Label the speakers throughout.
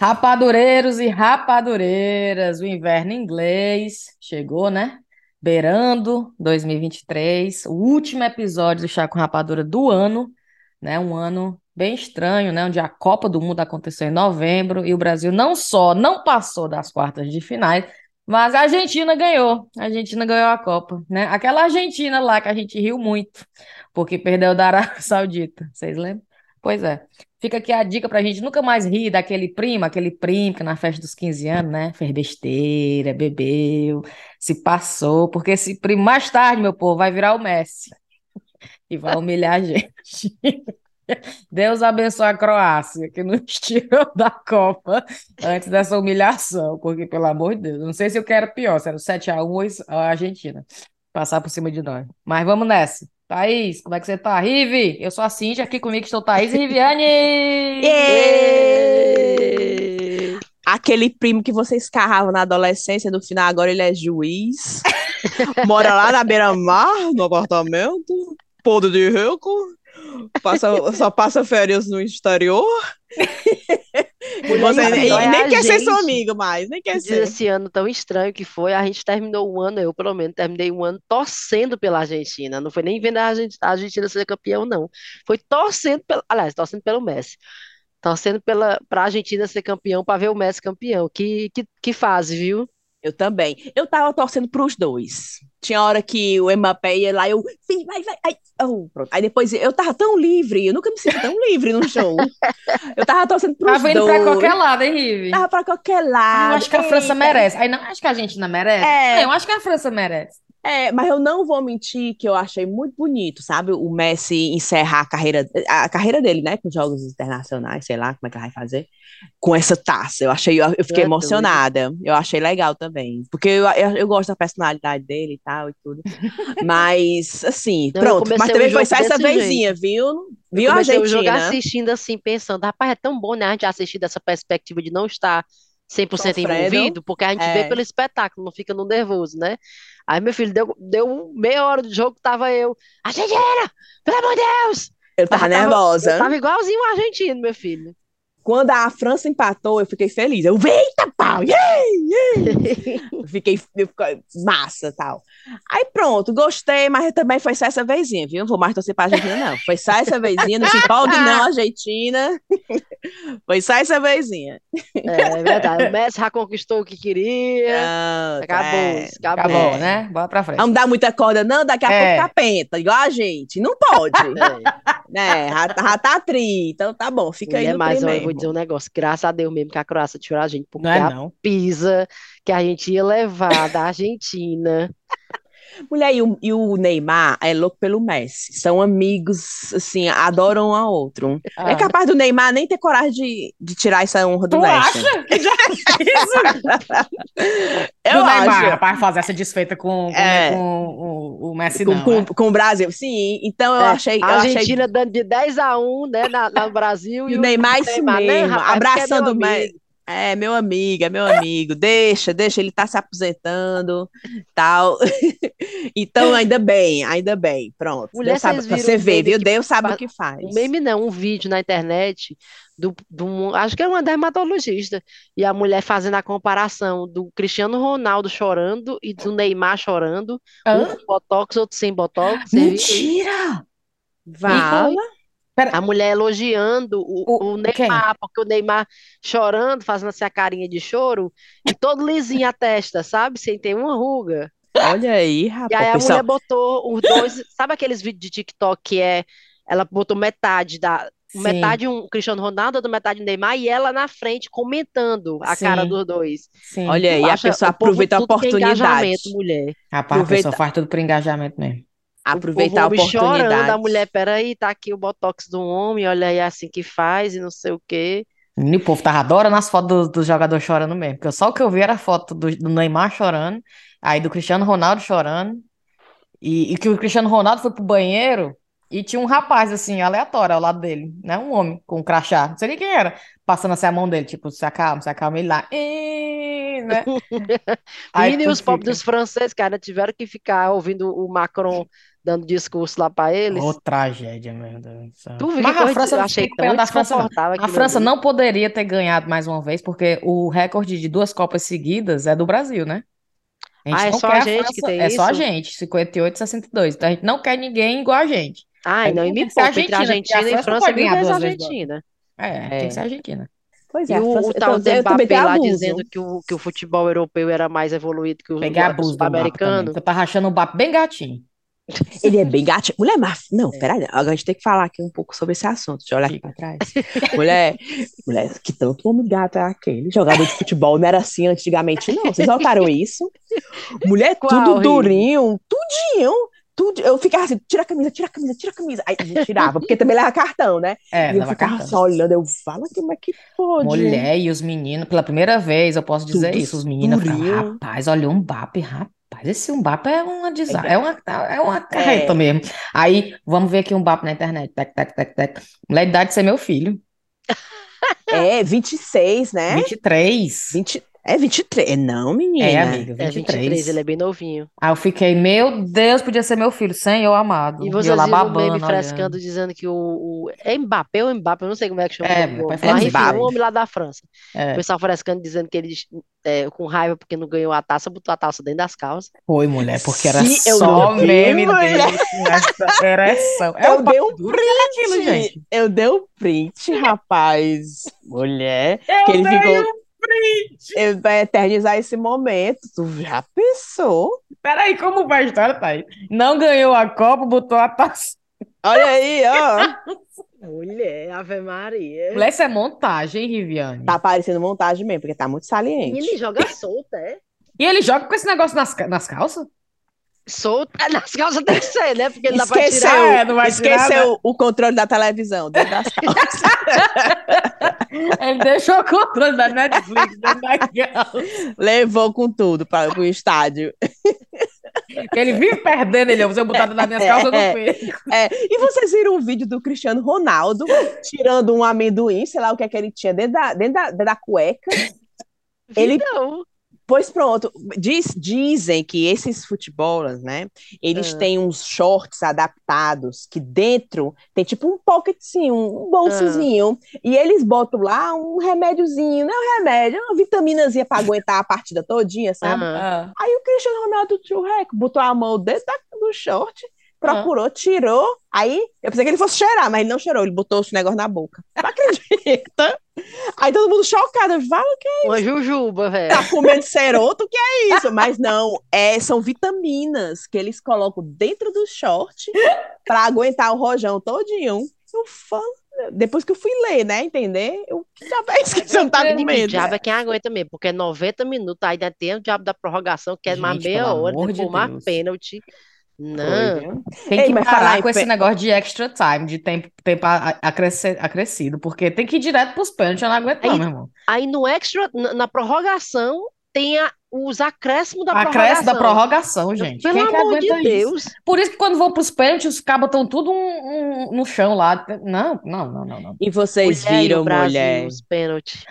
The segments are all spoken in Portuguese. Speaker 1: Rapadureiros e rapadureiras, o inverno inglês chegou, né? Beirando 2023, o último episódio do Chá com Rapadura do ano, né? Um ano bem estranho, né? Onde a Copa do Mundo aconteceu em novembro e o Brasil não só não passou das quartas de finais, mas a Argentina ganhou. A Argentina ganhou a Copa, né? Aquela Argentina lá que a gente riu muito, porque perdeu da Arábia Saudita. Vocês lembram? Pois é. Fica aqui a dica pra gente nunca mais rir daquele primo, aquele primo que na festa dos 15 anos, né? Fez besteira, bebeu, se passou, porque esse primo mais tarde, meu povo, vai virar o Messi e vai humilhar a gente. Deus abençoe a Croácia, que nos tirou da Copa antes dessa humilhação, porque, pelo amor de Deus, não sei se eu quero pior, se era o 7x1 ou a Argentina passar por cima de nós. Mas vamos nessa. Thaís, como é que você tá? Rive, eu sou a Cintia, aqui comigo estou Thaís e Riviane!
Speaker 2: Êêê! Aquele primo que vocês carravam na adolescência, no final agora ele é juiz, mora lá na beira-mar, no apartamento, podre de rico, passa, só passa férias no exterior. E você
Speaker 3: Mulher,
Speaker 2: nem,
Speaker 3: dói
Speaker 2: nem
Speaker 3: é a
Speaker 2: quer ser seu
Speaker 3: gente.
Speaker 2: amigo mais, nem quer
Speaker 3: Diz
Speaker 2: ser.
Speaker 3: esse ano tão estranho que foi, a gente terminou o ano, eu pelo menos terminei um ano torcendo pela Argentina. Não foi nem vendo a Argen- a Argentina ser campeão, não. Foi torcendo, pela, aliás, torcendo pelo Messi. Torcendo pela, pra Argentina ser campeão, pra ver o Messi campeão. Que, que, que fase, viu?
Speaker 2: Eu também. Eu tava torcendo pros dois. Tinha hora que o Mbappé ia lá, eu, "Vem, vai, vai, ai, oh", pronto. Aí depois eu tava tão livre, eu nunca me senti tão livre num show. Eu tava torcendo pros
Speaker 1: Tava indo Tá pra
Speaker 2: dois. Ah,
Speaker 1: qualquer lado, hein, Rive?
Speaker 2: Tava pra qualquer lado.
Speaker 1: Eu acho que a França
Speaker 2: Eita.
Speaker 1: merece. Aí não, acho que a Argentina merece.
Speaker 2: Ah, É.
Speaker 1: Não, eu acho que a França merece.
Speaker 2: É, mas eu não vou mentir que eu achei muito bonito, sabe? O Messi encerrar a carreira, a carreira dele, né? Com jogos internacionais, sei lá como é que ela vai fazer, com essa taça. Eu achei, eu, eu fiquei
Speaker 3: É doido.
Speaker 2: emocionada. Eu achei legal também. Porque eu, eu, eu gosto da personalidade dele e tal e tudo. Mas, assim,
Speaker 3: Não, eu
Speaker 2: pronto. Mas
Speaker 3: comecei o
Speaker 2: também foi
Speaker 3: jogo
Speaker 2: só essa
Speaker 3: desse
Speaker 2: vezinha, viu? Viu a
Speaker 3: Comecei o jogo
Speaker 2: Argentina?
Speaker 3: assistindo assim, pensando, rapaz, é tão bom, né, a gente assistir dessa perspectiva de não estar 100%
Speaker 2: Sofrendo.
Speaker 3: envolvido, porque a gente vê
Speaker 2: É.
Speaker 3: pelo espetáculo, não fica no nervoso, né? Aí, meu filho, deu, deu meia hora de jogo, tava eu, Argentina, pelo amor de Deus!
Speaker 2: Eu tava
Speaker 3: Mas eu
Speaker 2: nervosa.
Speaker 3: Eu tava igualzinho o argentino, meu filho.
Speaker 2: Quando a França empatou, eu fiquei feliz. Eu, eita, pau! Yeah, yeah. Eu fiquei, eu fiquei massa tal. Aí pronto, gostei, mas também foi só essa vezinha, viu? Não vou mais torcer pra Argentina, não. Foi só essa vezinha, não se empolgue, não, Argentina. Foi só essa vezinha.
Speaker 3: É verdade, o Messi já conquistou o que queria,
Speaker 2: Pronto,
Speaker 3: É. acabou,
Speaker 2: é.
Speaker 3: isso, acabou.
Speaker 1: Acabou,
Speaker 2: É.
Speaker 1: né? Bora pra frente.
Speaker 2: Não dá muita corda, não, daqui a
Speaker 1: É.
Speaker 2: pouco tá penta, igual a gente. Não pode,
Speaker 3: É.
Speaker 2: né? Já, já tá tri, então tá bom, fica aí
Speaker 3: Mulher,
Speaker 2: no
Speaker 3: mas
Speaker 2: tri
Speaker 3: ó, eu vou
Speaker 2: mesmo.
Speaker 3: dizer um negócio, graças a Deus mesmo que a Croácia tirou a gente, porque
Speaker 1: Não é,
Speaker 3: a
Speaker 1: não.
Speaker 3: pisa que a gente ia levar da Argentina.
Speaker 2: Mulher, e o, e o Neymar é louco pelo Messi. São amigos, assim, adoram um ao outro.
Speaker 1: Ah.
Speaker 2: É capaz do Neymar nem ter coragem de, de tirar essa honra do
Speaker 1: Tu
Speaker 2: Messi.
Speaker 1: acha que já isso?
Speaker 2: Eu
Speaker 1: do Neymar,
Speaker 2: acho.
Speaker 1: rapaz, fazer essa desfeita com, com,
Speaker 2: É.
Speaker 1: com o, o Messi,
Speaker 2: Com,
Speaker 1: não.
Speaker 2: com-
Speaker 1: é?
Speaker 2: com o Brasil, sim. Então eu
Speaker 3: É,
Speaker 2: achei, eu
Speaker 3: A
Speaker 2: achei
Speaker 3: Argentina dando de 10 a 1, né, na, na Brasil
Speaker 2: que o Neymar é isso
Speaker 3: Neymar, né,
Speaker 2: mesmo,
Speaker 3: rapaz? Porque é meu
Speaker 2: abraçando o
Speaker 3: amigo.
Speaker 2: Messi. É, meu amigo, é meu amigo. Deixa, deixa, ele tá se aposentando, tal. Então, ainda bem, ainda bem. Pronto.
Speaker 3: Mulher,
Speaker 2: Deus sabe,
Speaker 3: vocês viram
Speaker 2: você
Speaker 3: um
Speaker 2: vê,
Speaker 3: meme
Speaker 2: viu?
Speaker 3: que-
Speaker 2: Deus sabe
Speaker 3: pa-
Speaker 2: o que faz.
Speaker 3: um meme não, um vídeo na internet do, do um- acho que é uma dermatologista e a mulher fazendo a comparação do Cristiano Ronaldo chorando e do Neymar chorando, um
Speaker 1: Hã?
Speaker 3: com botox, outro sem botox. Vocês viram isso?
Speaker 1: Mentira!
Speaker 2: Vala.
Speaker 3: A mulher elogiando o,
Speaker 1: O-
Speaker 3: o Neymar,
Speaker 1: quem?
Speaker 3: porque o Neymar chorando, fazendo assim a carinha de choro, e todo lisinho a testa, sabe? Sem ter uma ruga.
Speaker 2: Olha aí,
Speaker 3: E
Speaker 2: rapaz,
Speaker 3: aí a
Speaker 2: pessoal.
Speaker 3: mulher botou os dois, sabe aqueles vídeos de TikTok que é, ela botou metade da,
Speaker 1: Sim.
Speaker 3: metade um Cristiano Ronaldo, outra metade um Neymar, e ela na frente comentando a
Speaker 1: Sim.
Speaker 3: cara dos dois.
Speaker 1: Sim.
Speaker 2: Olha aí, a
Speaker 3: Acha-
Speaker 2: pessoa
Speaker 3: o povo
Speaker 2: aproveita a
Speaker 3: tudo tem
Speaker 2: oportunidade.
Speaker 3: engajamento, mulher.
Speaker 1: Rapaz, a
Speaker 2: aproveita-
Speaker 1: pessoa faz tudo por engajamento mesmo.
Speaker 2: Aproveitar a
Speaker 3: O povo homem chorando, a
Speaker 2: oportunidade.
Speaker 3: mulher, peraí, tá aqui o botox do homem, olha aí assim que faz e não sei o quê.
Speaker 1: E o povo tava adorando as fotos dos do jogadores chorando mesmo. Porque só o que eu vi era foto do, do Neymar chorando, aí do Cristiano Ronaldo chorando. E, e que o Cristiano Ronaldo foi pro banheiro E tinha um rapaz, assim, aleatório ao lado dele, né? Um homem com um crachá, não sei nem quem era, passando assim a mão dele, tipo, se acalma, se acalma, ele lá, "Ih", né? Aí
Speaker 3: Menino, e
Speaker 1: tu
Speaker 3: os pobres
Speaker 1: fica,
Speaker 3: dos franceses, cara, tiveram que ficar ouvindo o Macron dando discurso lá para
Speaker 1: ô,
Speaker 3: eles.
Speaker 1: tragédia, meu Deus do céu.
Speaker 3: Tu viu que
Speaker 1: Mas a
Speaker 3: coisa,
Speaker 1: França
Speaker 3: eu
Speaker 1: não
Speaker 3: achei
Speaker 1: fica
Speaker 3: tão
Speaker 1: perto da França, não.
Speaker 3: desconfortável
Speaker 1: A
Speaker 3: aquilo
Speaker 1: França
Speaker 3: ali.
Speaker 1: não poderia ter ganhado mais uma vez, porque o recorde de duas Copas seguidas é do Brasil, né? A
Speaker 3: Ah,
Speaker 1: gente
Speaker 3: é
Speaker 1: não
Speaker 3: só
Speaker 1: quer
Speaker 3: a
Speaker 1: a
Speaker 3: gente que
Speaker 1: França, é
Speaker 3: tem
Speaker 1: só a
Speaker 3: isso?
Speaker 1: gente, 58 e 62. Então a gente não quer ninguém igual a gente.
Speaker 3: Ai,
Speaker 1: Aí
Speaker 3: não, e
Speaker 1: não
Speaker 3: me
Speaker 1: tem que ser a
Speaker 3: poupa, entre
Speaker 1: Argentina, porque a
Speaker 3: Argentina
Speaker 1: França
Speaker 3: e
Speaker 1: não
Speaker 3: França,
Speaker 1: pode
Speaker 3: mil
Speaker 1: ganhar
Speaker 3: vezes a
Speaker 1: duas vezes do ano.
Speaker 3: Argentina.
Speaker 1: É, tem que ser a
Speaker 3: É.
Speaker 1: Argentina.
Speaker 2: Pois
Speaker 3: E
Speaker 2: é, a
Speaker 3: o,
Speaker 2: França,
Speaker 3: o
Speaker 2: eu, tô,
Speaker 3: tal do
Speaker 2: eu também tenho
Speaker 3: Mbappé lá
Speaker 2: abuso.
Speaker 3: dizendo que o, que o futebol europeu era mais evoluído que o,
Speaker 1: Peguei
Speaker 3: o
Speaker 1: abuso do Mbappé também,
Speaker 3: sul-americano.
Speaker 1: porque eu tava achando o Mbappé bem gatinho.
Speaker 2: Ele é bem gatinho. Mulher, mas. Não,
Speaker 1: É,
Speaker 2: peraí. Agora a gente tem que falar aqui um pouco sobre esse assunto. Deixa eu olhar aqui
Speaker 1: fica
Speaker 2: pra
Speaker 1: atrás.
Speaker 2: trás. Mulher, mulher, que tanto homem gato é aquele? Jogador de futebol não era assim antigamente, não. Vocês notaram isso? Mulher, tudo
Speaker 3: Qual, Rigo?
Speaker 2: durinho, tudinho. Tudo, eu ficava assim, tira a camisa, tira a camisa, tira a camisa. Aí não tirava, porque também leva cartão, né?
Speaker 1: É,
Speaker 2: E eu
Speaker 1: leva
Speaker 2: ficava assim,
Speaker 1: cartão.
Speaker 2: olhando, eu falo que, mas que pode, hein?
Speaker 1: Mulher e os meninos, pela primeira vez, eu posso dizer
Speaker 2: Tudo
Speaker 1: isso. Os meninos eu ficava,
Speaker 2: durinho.
Speaker 1: rapaz, olha o Mbappé, rapaz, esse Mbappé é uma, desa- é uma, é uma carreta
Speaker 2: É,
Speaker 1: mesmo. Aí, vamos ver aqui um Mbappé na internet. Tec, tec, tec, tec. Mulher de idade de ser meu filho.
Speaker 2: é 26, né?
Speaker 1: 23.
Speaker 2: 20, é 23. Não,
Speaker 1: É,
Speaker 2: menina.
Speaker 1: amiga,
Speaker 3: É 23, ele
Speaker 1: 23.
Speaker 3: é bem novinho.
Speaker 1: Aí eu fiquei, meu Deus, podia ser meu filho, Senhor
Speaker 3: E
Speaker 1: amado. E eu
Speaker 3: vocês
Speaker 1: lá
Speaker 3: viram o meme
Speaker 1: babando, olhando.
Speaker 3: frescando dizendo que o, o- É Mbappé ou Mbappé? Eu não sei como é que chama o
Speaker 1: É,
Speaker 3: nome do
Speaker 1: meu pai
Speaker 3: homem.
Speaker 2: É
Speaker 1: falando
Speaker 3: Mas enfim, um
Speaker 2: Mbappé.
Speaker 1: besteira.
Speaker 3: homem lá da França. O
Speaker 1: É.
Speaker 3: pessoal frescando dizendo que ele é, com raiva porque não ganhou a taça, botou a taça dentro das calças.
Speaker 1: Foi, mulher, porque era
Speaker 2: Se eu não
Speaker 1: só
Speaker 2: vi,
Speaker 1: meme
Speaker 2: mulher,
Speaker 1: dele com essa ereção. É o
Speaker 2: eu
Speaker 1: pau
Speaker 2: dei um
Speaker 1: duro que era aquilo,
Speaker 2: print.
Speaker 1: gente.
Speaker 2: Eu dei um print, rapaz. Mulher, que
Speaker 1: Eu
Speaker 2: ele
Speaker 1: dei
Speaker 2: ficou.
Speaker 1: um print.
Speaker 2: Ele vai eternizar esse momento. Tu já pensou?
Speaker 1: Peraí, como vai a história, Thaís? Não ganhou a Copa, botou a taça.
Speaker 2: Olha aí, ó.
Speaker 3: Mulher, Ave Maria.
Speaker 1: Mulher, isso é montagem, hein,
Speaker 2: Tá
Speaker 1: Riviane?
Speaker 2: aparecendo montagem mesmo, porque tá muito
Speaker 3: Menina,
Speaker 2: saliente.
Speaker 3: ele joga solta, é?
Speaker 1: E ele joga com esse negócio nas, ca- nas calças?
Speaker 3: Solta é, nas calças tem que ser, né? Porque não dá pra tirar.
Speaker 2: Esqueceu,
Speaker 1: É, não vai tirar, né?
Speaker 2: esqueceu o controle da televisão dentro das calças.
Speaker 1: né? Ele deixou o controle da Netflix dentro da calça.
Speaker 2: Levou com tudo para o estádio.
Speaker 1: Ele vive perdendo, ele. Se eu botar dentro das minhas calças, eu não
Speaker 2: É,
Speaker 1: perco.
Speaker 2: É, e vocês viram um vídeo do Cristiano Ronaldo tirando um amendoim, sei lá o que é que ele tinha dentro da, dentro da, dentro da cueca.
Speaker 3: Vi
Speaker 2: Ele,
Speaker 3: não.
Speaker 2: pois pronto, diz- dizem que esses futebolas, né, eles
Speaker 3: Ah,
Speaker 2: têm uns shorts adaptados que dentro tem tipo um pocketzinho, um
Speaker 3: ah.
Speaker 2: bolsozinho, e eles botam lá um remédiozinho, não é um remédio, é uma vitaminazinha para aguentar a partida todinha, sabe?
Speaker 3: Aham.
Speaker 1: Ah,
Speaker 2: Aí o Cristiano Ronaldo Tchurreco botou a mão dentro da- do short,
Speaker 1: ah.
Speaker 2: procurou, tirou. Aí eu pensei que ele fosse cheirar, mas ele não cheirou, ele botou esse negócio na boca. Não acredita? Aí todo mundo chocado, fala que
Speaker 3: Uma jujuba,
Speaker 2: tá
Speaker 3: velho.
Speaker 2: comendo ceroto, o que é isso? Mas não, é, são vitaminas que eles colocam dentro do short pra aguentar o rojão todinho. Eu falo, depois que eu fui ler, né, entender, eu que diabo é isso que você não tá
Speaker 3: Menino, que
Speaker 2: comendo?
Speaker 3: diabo é quem aguenta mesmo, porque é 90 minutos, ainda tem o diabo da prorrogação, que é mais
Speaker 1: Gente, pelo
Speaker 3: meia hora, tem
Speaker 1: amor
Speaker 3: que
Speaker 1: de
Speaker 3: tomar
Speaker 1: Deus.
Speaker 3: pênalti.
Speaker 2: Foi,
Speaker 3: Não.
Speaker 2: viu?
Speaker 1: Tem
Speaker 2: Ei,
Speaker 1: que
Speaker 2: mas falar
Speaker 1: parar
Speaker 2: em
Speaker 1: com esse
Speaker 2: pé.
Speaker 1: negócio de extra time, de tempo, tempo a- a- acresce- acrescido, porque tem que ir direto pros pênaltis, eu não aguento não,
Speaker 3: Aí,
Speaker 1: meu irmão.
Speaker 3: aí no extra, na, na prorrogação, tem a- os acréscimos da
Speaker 1: Acréscimo da
Speaker 3: prorrogação.
Speaker 1: prorrogação,
Speaker 3: Eu,
Speaker 1: gente.
Speaker 3: pelo
Speaker 1: Quem que
Speaker 3: amor de
Speaker 1: aguenta isso?
Speaker 3: Deus.
Speaker 1: Por isso que quando vão pros pênaltis, os cabos estão tudo um- um- no chão lá. Não, não, não, não, não.
Speaker 2: E vocês
Speaker 3: Mulher e o
Speaker 2: viram,
Speaker 3: Brasil,
Speaker 2: mulher?
Speaker 3: os pênaltis.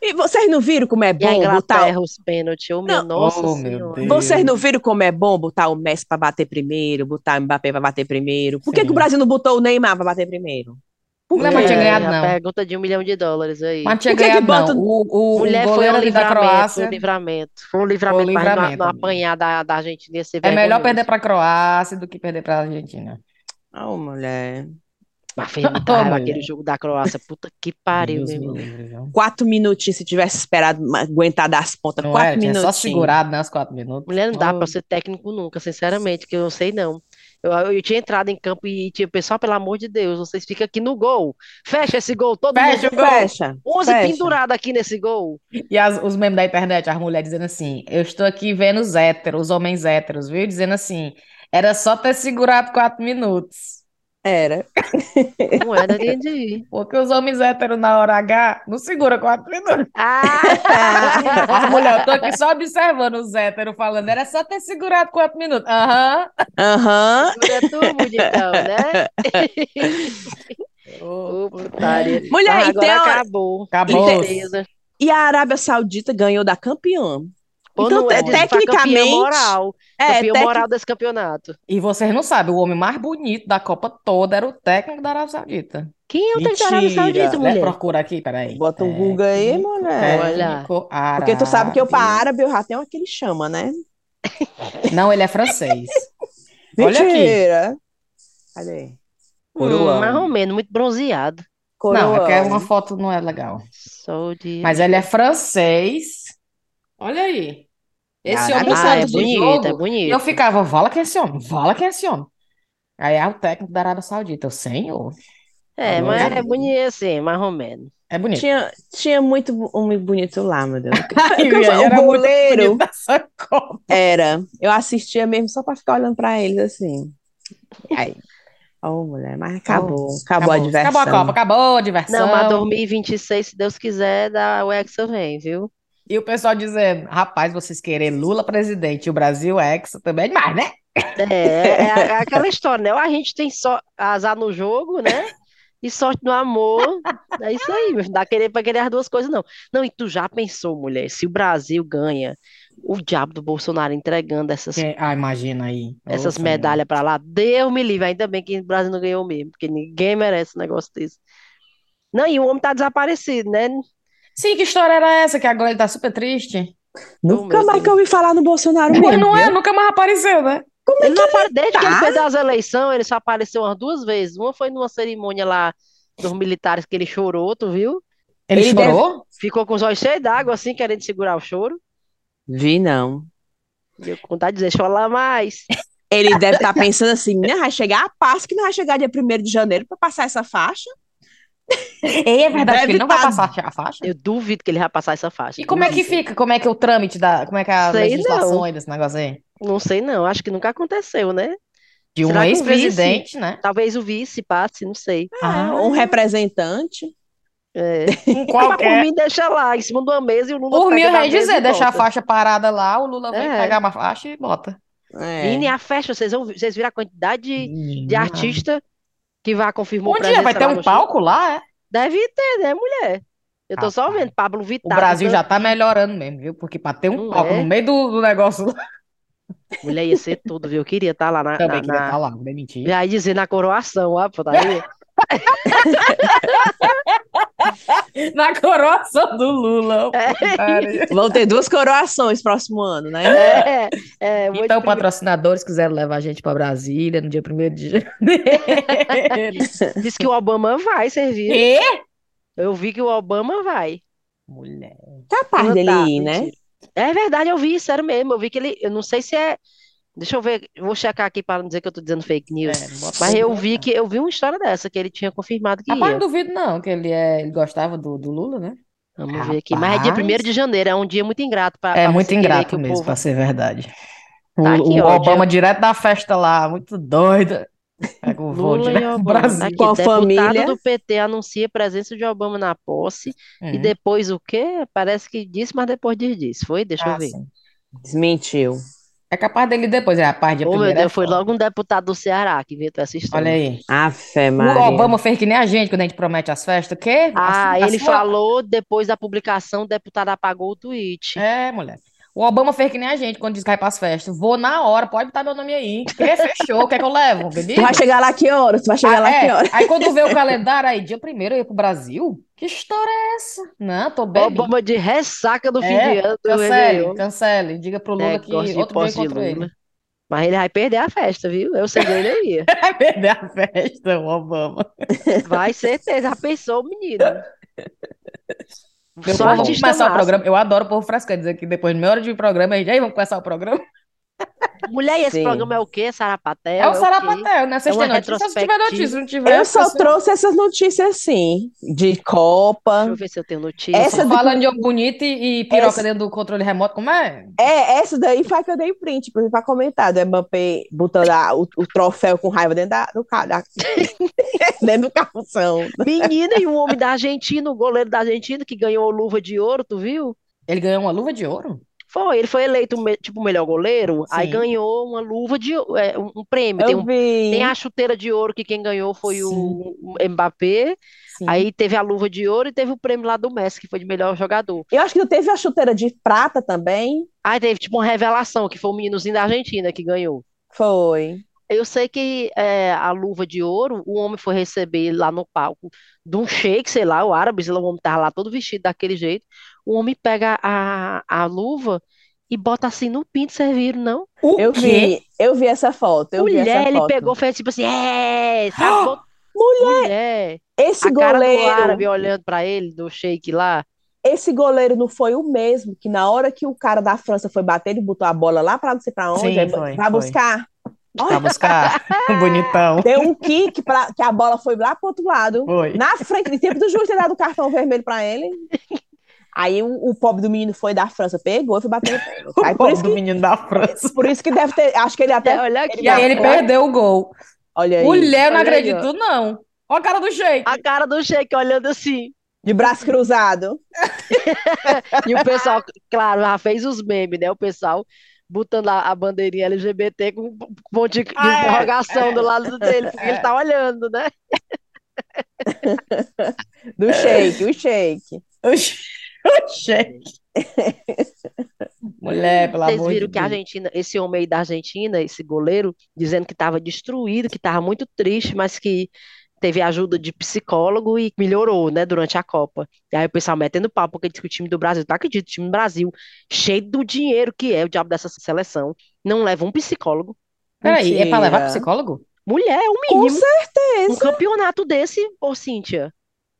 Speaker 2: E vocês não viram como é
Speaker 3: E a
Speaker 2: bom botar.
Speaker 3: Inglaterra, os pênaltis. tá- Ô, minha
Speaker 2: Não,
Speaker 3: Nossa
Speaker 1: Oh, meu
Speaker 3: Senhora.
Speaker 2: vocês
Speaker 1: Deus.
Speaker 2: não viram como é bom botar o Messi pra bater primeiro, botar o Mbappé pra bater primeiro? Por que que o
Speaker 1: Sim.
Speaker 2: Brasil não botou o Neymar pra bater primeiro? Por
Speaker 1: Mulher, mas tinha
Speaker 2: quê?
Speaker 3: É,
Speaker 1: ganhado
Speaker 3: a
Speaker 1: não.
Speaker 3: pergunta de um milhão de dólares aí.
Speaker 1: Mas tinha
Speaker 2: Por que que
Speaker 1: ganhado não.
Speaker 2: bota.
Speaker 1: O, o, o
Speaker 3: Mulher foi um
Speaker 1: goleiro ali da
Speaker 3: livramento, foi um
Speaker 1: Croácia
Speaker 3: livramento. Foi um
Speaker 1: foi o
Speaker 3: livramento, mas não, a-
Speaker 1: livramento,
Speaker 3: não
Speaker 1: amigo.
Speaker 3: apanhar da, da Argentina ia ser
Speaker 1: É melhor perder
Speaker 3: vergonhoso.
Speaker 1: pra Croácia do que perder pra Argentina.
Speaker 2: Oh, mulher.
Speaker 3: Mas fez muita
Speaker 1: Ô,
Speaker 3: raiva aquele
Speaker 1: mulher.
Speaker 3: jogo da Croácia. Puta que pariu,
Speaker 1: Deus
Speaker 3: meu
Speaker 1: me
Speaker 3: irmão.
Speaker 1: livre, viu?
Speaker 2: Quatro minutinhos, se tivesse esperado ma- aguentar das pontas,
Speaker 1: Não
Speaker 2: quatro
Speaker 1: é? Tinha só
Speaker 2: minutinhos.
Speaker 1: segurado, né, os quatro minutos.
Speaker 3: Mulher não dá pra
Speaker 1: Oh,
Speaker 3: ser técnico nunca, sinceramente, que eu não sei não. Eu, eu tinha entrado em campo e tinha, pessoal, pelo amor de Deus, vocês ficam aqui no gol. Fecha esse gol, todo
Speaker 1: Fecha
Speaker 3: mundo.
Speaker 1: o gol!
Speaker 3: 11
Speaker 2: fecha,
Speaker 3: pendurado aqui nesse gol.
Speaker 1: E as- os memes da internet, as mulheres dizendo assim: Eu estou aqui vendo os héteros, os homens héteros, viu? Dizendo assim: Era só ter segurado quatro minutos.
Speaker 2: Era.
Speaker 3: Não era linha de ir.
Speaker 1: Porque os homens héteros na hora H não segura quatro minutos. As
Speaker 3: Ah!
Speaker 1: mulheres, eu tô aqui só observando os héteros falando. Era só ter segurado quatro minutos. Aham.
Speaker 2: Aham.
Speaker 3: Segura é tu, bonitão, né? Ô, putaria.
Speaker 2: Mulher,
Speaker 1: Ah,
Speaker 3: Mas
Speaker 2: e
Speaker 3: agora
Speaker 2: tem a-
Speaker 3: acabou.
Speaker 1: Acabou.
Speaker 3: Tristeza.
Speaker 2: E a Arábia Saudita ganhou da campeã.
Speaker 3: Ou
Speaker 2: Então,
Speaker 3: não
Speaker 2: te-
Speaker 3: é, diz que foi campeã
Speaker 2: tecnicamente-
Speaker 3: moral.
Speaker 2: É,
Speaker 3: campeão
Speaker 2: tec-
Speaker 3: moral desse campeonato.
Speaker 1: E vocês não sabem, o homem mais bonito da Copa toda era o técnico da Arábia Saudita.
Speaker 3: Quem é o técnico da Arábia
Speaker 2: Mentira.
Speaker 3: Saudita,
Speaker 2: Né,
Speaker 1: Né?
Speaker 3: mulher?
Speaker 1: Procura aqui, peraí. É.
Speaker 2: Bota o Google aí, mulher.
Speaker 3: Olha.
Speaker 1: Técnico
Speaker 2: Porque tu sabe que eu pra
Speaker 1: Arábia.
Speaker 2: árabe eu já tenho aquele chama, né?
Speaker 1: Não, ele é francês. Olha aqui.
Speaker 2: Mentira. Cadê?
Speaker 3: Hum,
Speaker 2: Coroa.
Speaker 3: mais ou menos, muito bronzeado.
Speaker 1: Não, é que
Speaker 2: Coroa.
Speaker 1: uma foto não é legal.
Speaker 3: Saudi.
Speaker 1: Mas ele é francês. Olha aí. Esse
Speaker 2: Caraca,
Speaker 1: homem
Speaker 3: Ah,
Speaker 1: saiu
Speaker 3: é
Speaker 1: do
Speaker 3: bonito,
Speaker 1: jogo.
Speaker 3: é
Speaker 1: E
Speaker 3: bonito.
Speaker 1: eu ficava, vala quem é esse homem, vala quem é esse homem. Aí é o técnico da Arábia Saudita, eu, senhor.
Speaker 3: É,
Speaker 1: Alô,
Speaker 3: mas é
Speaker 1: Saudi.
Speaker 3: bonito assim, mais ou menos.
Speaker 1: É bonito.
Speaker 2: Tinha, tinha muito homem bonito lá, meu Deus.
Speaker 1: Ai,
Speaker 2: eu-
Speaker 1: velho,
Speaker 2: o
Speaker 1: era muito
Speaker 2: goleiro.
Speaker 1: bonito essa Copa.
Speaker 2: Era. Eu assistia mesmo só pra ficar olhando pra eles assim. Aí. Ô, mulher, mas acabou. Acabou a diversão.
Speaker 1: Acabou a Copa, acabou a diversão.
Speaker 3: Não, mas 2026, se Deus quiser, da Hexa vem, viu?
Speaker 1: E o pessoal dizendo, rapaz, vocês querem Lula presidente e o Brasil é hexa também é demais, né?
Speaker 3: É, é a- aquela história, né? Ou A gente tem só azar no jogo, né? E sorte no amor. É isso aí, meu. filho. Dá querer pra querer as duas coisas, não. Não, e tu já pensou, mulher, se o Brasil ganha, o diabo do Bolsonaro entregando essas,
Speaker 1: Que- Ah, imagina aí. Ô,
Speaker 3: essas
Speaker 1: Senhor.
Speaker 3: medalhas pra lá. Deus me livre, ainda bem que o Brasil não ganhou mesmo, porque ninguém merece um negócio desse. Não, e o homem tá desaparecido, né?
Speaker 1: Sim, que história era essa? Que agora ele tá super triste.
Speaker 2: Nunca
Speaker 3: Ô, meu
Speaker 2: mais que eu ouvi falar no Bolsonaro
Speaker 1: Pois
Speaker 2: mesmo.
Speaker 1: não é,
Speaker 2: viu?
Speaker 1: nunca mais apareceu, né?
Speaker 2: Como é
Speaker 3: Ele
Speaker 2: que
Speaker 3: não apare- Desde que ele
Speaker 2: tá?
Speaker 3: fez as eleições, ele só apareceu umas duas vezes. Uma foi numa cerimônia lá dos militares que ele chorou, tu viu?
Speaker 1: Ele
Speaker 2: Ele deve-
Speaker 1: chorou?
Speaker 3: Ficou com os olhos cheios d'água, assim, querendo segurar o choro.
Speaker 2: Vi, não.
Speaker 3: E eu com vontade de dizer, chora mais.
Speaker 2: Ele deve estar pensando assim, né? Vai chegar a Páscoa que não vai chegar dia 1 de janeiro pra passar essa faixa.
Speaker 1: É, é verdade que
Speaker 2: Deve
Speaker 1: ele não vai
Speaker 2: tá-
Speaker 1: passar a faixa?
Speaker 3: Eu duvido que ele vai passar essa faixa.
Speaker 1: E como é que
Speaker 3: Duvido.
Speaker 1: fica? Como é que é o trâmite da. Como é que é a
Speaker 3: Sei
Speaker 1: legislação
Speaker 3: não.
Speaker 1: aí desse negócio aí?
Speaker 3: Não sei, não. Acho que nunca aconteceu, né?
Speaker 1: De um
Speaker 3: Será que o
Speaker 1: ex-presidente, né?
Speaker 3: Talvez o vice passe, não sei.
Speaker 1: Ah,
Speaker 2: Um representante.
Speaker 3: É.
Speaker 1: um
Speaker 3: Mas por
Speaker 1: qualquer.
Speaker 3: mim, deixa lá, em cima de uma mesa e o Lula
Speaker 1: Por mim,
Speaker 3: pega
Speaker 1: eu
Speaker 3: da
Speaker 1: ia
Speaker 3: mesa
Speaker 1: dizer,
Speaker 3: e
Speaker 1: deixar Um a
Speaker 3: volta.
Speaker 1: faixa parada lá, o Lula vem
Speaker 3: É.
Speaker 1: pegar uma faixa e bota.
Speaker 2: É.
Speaker 3: Menina, e a festa, vocês, vão, vocês viram a quantidade de, de
Speaker 1: Menina.
Speaker 3: artista que vai confirmar
Speaker 1: Um dia vai ter um palco lá, é?
Speaker 3: Deve ter, né, mulher? Eu tô só
Speaker 1: Rapaz,
Speaker 3: vendo Pablo
Speaker 1: O
Speaker 3: Vittar
Speaker 1: Brasil já
Speaker 3: cantando.
Speaker 1: tá melhorando mesmo, viu? Porque pra ter um
Speaker 3: Não
Speaker 1: palco
Speaker 3: é?
Speaker 1: no meio do, do negócio lá.
Speaker 3: Mulher ia ser tudo, viu? Eu queria estar lá na,
Speaker 1: Também
Speaker 3: na,
Speaker 1: que
Speaker 3: na-
Speaker 1: vai tá lá, não vou mentir.
Speaker 3: Já ia dizer na coroação, ó, tá putaria.
Speaker 1: Na coroação do Lula.
Speaker 3: É.
Speaker 1: putaria.
Speaker 2: Vão ter duas coroações próximo ano, né?
Speaker 3: É, é, muito
Speaker 1: Então,
Speaker 3: primeiro.
Speaker 1: patrocinadores quiseram levar a gente pra Brasília no dia 1 de janeiro. É?
Speaker 3: Diz que o Obama vai servir.
Speaker 1: Quê?
Speaker 3: Eu vi que o Obama vai.
Speaker 1: Mulher.
Speaker 2: Capaz
Speaker 3: Não
Speaker 2: dele
Speaker 3: tá,
Speaker 2: ir, né?
Speaker 3: mentira. É verdade, eu vi, sério mesmo. Eu vi que ele. Eu não sei se é. Deixa eu ver, eu vou checar aqui para não dizer que eu tô dizendo fake news.
Speaker 1: É, bota
Speaker 3: Mas
Speaker 1: tudo
Speaker 3: eu
Speaker 1: lá.
Speaker 3: vi que eu vi uma história dessa, que ele tinha confirmado que
Speaker 1: Rapaz, não
Speaker 3: ia.
Speaker 1: duvido não, que ele, é, ele gostava do, do Lula, né?
Speaker 3: Vamos ver aqui. Mas é dia 1º de
Speaker 1: Rapaz.
Speaker 3: janeiro, é um dia muito ingrato para
Speaker 1: É
Speaker 3: para
Speaker 1: muito
Speaker 3: você querer que
Speaker 1: ingrato
Speaker 3: o
Speaker 1: mesmo,
Speaker 3: povo
Speaker 1: pra ser verdade. O,
Speaker 3: Tá aqui,
Speaker 1: o
Speaker 3: ó,
Speaker 1: Obama direto da festa lá, muito doida. Pega o voo
Speaker 3: Lula e
Speaker 1: direto do
Speaker 3: Obama. né?
Speaker 1: Brasil.
Speaker 3: Aqui,
Speaker 2: Com a
Speaker 3: deputado
Speaker 2: família.
Speaker 3: do PT anuncia presença de Obama na posse. E
Speaker 1: Hum.
Speaker 3: depois o quê? Parece que disse, mas depois diz disse. Foi? Deixa eu
Speaker 1: Ah,
Speaker 3: ver.
Speaker 1: sim.
Speaker 2: Desmentiu.
Speaker 1: É capaz dele depois, é a parte de
Speaker 3: Ô, meu
Speaker 1: primeira.
Speaker 3: Deus, foi
Speaker 1: foda.
Speaker 3: logo um deputado do Ceará que inventou essa história.
Speaker 1: Olha aí.
Speaker 2: A fé,
Speaker 1: O
Speaker 2: Maria.
Speaker 1: Obama fez que nem a gente quando a gente promete as festas, o quê?
Speaker 3: Ah,
Speaker 1: Assim, A sua- a
Speaker 3: ele
Speaker 1: sua-
Speaker 3: falou depois da publicação, o deputado apagou o tweet.
Speaker 1: É, mulher. O Obama fez que nem a gente quando diz que vai pras festas. Vou na hora, pode botar meu nome aí. Quê? Fechou, o que é que eu levo?
Speaker 2: Tu
Speaker 1: Bebido?
Speaker 2: vai chegar lá que horas? Tu vai chegar
Speaker 1: Ah,
Speaker 2: lá
Speaker 1: é.
Speaker 2: que horas?
Speaker 1: Aí quando vê o calendário, aí dia primeiro eu ia pro Brasil? Que história é essa? Não, tô É, bem.
Speaker 3: Obama de ressaca do fim
Speaker 1: É,
Speaker 3: de ano do
Speaker 1: cancele,
Speaker 3: Réveillon.
Speaker 1: cancele. Diga pro Lula que
Speaker 3: Negócio É,
Speaker 1: outro
Speaker 3: de
Speaker 1: dia eu
Speaker 3: posse de
Speaker 1: encontro ele.
Speaker 3: Lula. Mas ele vai perder a festa, viu? Eu sei dele, eu ia.
Speaker 1: Vai É perder a festa, o Obama.
Speaker 3: Vai, certeza. Já pensou, menino?
Speaker 1: Meu povo,
Speaker 3: Só
Speaker 1: vamos
Speaker 3: artista
Speaker 1: começar o
Speaker 3: massa.
Speaker 1: programa. Eu adoro o povo frescante, dizer que depois de meia hora de programa, a gente, aí vamos começar o programa.
Speaker 3: Mulher, e esse
Speaker 2: Sim.
Speaker 3: programa é o quê? Sarapatel?
Speaker 1: É o
Speaker 3: quê?
Speaker 1: Sarapatel, né? Vocês
Speaker 3: É
Speaker 1: têm
Speaker 3: uma
Speaker 1: notícia? Se tiver notícia, se não tiver.
Speaker 2: Eu só
Speaker 1: vocês-
Speaker 2: trouxe essas notícias assim, de
Speaker 3: Deixa
Speaker 2: Copa.
Speaker 3: eu ver se eu tenho notícia.
Speaker 2: Essa de-
Speaker 1: Falando de um bonito e, e piroca
Speaker 2: Essa-
Speaker 1: dentro do controle remoto, como é?
Speaker 2: É, essa daí foi a que eu dei print pra, pra comentar, do Mbappé botando a- o, o troféu com raiva dentro, da, do, ca- da- dentro do carroção.
Speaker 3: Menina, e um homem da Argentina, o goleiro da Argentina, que ganhou a luva de ouro, tu viu?
Speaker 1: Ele ganhou uma luva de ouro?
Speaker 3: Foi, ele foi eleito, me- tipo, o melhor goleiro, aí
Speaker 1: Sim.
Speaker 3: ganhou uma luva de ouro, é, um um prêmio. Tem,
Speaker 2: Eu
Speaker 3: um-
Speaker 2: vi.
Speaker 3: tem a chuteira de ouro, que quem ganhou foi o Mbappé,
Speaker 1: Sim.
Speaker 3: aí teve a luva de ouro e teve o prêmio lá do Messi, que foi de melhor jogador.
Speaker 2: Eu acho que não teve a chuteira de prata também.
Speaker 3: Aí teve, tipo, uma revelação, que foi o meninozinho da Argentina que ganhou.
Speaker 2: Foi.
Speaker 3: Eu sei que é, a luva de ouro, o homem foi receber lá no palco de um sheik, sei lá, o árabe, sei lá, o homem tava lá todo vestido daquele jeito. O homem pega a, a luva e bota assim no pinto, serviram, não?
Speaker 1: O
Speaker 2: Eu
Speaker 1: quê?
Speaker 2: vi, eu vi essa foto, eu vi
Speaker 3: Mulher,
Speaker 2: essa
Speaker 3: ele
Speaker 2: foto.
Speaker 3: pegou, fez tipo assim, é, sabe? Bot-
Speaker 2: Mulher,
Speaker 3: Mulher,
Speaker 2: esse
Speaker 3: a cara do
Speaker 2: goleiro,
Speaker 3: árabe olhando pra ele, do sheik lá.
Speaker 2: esse goleiro não foi o mesmo que na hora que o cara da França foi bater, ele botou a bola lá pra não sei pra onde,
Speaker 1: Sim,
Speaker 2: aí
Speaker 1: foi,
Speaker 2: vai
Speaker 1: foi.
Speaker 2: buscar.
Speaker 1: Pra buscar. Bonitão.
Speaker 2: Deu um kick pra, que a bola foi lá pro outro lado.
Speaker 1: Foi.
Speaker 2: Na frente, de tempo do juiz ter dado o cartão vermelho pra ele. Aí o, o pobre do menino foi da França, pegou e foi bater.
Speaker 1: O
Speaker 2: Aí, por,
Speaker 1: povo
Speaker 2: isso
Speaker 1: do
Speaker 2: que,
Speaker 1: menino da França.
Speaker 2: por isso que deve ter. Acho que ele até.
Speaker 3: Olha aqui,
Speaker 1: E aí ele
Speaker 3: ó.
Speaker 1: perdeu o gol.
Speaker 2: É Olha aí.
Speaker 1: Mulher, eu não
Speaker 3: Olha aí,
Speaker 1: acredito, não. Olha a cara do jeito.
Speaker 3: A cara do sheik olhando assim.
Speaker 2: De braço cruzado.
Speaker 3: E o pessoal, claro, já fez os memes, né? O pessoal botando a, a bandeirinha LGBT com um ponto de, de
Speaker 1: Ah, é,
Speaker 3: interrogação do lado dele, porque ele tá olhando, né?
Speaker 2: Do shake, É. o shake.
Speaker 1: Cheque. Mulher, pelo
Speaker 3: Vocês
Speaker 1: amor de
Speaker 3: viram que a
Speaker 1: Deus.
Speaker 3: Argentina, esse homem aí da Argentina, esse goleiro, dizendo que tava destruído, que tava muito triste, mas que teve ajuda de psicólogo e melhorou, né, durante a Copa. E aí o pessoal metendo pau, porque diz que o time do Brasil, tá acredito, o time do Brasil, cheio do dinheiro que é o diabo dessa seleção, não leva um psicólogo.
Speaker 1: Peraí, é pra levar pro
Speaker 2: Mentira.
Speaker 1: psicólogo?
Speaker 3: Mulher, é o
Speaker 2: Com
Speaker 3: mínimo. Um
Speaker 2: certeza.
Speaker 3: campeonato desse, ô Cíntia,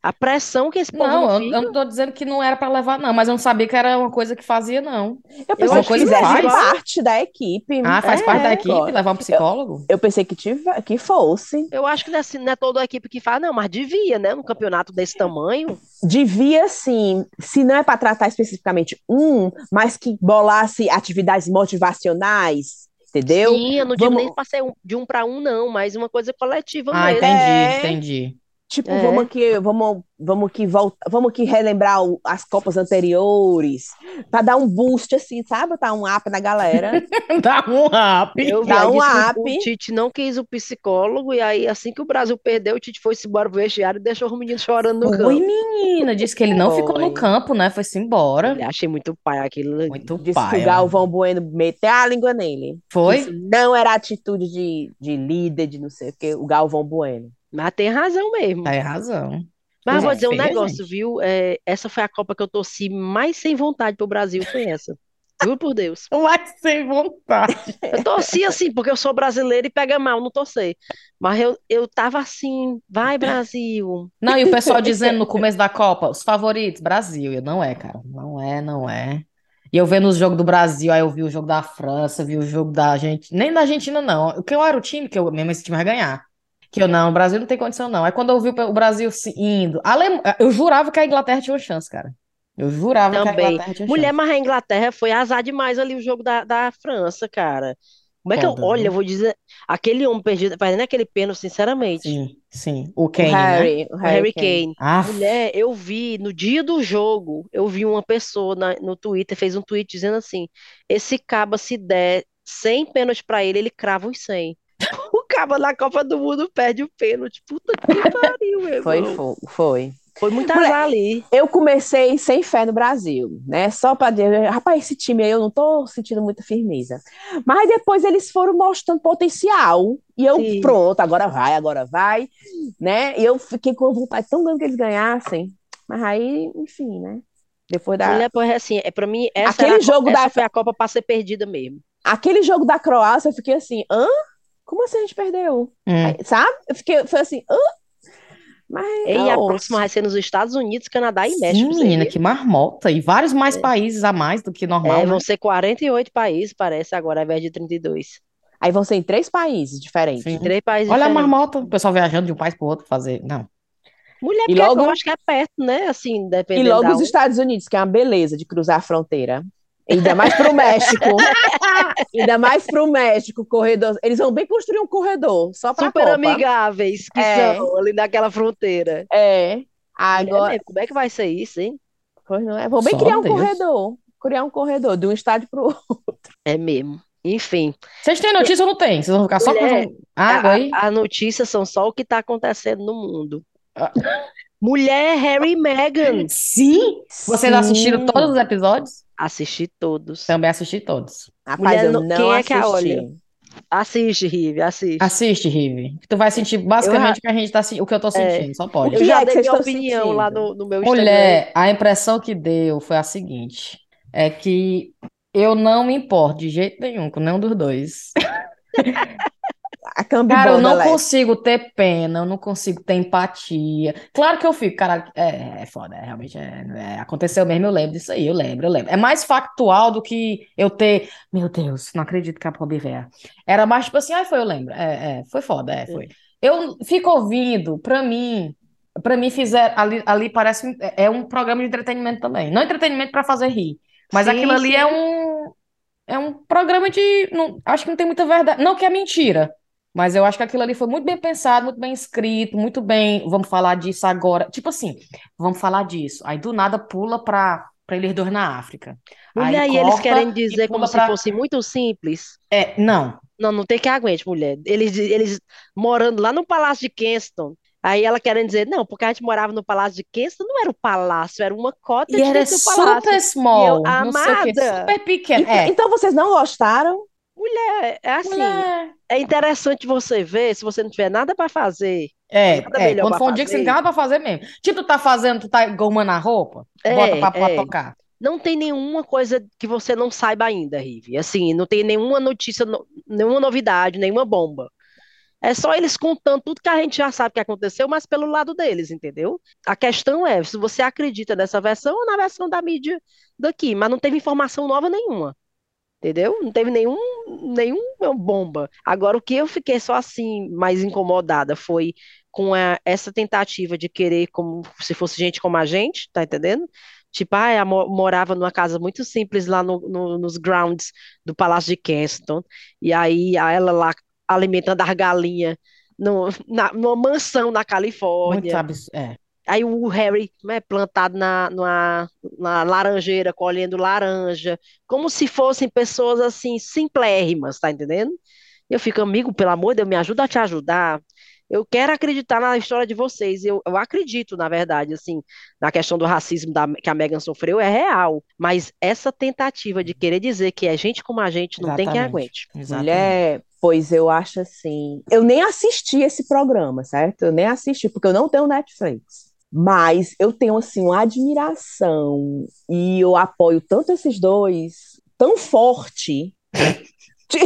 Speaker 3: a pressão que esse povo
Speaker 1: Não, eu,
Speaker 3: não
Speaker 1: eu não tô dizendo que não era pra levar, não, mas eu não sabia que era uma coisa que fazia, não.
Speaker 2: Eu pensei
Speaker 3: acho
Speaker 2: que
Speaker 3: que
Speaker 2: fizesse
Speaker 1: faz.
Speaker 2: parte da equipe.
Speaker 1: Ah, faz
Speaker 3: É,
Speaker 1: parte da
Speaker 2: é,
Speaker 1: equipe
Speaker 2: claro.
Speaker 1: levar um psicólogo?
Speaker 2: Eu pensei que, tive, que fosse.
Speaker 3: Eu acho que não é, assim, não é toda a equipe que faz, não, mas devia, né? Um campeonato desse tamanho.
Speaker 2: Devia, sim, se não é para tratar especificamente um, mas que bolasse atividades motivacionais, entendeu?
Speaker 3: Sim, eu não digo
Speaker 2: Vamos-
Speaker 3: nem pra ser um- de um para um, não, mas uma coisa coletiva
Speaker 1: Ah,
Speaker 3: mesmo.
Speaker 2: É.
Speaker 1: entendi, entendi.
Speaker 2: Tipo,
Speaker 3: É.
Speaker 2: vamos aqui, vamos, vamos aqui voltar, vamos aqui relembrar o- as copas anteriores, para dar um boost assim, sabe? Tá um up na galera.
Speaker 1: Dá um rap.
Speaker 3: Eu vi,
Speaker 2: Dá
Speaker 3: aí
Speaker 2: um
Speaker 3: disse que o-
Speaker 2: up.
Speaker 3: o Tite não quis o psicólogo, e aí assim que o Brasil perdeu, o Tite foi-se embora pro vestiário e deixou os meninos chorando no
Speaker 1: Ui,
Speaker 3: campo.
Speaker 1: menina, disse que ele não ficou no
Speaker 2: Foi.
Speaker 1: campo, né? Foi-se embora.
Speaker 3: Olha, achei muito pai aquilo ali.
Speaker 1: Muito
Speaker 2: Disse que
Speaker 1: pai.
Speaker 2: o Galvão Bueno meteu a língua nele. Isso
Speaker 1: Foi?
Speaker 2: não era atitude de, de líder, de não sei o quê, o Galvão Bueno.
Speaker 3: Mas tem razão mesmo.
Speaker 1: Tá em razão.
Speaker 3: Mas eu vou
Speaker 1: Coisa
Speaker 3: dizer um
Speaker 1: feia,
Speaker 3: negócio,
Speaker 1: gente.
Speaker 3: viu? É, essa foi a Copa que eu torci mais sem vontade pro Brasil, foi essa. Juro por Deus.
Speaker 1: Mas sem vontade.
Speaker 3: Eu torci assim, porque eu sou brasileira e pega mal não torcer. Mas eu, eu tava assim, vai Brasil.
Speaker 1: Não, e o pessoal dizendo no começo da Copa, os favoritos, Brasil. Eu, não é, cara. Não é, não é. E eu vendo os jogos do Brasil, aí eu vi o jogo da França, vi o jogo da Argentina. Nem da Argentina, não. O que eu era o time, que eu mesmo esse time vai ganhar. Que eu não, o Brasil não tem condição, não. Aí quando eu vi o Brasil se indo. Alem... Eu jurava que a Inglaterra tinha uma chance, cara. Eu jurava que a
Speaker 3: Também.
Speaker 1: Inglaterra tinha
Speaker 3: Mulher,
Speaker 1: chance.
Speaker 3: mas a Inglaterra foi azar demais ali o jogo da, da França, cara. Como é que eu,
Speaker 1: Foda,
Speaker 3: olha,
Speaker 1: viu?
Speaker 3: eu vou dizer, aquele homem perdido, perdendo aquele pênalti, sinceramente.
Speaker 1: Sim, sim. O
Speaker 2: O
Speaker 1: Kane, né?
Speaker 2: Harry, o
Speaker 3: O
Speaker 2: Harry
Speaker 3: Harry
Speaker 2: Kane.
Speaker 3: Kane.
Speaker 1: Ah,
Speaker 3: Mulher, eu vi no dia do jogo, eu vi uma pessoa na- no Twitter, fez um tweet dizendo assim: esse caba se der 100 pênaltis pra ele, ele crava os 100. O caba na Copa do Mundo perde o pênalti. Puta que pariu, meu
Speaker 2: Foi,
Speaker 3: irmão.
Speaker 2: fo- foi.
Speaker 3: Foi muito
Speaker 2: Mulher,
Speaker 3: azar ali.
Speaker 2: Eu comecei sem fé no Brasil, né? Só para dizer, rapaz, esse time aí eu não tô sentindo muita firmeza. Mas depois eles foram mostrando potencial e eu,
Speaker 3: Sim.
Speaker 2: pronto, agora vai, agora vai, né? E eu fiquei com uma vontade tão grande que eles ganhassem. Mas aí, enfim, né? Depois da
Speaker 3: Mulher, pois assim, é pra mim, essa
Speaker 2: Aquele
Speaker 3: era a Copa-
Speaker 2: jogo da-
Speaker 3: essa foi a Copa pra ser perdida mesmo.
Speaker 2: aquele jogo da Croácia, eu fiquei assim, hã? Como assim a gente perdeu?
Speaker 1: hum.
Speaker 2: Aí, Sabe? Eu fiquei foi assim, hã? Mas
Speaker 3: E a
Speaker 2: aonde?
Speaker 3: próxima vai ser nos Estados Unidos, Canadá e
Speaker 1: Sim,
Speaker 3: México. você
Speaker 1: menina,
Speaker 3: vê.
Speaker 1: que marmota. E vários mais países a mais do que normal,
Speaker 3: É,
Speaker 1: né?
Speaker 3: vão ser 48 países, parece, agora, ao invés de 32.
Speaker 2: Aí vão ser em três países diferentes.
Speaker 1: Sim.
Speaker 3: Três países
Speaker 1: Olha a
Speaker 3: diferentes.
Speaker 1: marmota, o pessoal viajando de um país pro outro fazer. Não.
Speaker 3: Mulher,
Speaker 2: E
Speaker 3: porque
Speaker 2: logo-
Speaker 3: eu acho que é perto, né? Assim,
Speaker 2: E
Speaker 3: dependendo
Speaker 2: logo
Speaker 3: da
Speaker 2: os Estados Unidos, que é uma beleza de cruzar a fronteira. Ainda mais pro México. Ainda mais pro México, corredor. Eles vão bem construir um corredor só pra
Speaker 3: Super
Speaker 2: Copa.
Speaker 3: amigáveis que
Speaker 2: É.
Speaker 3: são ali naquela fronteira.
Speaker 2: É.
Speaker 3: Mulher,
Speaker 2: Agora,
Speaker 3: né, como é que vai ser isso, hein?
Speaker 2: Pois não é? Vou bem
Speaker 1: Só
Speaker 2: criar um
Speaker 1: Deus.
Speaker 2: corredor. Criar um corredor de um estádio pro outro.
Speaker 3: É mesmo. Enfim,
Speaker 1: Vocês têm notícia ou não têm? Vocês vão ficar só
Speaker 3: Mulher,
Speaker 1: com água
Speaker 3: a,
Speaker 1: aí?
Speaker 3: a notícia são só o que tá acontecendo no mundo.
Speaker 1: Ah.
Speaker 3: Mulher, Harry e Meghan.
Speaker 1: Sim! Vocês
Speaker 2: Sim.
Speaker 1: assistiram todos os episódios?
Speaker 3: Assisti todos.
Speaker 1: Também assisti todos.
Speaker 2: Rapaz,
Speaker 3: Mulher,
Speaker 2: eu
Speaker 3: não-
Speaker 2: não
Speaker 3: quem é que a
Speaker 2: assisti.
Speaker 3: Assiste, Rive, assiste.
Speaker 1: Assiste, Rive. que Tu vai sentir basicamente o que a gente tá, sen- o que eu tô sentindo, só pode.
Speaker 2: O
Speaker 3: Eu
Speaker 2: que
Speaker 3: já
Speaker 2: é que
Speaker 3: dei
Speaker 2: vocês
Speaker 3: minha
Speaker 2: estão
Speaker 3: opinião lá
Speaker 2: sentindo?
Speaker 3: no, no meu Instagram.
Speaker 1: Mulher, a impressão que deu foi a seguinte: é que eu não me importo de jeito nenhum com nenhum dos dois.
Speaker 2: A Cambibona,
Speaker 1: Cara, eu não
Speaker 2: Alex.
Speaker 1: consigo ter pena, eu não consigo ter empatia. Claro que eu fico, cara, é, é foda, é, realmente é, é, aconteceu mesmo, eu lembro disso aí, eu lembro, eu lembro. É mais factual do que eu ter, meu Deus, não acredito que a pobre véia. Era mais tipo assim, ai, foi, eu lembro. É, é, foi foda, é, foi. Eu fico ouvindo, pra mim, pra mim fizer ali, ali parece um- é é um programa de entretenimento também. Não entretenimento pra fazer rir, mas
Speaker 3: Sim,
Speaker 1: aquilo ali
Speaker 3: sim.
Speaker 1: é um é um programa de não, acho que não tem muita verdade, não que é mentira. Mas eu acho que aquilo ali foi muito bem pensado, muito bem escrito, muito bem. Vamos falar disso agora. Tipo assim, vamos falar disso. Aí do nada pula pra, pra eles dois na África.
Speaker 3: Mulher,
Speaker 1: Aí
Speaker 3: e eles
Speaker 1: corta
Speaker 3: querem
Speaker 1: e
Speaker 3: dizer como
Speaker 1: pula
Speaker 3: se
Speaker 1: pra-
Speaker 3: fosse muito simples.
Speaker 1: É, não.
Speaker 3: Não, não tem que aguente, mulher. Eles, eles morando lá no Palácio de Kensington. Aí ela querendo dizer, não, porque a gente morava no Palácio de Kensington, não era o palácio, era uma cota
Speaker 1: E
Speaker 3: de
Speaker 1: era
Speaker 3: dentro do palácio.
Speaker 1: super small,
Speaker 3: E assim, eu,
Speaker 1: não sei o quê,
Speaker 3: amada.
Speaker 1: super pequeno.
Speaker 2: Então,
Speaker 1: É,
Speaker 2: então vocês não gostaram?
Speaker 3: Mulher, é assim,
Speaker 1: mulher.
Speaker 3: é interessante você ver, se você não tiver nada pra fazer.
Speaker 1: É,
Speaker 3: nada
Speaker 1: é,
Speaker 3: melhor
Speaker 1: quando
Speaker 3: pra
Speaker 1: for um dia que você não tem
Speaker 3: fazer.
Speaker 1: nada pra fazer mesmo. Tipo, tu tá fazendo, tu tá engomando a roupa, bota
Speaker 3: É,
Speaker 1: pra, pra
Speaker 3: é.
Speaker 1: tocar.
Speaker 3: Não tem nenhuma coisa que você não saiba ainda, Rive. Assim, não tem nenhuma notícia, no- nenhuma novidade, nenhuma bomba. É só eles contando tudo que a gente já sabe que aconteceu, mas pelo lado deles, entendeu? A questão é se você acredita nessa versão ou na versão da mídia daqui, mas não teve informação nova nenhuma, entendeu? Não teve nenhum, nenhuma bomba. Agora, o que eu fiquei só assim, mais incomodada foi com a- essa tentativa de querer como se fosse gente como a gente, tá entendendo? Tipo, ah, eu mo- morava numa casa muito simples lá no- no- nos grounds do Palácio de Kensington, e aí a ela lá alimentando as galinhas no- na- numa mansão na
Speaker 1: Muito
Speaker 3: Califórnia.
Speaker 1: absurdo. É.
Speaker 3: Aí o Harry, né, plantado na, numa- na laranjeira, colhendo laranja, como se fossem pessoas assim, simplérrimas, tá entendendo? Eu fico, amigo, pelo amor de Deus, me ajuda a te ajudar. Eu quero acreditar na história de vocês. Eu, eu acredito, na verdade, assim, na questão do racismo da- que a Meghan sofreu é real. Mas essa tentativa de querer dizer que é gente como a gente não tem quem
Speaker 1: Exatamente,
Speaker 3: aguente.
Speaker 1: exatamente.
Speaker 2: Mulher, pois eu acho assim. Eu nem assisti esse programa, certo? Eu nem assisti, porque eu não tenho Netflix. Mas eu tenho, assim, uma admiração e eu apoio tanto esses dois, tão forte, que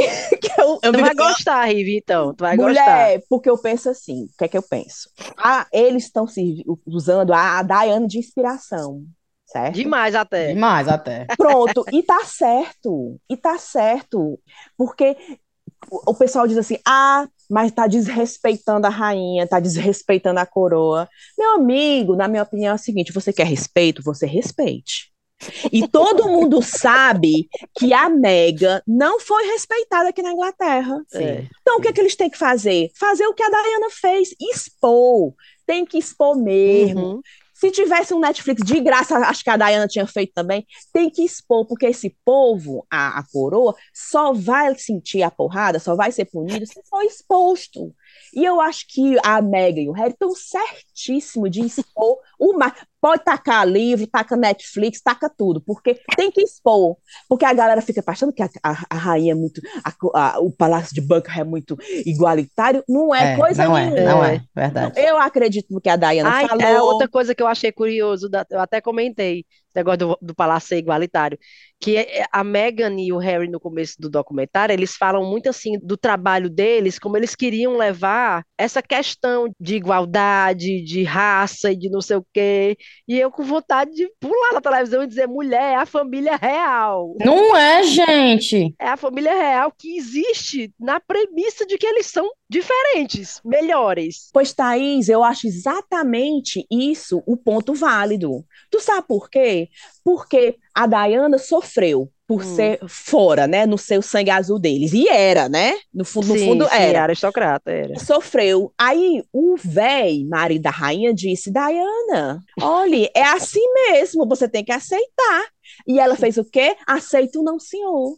Speaker 2: eu, eu
Speaker 3: Tu
Speaker 2: fico
Speaker 3: vai
Speaker 2: assim,
Speaker 3: gostar, Rivi, então. Tu vai gostar.
Speaker 2: Mulher, porque eu penso assim, o que é que eu penso? Ah, eles estão se- usando a, a Daiane de inspiração, certo?
Speaker 3: Demais até.
Speaker 1: Demais até.
Speaker 2: Pronto, e tá certo, e tá certo, porque o o pessoal diz assim, ah, mas tá desrespeitando a rainha, tá desrespeitando a coroa. Meu amigo, na minha opinião é o seguinte, você quer respeito, você respeite. E todo mundo sabe que a Mega não foi respeitada aqui na Inglaterra.
Speaker 1: Sim.
Speaker 2: Então, o que é que eles têm que fazer? Fazer o que a Dayana fez, expor. Tem que expor mesmo.
Speaker 3: Uhum.
Speaker 2: Se tivesse um Netflix de graça, acho que a Dayana tinha feito também, tem que expor, porque esse povo, a, a coroa, só vai sentir a porrada, só vai ser punido se for exposto. E eu acho que a Meghan e o Harry estão certíssimo de expor o mais. Pode tacar livro, taca Netflix, taca tudo, porque tem que expor. Porque a galera fica achando que a, a- a rainha é muito. a co- a- o Palácio de Buckingham é muito igualitário. Não é,
Speaker 1: É,
Speaker 2: coisa
Speaker 1: não é,
Speaker 2: nenhuma.
Speaker 1: não é, verdade.
Speaker 2: Eu acredito no que a Dayana
Speaker 3: Ai,
Speaker 2: falou.
Speaker 3: é outra coisa que eu achei curioso, da- eu até comentei. negócio do, do palácio ser igualitário, que é- é a Meghan e o Harry no começo do documentário, eles falam muito assim do trabalho deles, como eles queriam levar essa questão de igualdade, de raça e de não sei o quê, e eu com vontade de pular na televisão e dizer, mulher, é a família real.
Speaker 1: Não é, gente.
Speaker 3: É a família real que existe na premissa de que eles são diferentes, melhores.
Speaker 2: Pois, Thaís, eu acho exatamente isso o ponto válido. Tu sabe por quê? Porque a Diana sofreu por
Speaker 3: Hum.
Speaker 2: ser fora, né? No seu sangue azul deles. E era, né? No, fu- no
Speaker 3: Sim,
Speaker 2: fundo
Speaker 3: sim,
Speaker 2: era.
Speaker 3: aristocrata, era.
Speaker 2: Sofreu. Aí o véi, marido da rainha, disse: Diana, olhe, é assim mesmo, você tem que aceitar. E ela fez o quê? Aceito, não, senhor.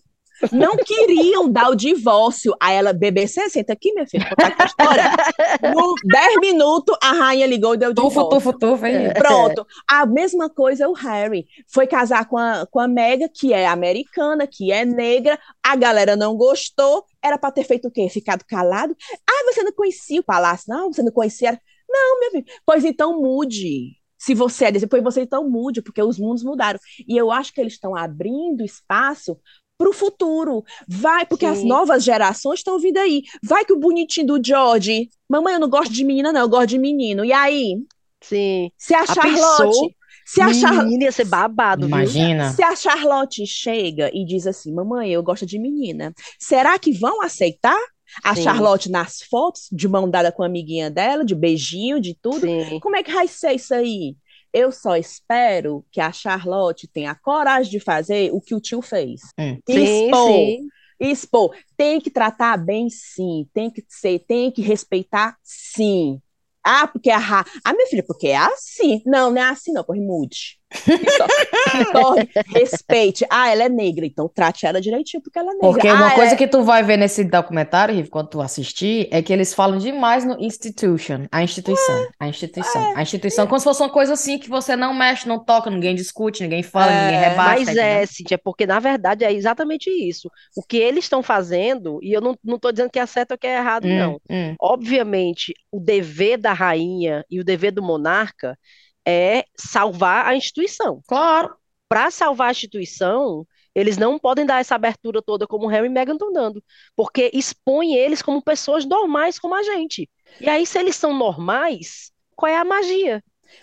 Speaker 2: Não queriam dar o divórcio. Aí ela, bebê, você senta aqui, minha filha, vou contar aqui a história. No 10 minutos, a rainha ligou e deu o
Speaker 1: Tufo,
Speaker 2: divórcio.
Speaker 1: tufo, tufo, hein?
Speaker 2: É, Pronto. A mesma coisa é o Harry. Foi casar com a, com a Mega, que é americana, que é negra. A galera não gostou. Era pra ter feito o quê? Ficado calado? Ah, você não conhecia o palácio. Não, você não conhecia. Não, meu filho. Pois então mude. Se você é desse, pois você então mude, porque os mundos mudaram. E eu acho que eles estão abrindo espaço para o futuro. Vai, porque as
Speaker 3: Sim.
Speaker 2: novas gerações estão vindo aí. Vai que o bonitinho do George. Mamãe, eu não gosto de menina, não, eu gosto de menino. E aí?
Speaker 3: Sim.
Speaker 2: Se a
Speaker 3: Já
Speaker 2: Charlotte,
Speaker 3: pensou?
Speaker 2: se a, Char-
Speaker 3: Menina ia ser babado, viu?
Speaker 1: Imagina.
Speaker 2: se a Charlotte chega e diz assim, mamãe, eu gosto de menina, será que vão aceitar a
Speaker 3: Sim.
Speaker 2: Charlotte nas fotos, de mão dada com a amiguinha dela, de beijinho, de tudo?
Speaker 3: Sim.
Speaker 2: Como é que vai ser isso aí? Eu só espero que a Charlotte tenha a coragem de fazer o que o tio fez.
Speaker 3: É.
Speaker 1: Hum.
Speaker 3: Sim,
Speaker 2: Expor.
Speaker 3: sim.
Speaker 2: Expor. Tem que tratar bem, sim. Tem que ser, tem que respeitar, sim. Ah, porque a ra... Ah, minha filha, porque é assim. Não, não é assim, não, porra, mude. Se torne- respeite. Ah, ela é negra, então trate ela direitinho, porque ela é negra.
Speaker 1: Porque
Speaker 2: ah,
Speaker 1: uma
Speaker 2: ela
Speaker 1: coisa
Speaker 2: é...
Speaker 1: que tu vai ver nesse documentário, Riff, quando tu assistir, é que eles falam demais no institution, a instituição, a instituição, a instituição, como se fosse uma coisa assim que você não mexe, não toca, ninguém discute, ninguém fala, ninguém
Speaker 2: É.
Speaker 1: rebate,
Speaker 3: Mas
Speaker 1: tá
Speaker 3: é,
Speaker 1: entendendo?
Speaker 3: Cintia, porque na verdade é exatamente isso. O que eles estão fazendo, e eu não, não tô dizendo que é certo ou que é errado,
Speaker 1: Hum,
Speaker 3: não.
Speaker 1: hum.
Speaker 3: Obviamente, o dever da rainha e o dever do monarca é salvar a instituição.
Speaker 1: Claro.
Speaker 3: para salvar a instituição, eles não podem dar essa abertura toda como Harry e Meghan estão dando, porque expõe eles como pessoas normais como a gente. E aí, se eles são normais, qual é a magia?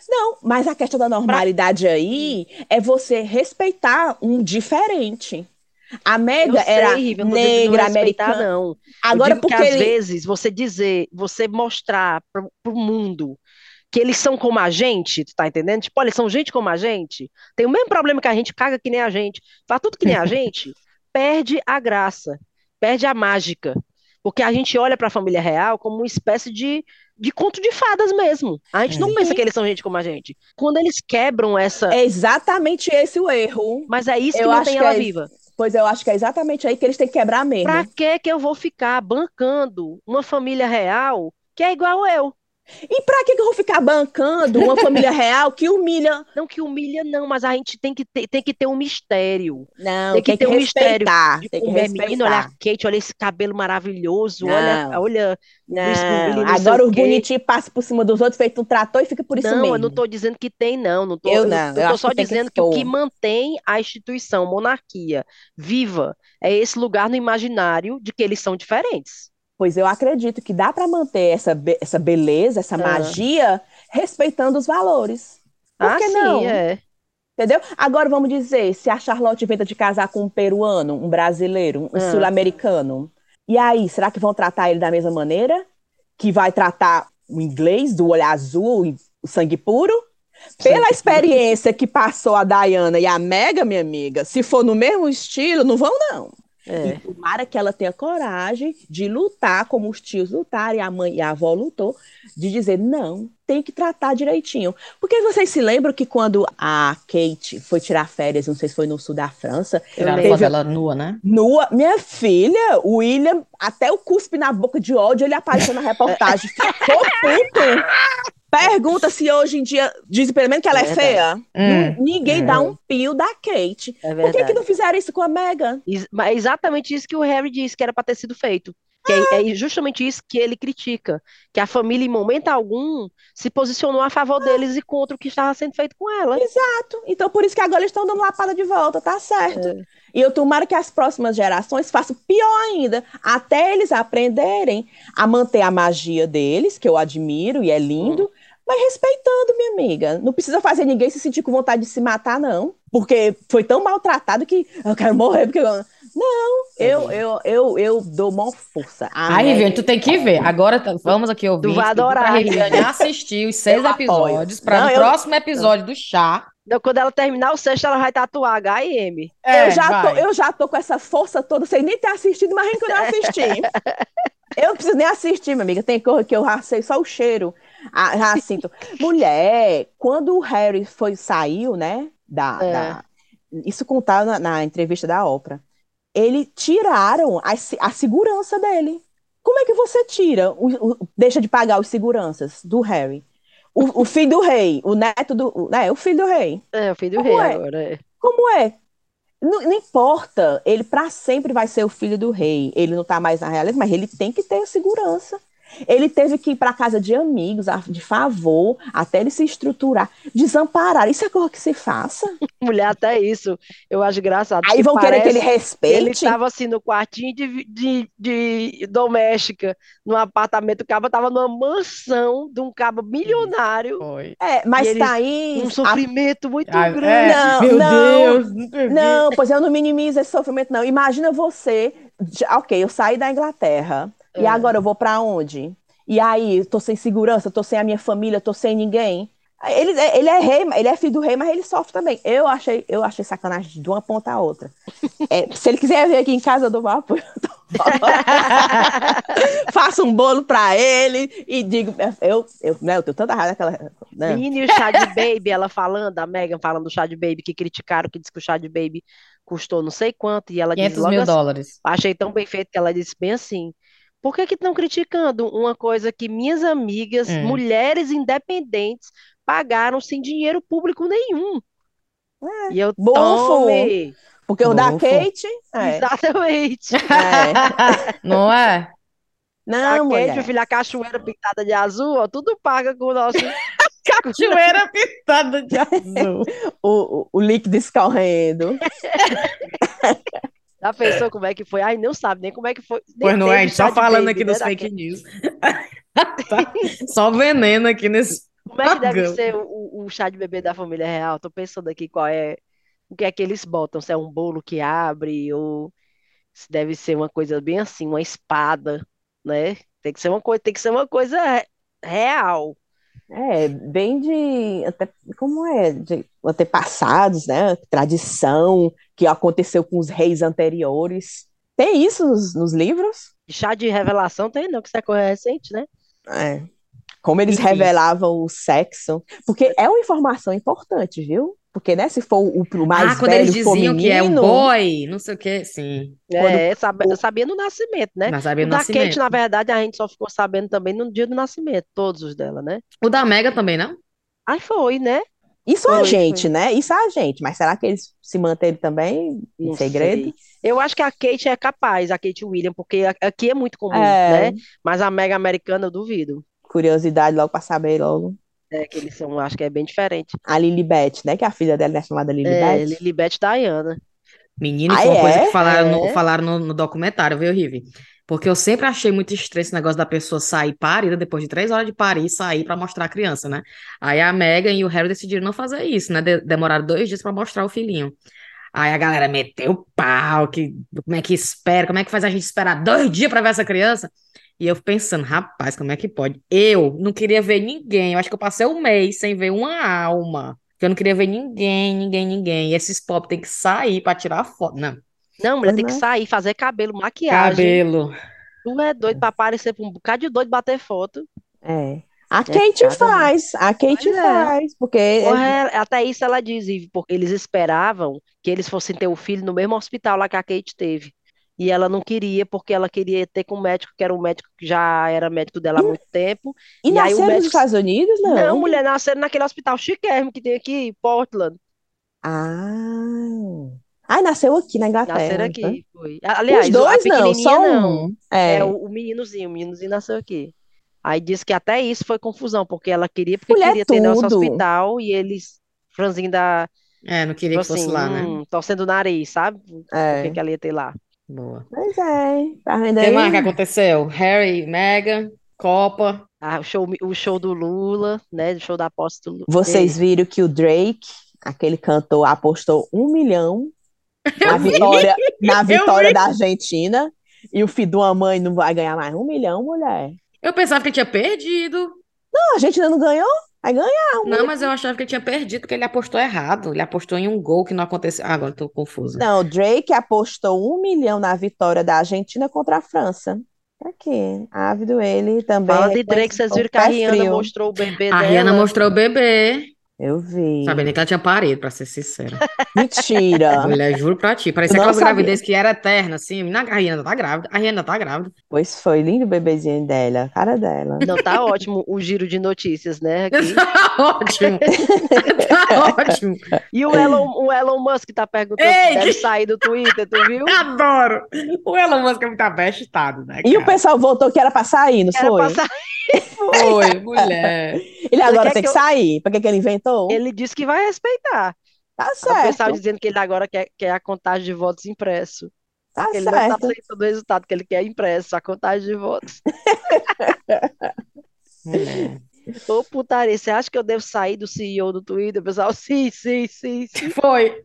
Speaker 2: Não, mas a questão da normalidade aí é você respeitar um diferente. A
Speaker 3: Eu
Speaker 2: Mega
Speaker 3: sei,
Speaker 2: era
Speaker 3: Riva, eu não tô dizendo
Speaker 2: negra,
Speaker 3: respeitar,
Speaker 2: americana.
Speaker 3: não. Eu
Speaker 2: Agora,
Speaker 3: digo que
Speaker 2: porque
Speaker 3: às
Speaker 2: ele...
Speaker 3: vezes você dizer, você mostrar para o mundo que eles são como a gente, tu tá entendendo? Tipo, olha, eles são gente como a gente, tem o mesmo problema que a gente, caga que nem a gente, faz tudo que nem a gente, perde a graça, perde a mágica. Porque a gente olha para a família real como uma espécie de, de conto de fadas mesmo. A gente não
Speaker 2: Sim.
Speaker 3: pensa que eles são gente como a gente. Quando eles quebram essa.
Speaker 2: É exatamente esse o erro.
Speaker 3: Mas é isso que
Speaker 2: Eu acho
Speaker 3: mantém
Speaker 2: que
Speaker 3: ela
Speaker 2: é-
Speaker 3: viva.
Speaker 2: Pois eu acho que é exatamente aí que eles têm que quebrar mesmo.
Speaker 3: Pra que que eu vou ficar bancando uma família real que é igual eu?
Speaker 2: E pra que que eu vou ficar bancando uma família real que humilha?
Speaker 3: Não que humilha, não, mas a gente tem que ter, tem que ter um mistério.
Speaker 2: Não,
Speaker 3: Tem que ter um
Speaker 2: respeitar.
Speaker 3: De
Speaker 2: Tem que
Speaker 3: como é menino, olha a
Speaker 2: respeitar.
Speaker 3: Kate, olha esse cabelo maravilhoso,
Speaker 2: Não.
Speaker 3: olha, olha
Speaker 2: Não,
Speaker 3: descobrir não sei
Speaker 2: agora
Speaker 3: o
Speaker 2: os
Speaker 3: quê.
Speaker 2: bonitinhos passam por cima dos outros, feito um trator e fica por isso
Speaker 3: Não,
Speaker 2: mesmo.
Speaker 3: eu não estou dizendo que tem, não. não tô,
Speaker 2: Eu
Speaker 3: eu
Speaker 2: não, eu
Speaker 3: estou
Speaker 2: acho
Speaker 3: só
Speaker 2: que tem que
Speaker 3: dizendo que o que
Speaker 2: expor.
Speaker 3: mantém a instituição, monarquia, viva, é esse lugar no imaginário de que eles são diferentes.
Speaker 2: Pois eu acredito que dá pra manter essa, be- essa beleza, essa
Speaker 3: Ah.
Speaker 2: magia, respeitando os valores. Por
Speaker 3: ah,
Speaker 2: que
Speaker 3: sim,
Speaker 2: não?
Speaker 3: é.
Speaker 2: Entendeu? Agora vamos dizer, se a Charlotte inventa de casar com um peruano, um brasileiro, um
Speaker 3: Ah.
Speaker 2: sul-americano, e aí, será que vão tratar ele da mesma maneira? Que vai tratar o inglês, do olho azul, e o sangue puro? Pela experiência que passou a Diana e a Mega, minha amiga, se for no mesmo estilo, não vão não.
Speaker 3: é.
Speaker 2: E tomara que ela tenha coragem de lutar como os tios lutaram e a mãe e a avó lutou, de dizer não, tem que tratar direitinho. Porque vocês se lembram que quando a Kate foi tirar férias, não sei se foi no sul da França,
Speaker 1: Tiraram
Speaker 3: lembro.
Speaker 1: foto dela nua, né?
Speaker 2: nua, minha filha, o William, até o cuspe na boca de ódio, ele apareceu na reportagem. Ficou puto. Pergunta se hoje em dia, dizem pelo menos que ela é,
Speaker 3: Verdade.
Speaker 2: feia.
Speaker 1: Hum.
Speaker 2: Não- ninguém
Speaker 1: Hum.
Speaker 2: dá um pio da Kate.
Speaker 3: É
Speaker 2: Por que, que
Speaker 3: verdade.
Speaker 2: não fizeram isso com a Megan?
Speaker 3: Ex- mas É exatamente isso que o Harry disse que era para ter sido feito. Que é, é justamente isso que ele critica, que a família, em momento algum, se posicionou a favor deles e contra o que estava sendo feito com ela.
Speaker 2: Exato. Então, por isso que agora eles estão dando lapada de volta, tá certo. E eu tomara que as próximas gerações façam pior ainda, até eles aprenderem a manter a magia deles, que eu admiro e é lindo, mas respeitando, minha amiga. Não precisa fazer ninguém se sentir com vontade de se matar, não. Porque foi tão maltratado que eu quero morrer, porque eu... Não, eu, eu, eu, eu dou maior força. A
Speaker 1: Aí, Riviane, tu tem que ver. Agora tá- vamos aqui ouvir.
Speaker 3: Tu vai
Speaker 1: A
Speaker 3: adorar,
Speaker 1: Riviane assistir os seis
Speaker 2: Eu apoio.
Speaker 1: episódios para
Speaker 2: Não,
Speaker 1: no
Speaker 2: eu-
Speaker 1: próximo episódio do chá.
Speaker 3: Então, Quando ela terminar o sexto, ela vai tatuar HM.
Speaker 2: eu, já tô,
Speaker 1: É, vai.
Speaker 2: eu já tô com essa força toda, sem nem ter assistido, mas que eu não assisti. Eu não preciso nem assistir, minha amiga. Tem coisa que eu já sei só o cheiro. Ah, já sinto. Mulher, quando o Harry foi, saiu, né? Da,
Speaker 3: É.
Speaker 2: da- isso contaram na, na entrevista da Oprah. Ele tiraram a, se- a segurança dele. Como é que você tira? o- o- deixa de pagar os seguranças do Harry. O, o filho do rei, o neto do. o- né, o filho do rei.
Speaker 3: É, o filho do
Speaker 2: Como
Speaker 3: rei
Speaker 2: é?
Speaker 3: agora. é.
Speaker 2: Como é? Não, não importa, ele para sempre vai ser o filho do rei. Ele não tá mais na realeza, mas ele tem que ter segurança. Ele teve que ir para casa de amigos, a- de favor, até ele se estruturar, desamparar. Isso é coisa que se faça.
Speaker 3: Mulher, até isso. Eu acho engraçado.
Speaker 2: Aí
Speaker 3: que
Speaker 2: vão querer que ele
Speaker 3: parece que ele
Speaker 2: respeite.
Speaker 3: estava assim no quartinho de, vi- de, de doméstica, num apartamento. O cabo estava numa mansão de um cabo milionário.
Speaker 1: Foi.
Speaker 2: É, mas
Speaker 3: E ele-
Speaker 2: tá aí.
Speaker 3: Um
Speaker 2: a-
Speaker 3: sofrimento muito
Speaker 1: Ah, é.
Speaker 3: grande.
Speaker 2: Não,
Speaker 1: Meu
Speaker 2: não,
Speaker 1: Deus, não perdi.
Speaker 2: Não, pois eu não minimizo esse sofrimento, não. Imagina você, já- ok, eu saí da Inglaterra e
Speaker 3: É.
Speaker 2: agora eu vou pra onde? E aí, eu tô sem segurança, tô sem a minha família, tô sem ninguém. Ele, ele é rei, ele é filho do rei, mas ele sofre também. Eu achei, eu achei sacanagem de uma ponta a outra. É, se ele quiser vir aqui em casa, eu dou meu apoio. Faço um bolo pra ele e digo, eu, eu, né, eu tenho tanta raiva daquela, né?
Speaker 3: Menina, e o chá de baby, ela falando, a Megan falando do chá de baby, que criticaram, que disse que o chá de baby custou não sei quanto, e ela disse
Speaker 1: 500
Speaker 3: logo
Speaker 1: mil
Speaker 3: assim,
Speaker 1: dólares.
Speaker 3: Achei tão bem feito que ela disse bem assim. Por que que estão criticando uma coisa que minhas amigas,
Speaker 1: Hum.
Speaker 3: mulheres independentes, pagaram sem dinheiro público nenhum? E eu
Speaker 2: Bofo!
Speaker 3: tome!
Speaker 2: Porque o da
Speaker 1: Bofo.
Speaker 2: Kate, é,
Speaker 3: Exatamente.
Speaker 2: é.
Speaker 1: Não é?
Speaker 3: A
Speaker 2: Não,
Speaker 3: Kate,
Speaker 2: mulher.
Speaker 3: meu filho, a cachoeira pintada de azul, ó, tudo paga com o nosso.
Speaker 1: Cachoeira pintada de azul.
Speaker 2: o, o- o líquido escorrendo.
Speaker 3: Já pensou como é que foi? Ai, não sabe nem como é que foi. Nem
Speaker 1: Pois não
Speaker 3: teve
Speaker 1: é, a gente só
Speaker 3: chá de
Speaker 1: falando
Speaker 3: baby,
Speaker 1: aqui
Speaker 3: né,
Speaker 1: dos
Speaker 3: da
Speaker 1: fake news. Tá. Só veneno aqui nesse.
Speaker 3: Como é que deve
Speaker 1: Pagão.
Speaker 3: ser o, o- o chá de bebê da família real? Tô pensando aqui qual é, o que é que eles botam, se é um bolo que abre ou se deve ser uma coisa bem assim, uma espada, né? Tem que ser uma coisa, tem que ser uma coisa re- real.
Speaker 2: É, bem de. até- como é? De antepassados, né? Tradição que aconteceu com os reis anteriores. Tem isso nos, nos livros?
Speaker 3: E chá de revelação tem não, que isso é coisa recente, né?
Speaker 2: É. Como eles
Speaker 1: Enfim.
Speaker 2: revelavam o sexo. Porque é uma informação importante, viu? Porque, né, se for o, o mais
Speaker 1: Ah, quando eles
Speaker 2: velho for
Speaker 1: diziam que é um
Speaker 2: menino,
Speaker 1: boy, não sei o quê, sim.
Speaker 3: É, sabe- eu sabia no nascimento, né?
Speaker 1: Mas
Speaker 3: O
Speaker 1: sabia o
Speaker 3: da Kate,
Speaker 1: nascimento.
Speaker 3: na verdade, a gente só ficou sabendo também no dia do nascimento, todos os dela, né?
Speaker 1: O da Mega também, não?
Speaker 3: Aí foi, né?
Speaker 2: isso é a
Speaker 3: Foi,
Speaker 2: gente,
Speaker 3: foi.
Speaker 2: né? Isso é a gente. Mas será que eles se manterem também em
Speaker 3: Não
Speaker 2: segredo?
Speaker 3: sei. Eu acho que a Kate é capaz, a Kate William, porque a- aqui é muito comum, né?
Speaker 2: É,
Speaker 3: Mas a Mega Americana eu duvido.
Speaker 2: curiosidade logo para saber logo.
Speaker 3: É que eles são, acho que é bem diferente.
Speaker 2: A Lilibet, né? Que a filha dela é chamada
Speaker 3: É,
Speaker 2: Lilibet.
Speaker 3: Lilibet e Diana.
Speaker 1: Menino, e
Speaker 2: Ah,
Speaker 1: foi uma coisa
Speaker 2: é?
Speaker 1: que falaram, no,
Speaker 3: É.
Speaker 1: falaram no, no documentário, viu, Rive? Porque eu sempre achei muito estranho esse negócio da pessoa sair parida, depois de três horas de parir, sair pra mostrar a criança, né? Aí a Megan e o Harry decidiram não fazer isso, né? De- demoraram dois dias pra mostrar o filhinho. Aí a galera meteu o pau, que, como é que espera, como é que faz a gente esperar dois dias pra ver essa criança? E eu pensando, rapaz, como é que pode? Eu não queria ver ninguém, eu acho que eu passei um mês sem ver uma alma. Porque eu não queria ver ninguém, ninguém, ninguém. E esses pop tem que sair pra tirar foto. Não.
Speaker 3: Não, mulher,
Speaker 2: Pois
Speaker 3: tem que
Speaker 2: não.
Speaker 3: sair, fazer cabelo, maquiagem.
Speaker 1: Cabelo.
Speaker 3: Tu é doido pra aparecer pra um bocado de doido bater foto.
Speaker 2: É. A Kate
Speaker 3: cada um.
Speaker 2: faz, a Kate
Speaker 3: Pois é.
Speaker 2: faz, porque
Speaker 3: Porra, é. ela- até isso ela diz, Ive, porque eles esperavam que eles fossem ter o filho no mesmo hospital lá que a Kate teve. E ela não queria, porque ela queria ter com um médico, que era um médico que já era médico dela há muito tempo.
Speaker 2: e
Speaker 3: E aí o
Speaker 2: nasceram nos
Speaker 3: médico-
Speaker 2: Estados Unidos, Hum, não?
Speaker 3: Não, mulher, nasceram naquele hospital chiquérrimo que tem aqui em Portland.
Speaker 2: Ah. Ai, nasceu aqui na Inglaterra.
Speaker 3: Nasceram
Speaker 2: tá?
Speaker 3: aqui, foi. A- Aliás,
Speaker 2: Os
Speaker 3: a
Speaker 2: dois não, só
Speaker 3: pequenininha não.
Speaker 2: um. É.
Speaker 3: É, o, o meninozinho, o meninozinho nasceu aqui. Aí disse que até isso foi confusão, porque ela queria, porque
Speaker 2: Mulher,
Speaker 3: queria ter nosso
Speaker 2: tudo.
Speaker 3: hospital e eles, franzinho da,
Speaker 1: É, não queria que
Speaker 3: assim,
Speaker 1: fosse lá, né?
Speaker 3: hum, torcendo o nariz, sabe? O
Speaker 2: É.
Speaker 3: que que ela ia ter lá.
Speaker 1: Boa.
Speaker 2: Pois é, tá vendo
Speaker 1: O que mais que
Speaker 2: aí?
Speaker 1: aconteceu? Harry, Meghan, Copa.
Speaker 3: Ah, o show, o show do Lula, né? O show da aposta do Lula.
Speaker 2: Vocês viram que o Drake, aquele cantor, apostou um milhão na vitória, na vitória da Argentina. E o filho de uma mãe não vai ganhar mais um milhão, mulher.
Speaker 1: Eu pensava que ele tinha perdido.
Speaker 2: Não, a Argentina não ganhou? Vai ganhar.
Speaker 1: Não, mas eu achava que ele tinha perdido, porque ele apostou errado. Ele apostou em um gol que não aconteceu. Ah, agora eu tô confusa.
Speaker 2: Não, o Drake apostou um milhão na vitória da Argentina contra a França. Tá Aqui, ávido ele também.
Speaker 3: Fala de Drake, vocês viram que a
Speaker 2: Pé
Speaker 3: Rihanna
Speaker 2: frio.
Speaker 3: mostrou o bebê
Speaker 1: A
Speaker 3: dela.
Speaker 1: Rihanna mostrou o bebê.
Speaker 2: Eu vi.
Speaker 1: Sabia nem que ela tinha parido, pra ser sincera.
Speaker 2: Mentira.
Speaker 1: Mulher, juro pra ti. Parecia
Speaker 2: Eu não
Speaker 1: aquelas
Speaker 2: sabia.
Speaker 1: gravidez que era eterna, assim. Na, a Rihanna tá grávida. A Rihanna tá grávida.
Speaker 2: Pois foi, lindo o bebezinho dela, a cara dela.
Speaker 3: Não, tá ótimo o giro de notícias, né? aqui.
Speaker 1: Tá ótimo. Tá ótimo.
Speaker 3: E o Elon, o Elon Musk tá perguntando se
Speaker 1: Ei,
Speaker 3: deve
Speaker 1: que-
Speaker 3: sair do Twitter, tu viu?
Speaker 1: Eu adoro. O Elon Musk é muito abestado, né,
Speaker 2: E o
Speaker 1: cara?
Speaker 2: pessoal voltou que era pra sair, não
Speaker 3: Era
Speaker 2: foi?
Speaker 3: pra sair.
Speaker 1: Foi, mulher.
Speaker 2: Ele agora
Speaker 3: quer
Speaker 2: tem
Speaker 3: que
Speaker 2: que
Speaker 3: eu-
Speaker 2: sair. Pra que que ele inventou?
Speaker 3: Ele disse que vai respeitar.
Speaker 2: Tá
Speaker 3: O pessoal
Speaker 2: certo,
Speaker 3: dizendo que ele agora quer, quer a contagem de votos impresso.
Speaker 2: tá
Speaker 3: Que ele não tá
Speaker 2: certo.
Speaker 3: aceitando o resultado, que ele quer impresso, a contagem de votos.
Speaker 1: Mulher.
Speaker 3: Ô, putaria, você acha que eu devo sair do CEO do Twitter? O pessoal, sim, sim, sim, sim.
Speaker 1: Foi.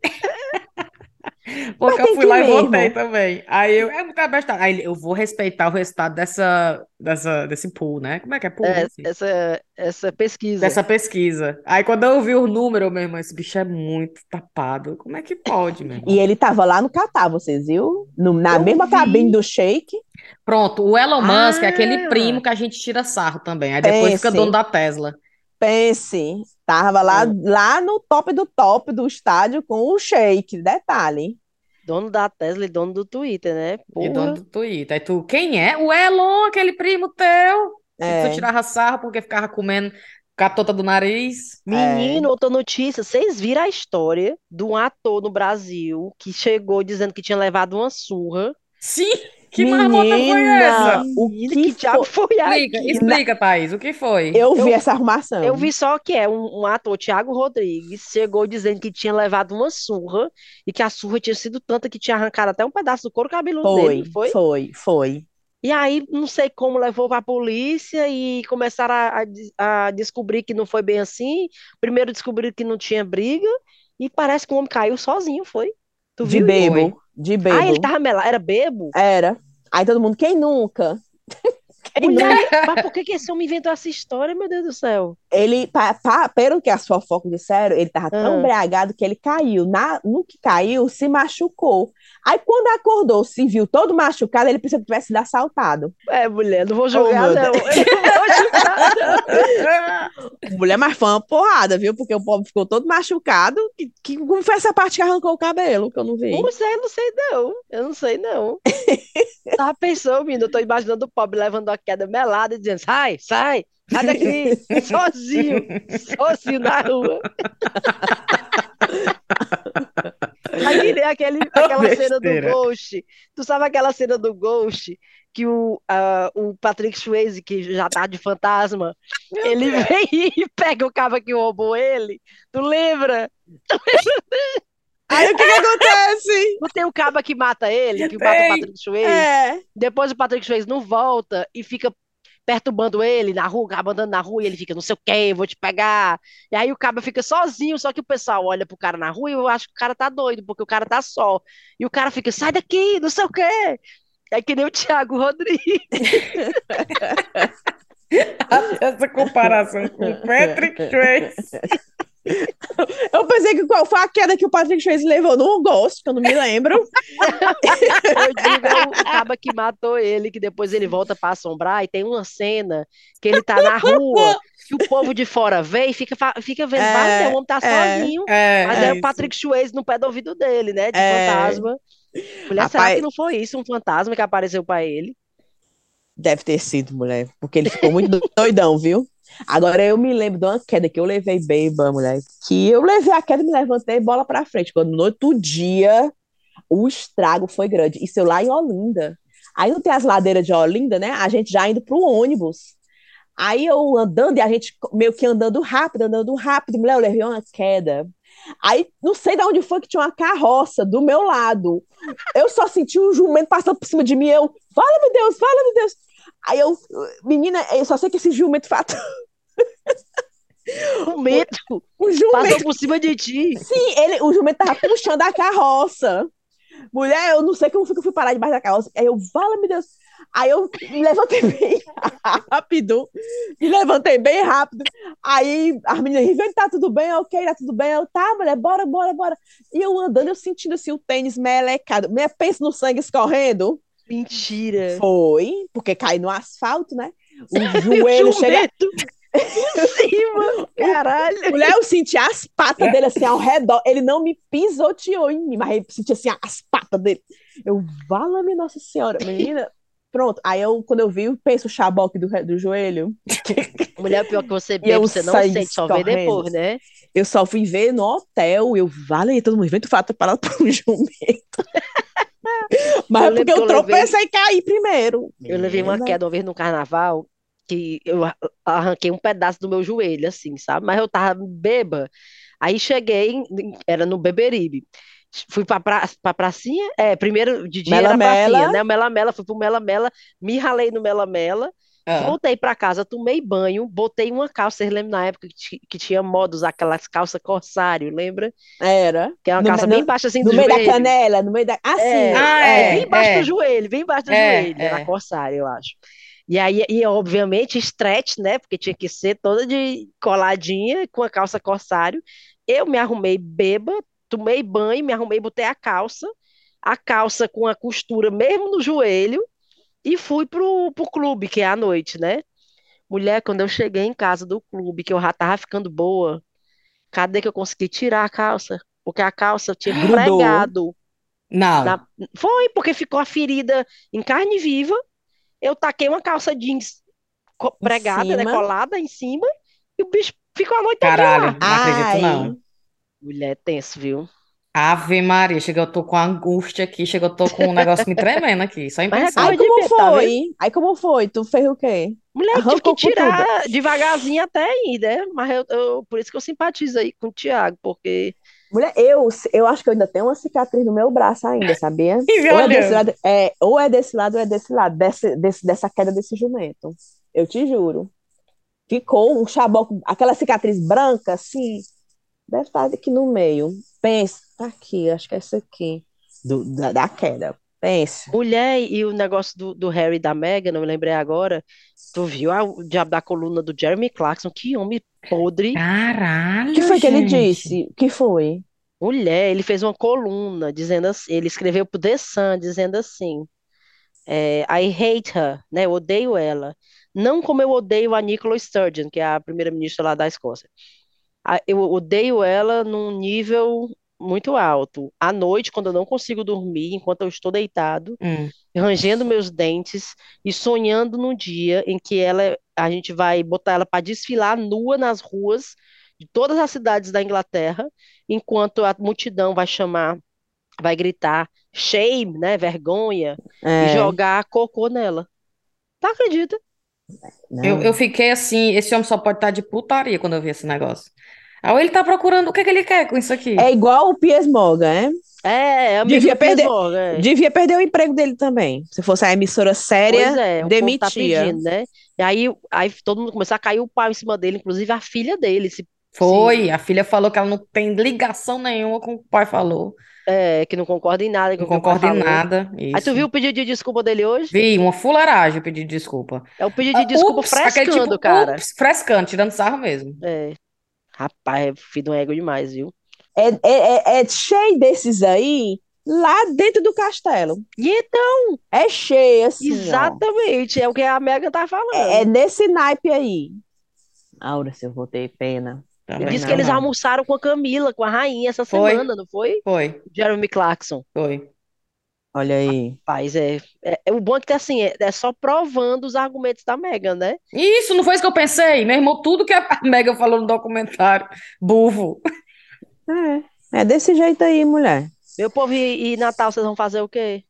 Speaker 1: Porque eu
Speaker 2: tem
Speaker 1: fui
Speaker 2: que
Speaker 1: lá e
Speaker 2: mesmo.
Speaker 1: votei também. Aí eu, é muito abestado. Aí ele, eu vou respeitar o resultado dessa, dessa, desse pool, né? Como é que é pool?
Speaker 3: É,
Speaker 1: Não sei.
Speaker 3: essa, essa pesquisa.
Speaker 1: Dessa pesquisa. Aí quando eu vi o número, meu irmão, esse bicho é muito tapado. Como é que pode, meu irmão?
Speaker 2: E ele tava lá no Catar, vocês viu? No- na
Speaker 3: Eu
Speaker 2: mesma
Speaker 3: vi.
Speaker 2: cabine do Shake.
Speaker 1: Pronto, o Elon Musk é aquele
Speaker 3: Ah! É,
Speaker 1: primo que a gente tira sarro também. Aí depois fica
Speaker 2: Pense.
Speaker 1: dono da Tesla.
Speaker 2: Pense, tava lá,
Speaker 3: É.
Speaker 2: lá no top do top do estádio com o Shake. Detalhe.
Speaker 3: Dono da Tesla e dono do Twitter, né?
Speaker 1: E
Speaker 3: Porra.
Speaker 1: dono do Twitter. Aí tu, quem é? O Elon, aquele primo teu. Que
Speaker 2: É.
Speaker 1: tu tirava sarro porque ficava comendo catota do nariz.
Speaker 2: É.
Speaker 3: Menino, outra notícia. Vocês viram a história de um ator no Brasil que chegou dizendo que tinha levado uma surra?
Speaker 1: Sim, que marmota foi essa?
Speaker 2: Menina, o
Speaker 3: Menino,
Speaker 2: que
Speaker 3: diabo foi
Speaker 1: Explica,
Speaker 3: aquilo?
Speaker 1: explica, Thaís, o que foi?
Speaker 2: Eu vi
Speaker 3: Eu-
Speaker 2: essa armação.
Speaker 3: Eu vi só que é um, um ator, Thiago Rodrigues, chegou dizendo que tinha levado uma surra e que a surra tinha sido tanta que tinha arrancado até um pedaço do couro cabeludo dele,
Speaker 2: Foi,
Speaker 3: não foi?
Speaker 2: foi, foi.
Speaker 3: E aí, não sei como, levou para a polícia e começaram a, a de- a descobrir que não foi bem assim. Primeiro descobriram que não tinha briga e parece que o homem caiu sozinho, foi? Tu
Speaker 2: De
Speaker 3: viu? isso?
Speaker 2: bebo, de bebo.
Speaker 3: Ah, ele tava melado, era bebo?
Speaker 2: Era. Aí todo mundo, quem nunca? Quem
Speaker 3: Mulher,
Speaker 2: nunca?
Speaker 3: mas por que que esse homem inventou essa história, meu Deus do céu?
Speaker 2: Ele, pa, pa- pelo que as fofocas disseram, ele tava
Speaker 3: Ah.
Speaker 2: tão embriagado que ele caiu. Na, no que caiu, se machucou. Aí quando acordou, se viu todo machucado, ele pensou que tivesse sido assaltado.
Speaker 3: É, mulher, não vou
Speaker 2: meu
Speaker 3: julgar, não.
Speaker 2: Deus.
Speaker 3: Eu não vou julgar, não.
Speaker 2: Mulher, mas foi uma porrada, viu? Porque o povo ficou todo machucado. Que, que, como foi essa parte que arrancou o cabelo, que eu não vi?
Speaker 3: Pois é, eu não sei não. Eu não sei não. Tá pensando, menino, eu tô imaginando o pobre levando uma queda melada e dizendo: sai, sai, sai daqui, sozinho, sozinho na rua. Aí que nem aquele, aquela cena do
Speaker 1: besteira.
Speaker 3: Ghost. Tu sabe aquela cena do Ghost que o, ah, o Patrick Swayze, que já tá de fantasma, ele vem e pega o cara que roubou ele. Tu lembra?
Speaker 2: Aí o que, que acontece?
Speaker 3: Não tem o caba que mata ele, que mata o
Speaker 1: Tem.
Speaker 3: Patrick Swayze.
Speaker 2: É.
Speaker 3: Depois o Patrick Swayze não volta e fica perturbando ele na rua, abandonando na rua, e ele fica, não sei o quê, vou te pegar. E aí o caba fica sozinho, só que o pessoal olha pro cara na rua e eu acho que o cara tá doido, porque o cara tá só. E o cara fica, sai daqui, não sei o quê. É que nem o Thiago Rodrigues.
Speaker 1: Ah, Essa comparação com o Patrick Trace.
Speaker 2: Eu pensei que qual foi a queda que o Patrick Swayze levou num gosto, que eu não me lembro.
Speaker 3: Eu digo, é o caba que matou ele, que depois ele volta pra assombrar, e tem uma cena que ele tá na rua, que o povo de fora vê e fica, fa- fica vendo,
Speaker 2: É,
Speaker 3: "Vale, o homem tá
Speaker 2: é.
Speaker 3: sozinho.
Speaker 1: É,
Speaker 3: Mas
Speaker 1: é
Speaker 3: era o
Speaker 1: isso.
Speaker 3: Patrick Swayze no pé do ouvido dele, né? De
Speaker 2: É.
Speaker 3: fantasma. Mulher, será
Speaker 2: Rapaz-
Speaker 3: que não foi isso? Um fantasma que apareceu pra ele?
Speaker 2: Deve ter sido, mulher, porque ele ficou muito doidão, viu? Agora eu me lembro de uma queda que eu levei bêbada, mulher, que eu levei a queda, me levantei, bola pra frente. Quando no outro dia o estrago foi grande. Isso eu lá em Olinda. Aí não tem as ladeiras de Olinda, né? A gente já indo pro ônibus. Aí eu andando e a gente meio que andando rápido, andando rápido. Mulher, eu levei uma queda. Aí não sei de onde foi que tinha uma carroça do meu lado. Eu só senti um jumento passando por cima de mim. Eu, fala, meu Deus, fala, meu Deus. Aí eu, menina, eu só sei que esse jumento fato.
Speaker 3: O medo
Speaker 2: O
Speaker 3: passou
Speaker 2: um jumento.
Speaker 3: por cima de ti.
Speaker 2: Sim, ele, o jumento tava puxando a carroça. Mulher, eu não sei como foi que eu fui parar debaixo da carroça. Aí eu, fala, meu Deus. Aí eu me levantei bem rápido. Me levantei bem rápido. Aí as meninas, Rivelli, tá tudo bem? Ok, tá tudo bem? Eu, tá, mulher, bora, bora, bora. E eu andando, eu sentindo assim o tênis melecado. Minha pensa no sangue escorrendo.
Speaker 3: Mentira.
Speaker 2: Foi, porque cai no asfalto, né? O joelho chega
Speaker 3: Em cima. Caralho.
Speaker 2: Mulher, eu senti as
Speaker 1: É.
Speaker 2: patas dele assim ao redor. Ele não me pisoteou em mim, mas eu senti assim as patas dele. Eu, vala-me, Nossa Senhora, menina. Pronto. Aí eu, quando eu vi, eu penso o xaboque do, re- do joelho.
Speaker 3: Mulher, pior que você bebe,
Speaker 2: eu
Speaker 3: você não
Speaker 2: saí
Speaker 3: sente, só vê
Speaker 2: escorrendo.
Speaker 3: depois, né?
Speaker 2: Eu só fui ver no hotel. Eu, vale, todo mundo vento fato parado por um jumento. Mas
Speaker 3: Eu
Speaker 2: é porque
Speaker 3: lembro
Speaker 2: eu
Speaker 3: que eu levei-
Speaker 2: tropecei e caí primeiro.
Speaker 3: Eu levei uma
Speaker 2: Menina.
Speaker 3: queda uma vez no carnaval, que eu a- arranquei um pedaço do meu joelho, assim, sabe? Mas eu tava beba. Aí cheguei, em- em- era no Beberibe. Fui pra, pra, pra pracinha, é, primeiro de dia era a
Speaker 2: Mela-mela.
Speaker 3: pracinha, né? O Mela-mela, fui pro Mela-mela, me ralei no Mela-mela,
Speaker 1: Ah,
Speaker 3: voltei pra casa, tomei banho, botei uma calça, vocês lembram na época que, ti- que tinha moda usar aquelas calças corsário, lembra?
Speaker 2: Era.
Speaker 3: Que é uma
Speaker 2: No
Speaker 3: calça
Speaker 2: me-
Speaker 3: bem baixa assim
Speaker 2: No
Speaker 3: do
Speaker 2: meio da
Speaker 3: joelho.
Speaker 2: canela, no meio da. Assim.
Speaker 3: É.
Speaker 1: Ah,
Speaker 3: É,
Speaker 1: é.
Speaker 3: bem embaixo do joelho, bem embaixo do
Speaker 1: É,
Speaker 3: joelho,
Speaker 1: é.
Speaker 3: era corsário, eu acho. E aí, e obviamente, stretch, né? Porque tinha que ser toda de coladinha, com a calça corsário. Eu me arrumei beba, tomei banho, me arrumei, botei a calça, a calça com a costura mesmo no joelho, e fui pro, pro clube, que é à noite, né? Mulher, quando eu cheguei em casa do clube, que eu já tava ficando boa, cadê que eu consegui tirar a calça? Porque a calça tinha
Speaker 2: Grudou.
Speaker 3: pregado.
Speaker 1: Não.
Speaker 3: Na- Foi, porque ficou a ferida em carne viva. Eu taquei uma calça jeans co-
Speaker 2: Em
Speaker 3: pregada, né,
Speaker 2: cima.
Speaker 3: colada em cima, e o bicho ficou a noite toda
Speaker 1: Caralho,
Speaker 3: lá.
Speaker 1: não acredito não.
Speaker 3: Mulher, tenso, viu?
Speaker 1: Ave Maria, chega, eu tô com angústia aqui, chega, eu tô com um negócio me tremendo aqui, só em
Speaker 3: Mas é
Speaker 1: pensar.
Speaker 3: Tava
Speaker 2: Aí
Speaker 3: de
Speaker 2: como
Speaker 3: bem, tá
Speaker 2: foi? Aí como foi? Tu fez o quê?
Speaker 3: Mulher, tive
Speaker 2: Arrancou
Speaker 3: que
Speaker 2: com tudo.
Speaker 3: tirar devagarzinho até aí, né? Mas eu, eu- por isso que eu simpatizo aí com o Thiago, porque
Speaker 2: Mulher, eu, eu acho que eu ainda tenho uma cicatriz no meu braço ainda, sabia?
Speaker 1: E me
Speaker 2: Ou é desse
Speaker 1: olhando.
Speaker 2: lado, é, ou é desse lado, ou é desse lado, desse, desse- dessa queda desse jumento. Eu te juro. Ficou um chaboco, aquela cicatriz branca, assim, deve estar aqui no meio. Pensa, tá aqui, acho que é essa aqui, do- da, da queda. Pensa.
Speaker 3: mulher e o negócio do, do Harry e da Meghan, não me lembrei agora. Tu viu a, o diabo da coluna do Jeremy Clarkson? Que homem podre.
Speaker 1: Caralho,
Speaker 2: O que foi que ele
Speaker 1: gente.
Speaker 2: disse? O que foi?
Speaker 3: Mulher, ele fez uma coluna dizendo assim, ele escreveu pro The Sun dizendo assim, é, I hate her, né? Eu odeio ela. Não como eu odeio a Nicola Sturgeon, que é a primeira-ministra lá da Escócia. A- Eu odeio ela num nível muito alto. À noite, quando eu não consigo dormir, enquanto eu estou deitado,
Speaker 1: Hum.
Speaker 3: rangendo meus dentes e sonhando num dia em que ela, a gente vai botar ela para desfilar nua nas ruas de todas as cidades da Inglaterra, enquanto a multidão vai chamar, vai gritar shame, né, vergonha, e
Speaker 2: É,
Speaker 3: jogar cocô nela. Tá acredita?
Speaker 1: Eu,
Speaker 2: não.
Speaker 1: eu fiquei assim, esse homem só pode estar de putaria quando eu vi esse negócio. Ah, ou ele tá procurando, o que é que ele quer com isso aqui?
Speaker 2: É igual o Piers Morgan, é?
Speaker 3: É, amigo
Speaker 2: Devia
Speaker 3: do Piers
Speaker 2: perder-
Speaker 3: Morgan, é.
Speaker 2: Devia perder o emprego dele também. Se fosse a emissora séria.
Speaker 3: Pois é, o povo tá
Speaker 2: demitia.
Speaker 3: pedindo, né? E aí, aí todo mundo começou a cair o pau em cima dele, inclusive a filha dele, se, se-
Speaker 1: Foi, a filha falou que ela não tem ligação nenhuma com o que o pai falou.
Speaker 3: é, que não concorda em nada com
Speaker 1: Não
Speaker 3: o que o pai
Speaker 1: concorda em
Speaker 3: falou.
Speaker 1: nada,
Speaker 3: Aí tu
Speaker 1: isso.
Speaker 3: viu o pedido de desculpa dele hoje?
Speaker 1: Vi uma fuleiragem pedir desculpa.
Speaker 3: É o pedido
Speaker 1: Ah,
Speaker 3: de desculpa
Speaker 1: ups, aquele
Speaker 3: frescando,
Speaker 1: tipo,
Speaker 3: cara.
Speaker 1: ups, frescando, tirando sarro mesmo.
Speaker 3: É. Rapaz, é filho do ego demais, viu?
Speaker 2: É, é, é- é cheio desses aí lá dentro do castelo.
Speaker 3: E então,
Speaker 2: É cheio, assim. ó.
Speaker 3: exatamente, é o que a Megan tá
Speaker 2: É,
Speaker 3: falando.
Speaker 2: é nesse naipe aí. Aura, se eu vou ter pena.
Speaker 1: Também
Speaker 3: Diz que
Speaker 1: é, não,
Speaker 3: eles
Speaker 1: não.
Speaker 3: almoçaram com a Camila, com a rainha, essa
Speaker 1: Foi.
Speaker 3: semana, não foi?
Speaker 1: Foi,
Speaker 3: Jeremy Clarkson.
Speaker 1: foi.
Speaker 2: Olha aí.
Speaker 3: Rapaz, é, é, é- o bom é que assim, é, é só provando os argumentos da Megan, né?
Speaker 1: Isso, não foi isso que eu pensei? Meu irmão, tudo que a Mega falou no documentário, burro.
Speaker 2: É, é desse é jeito aí, mulher.
Speaker 3: Meu povo, e, e Natal, vocês vão fazer o quê?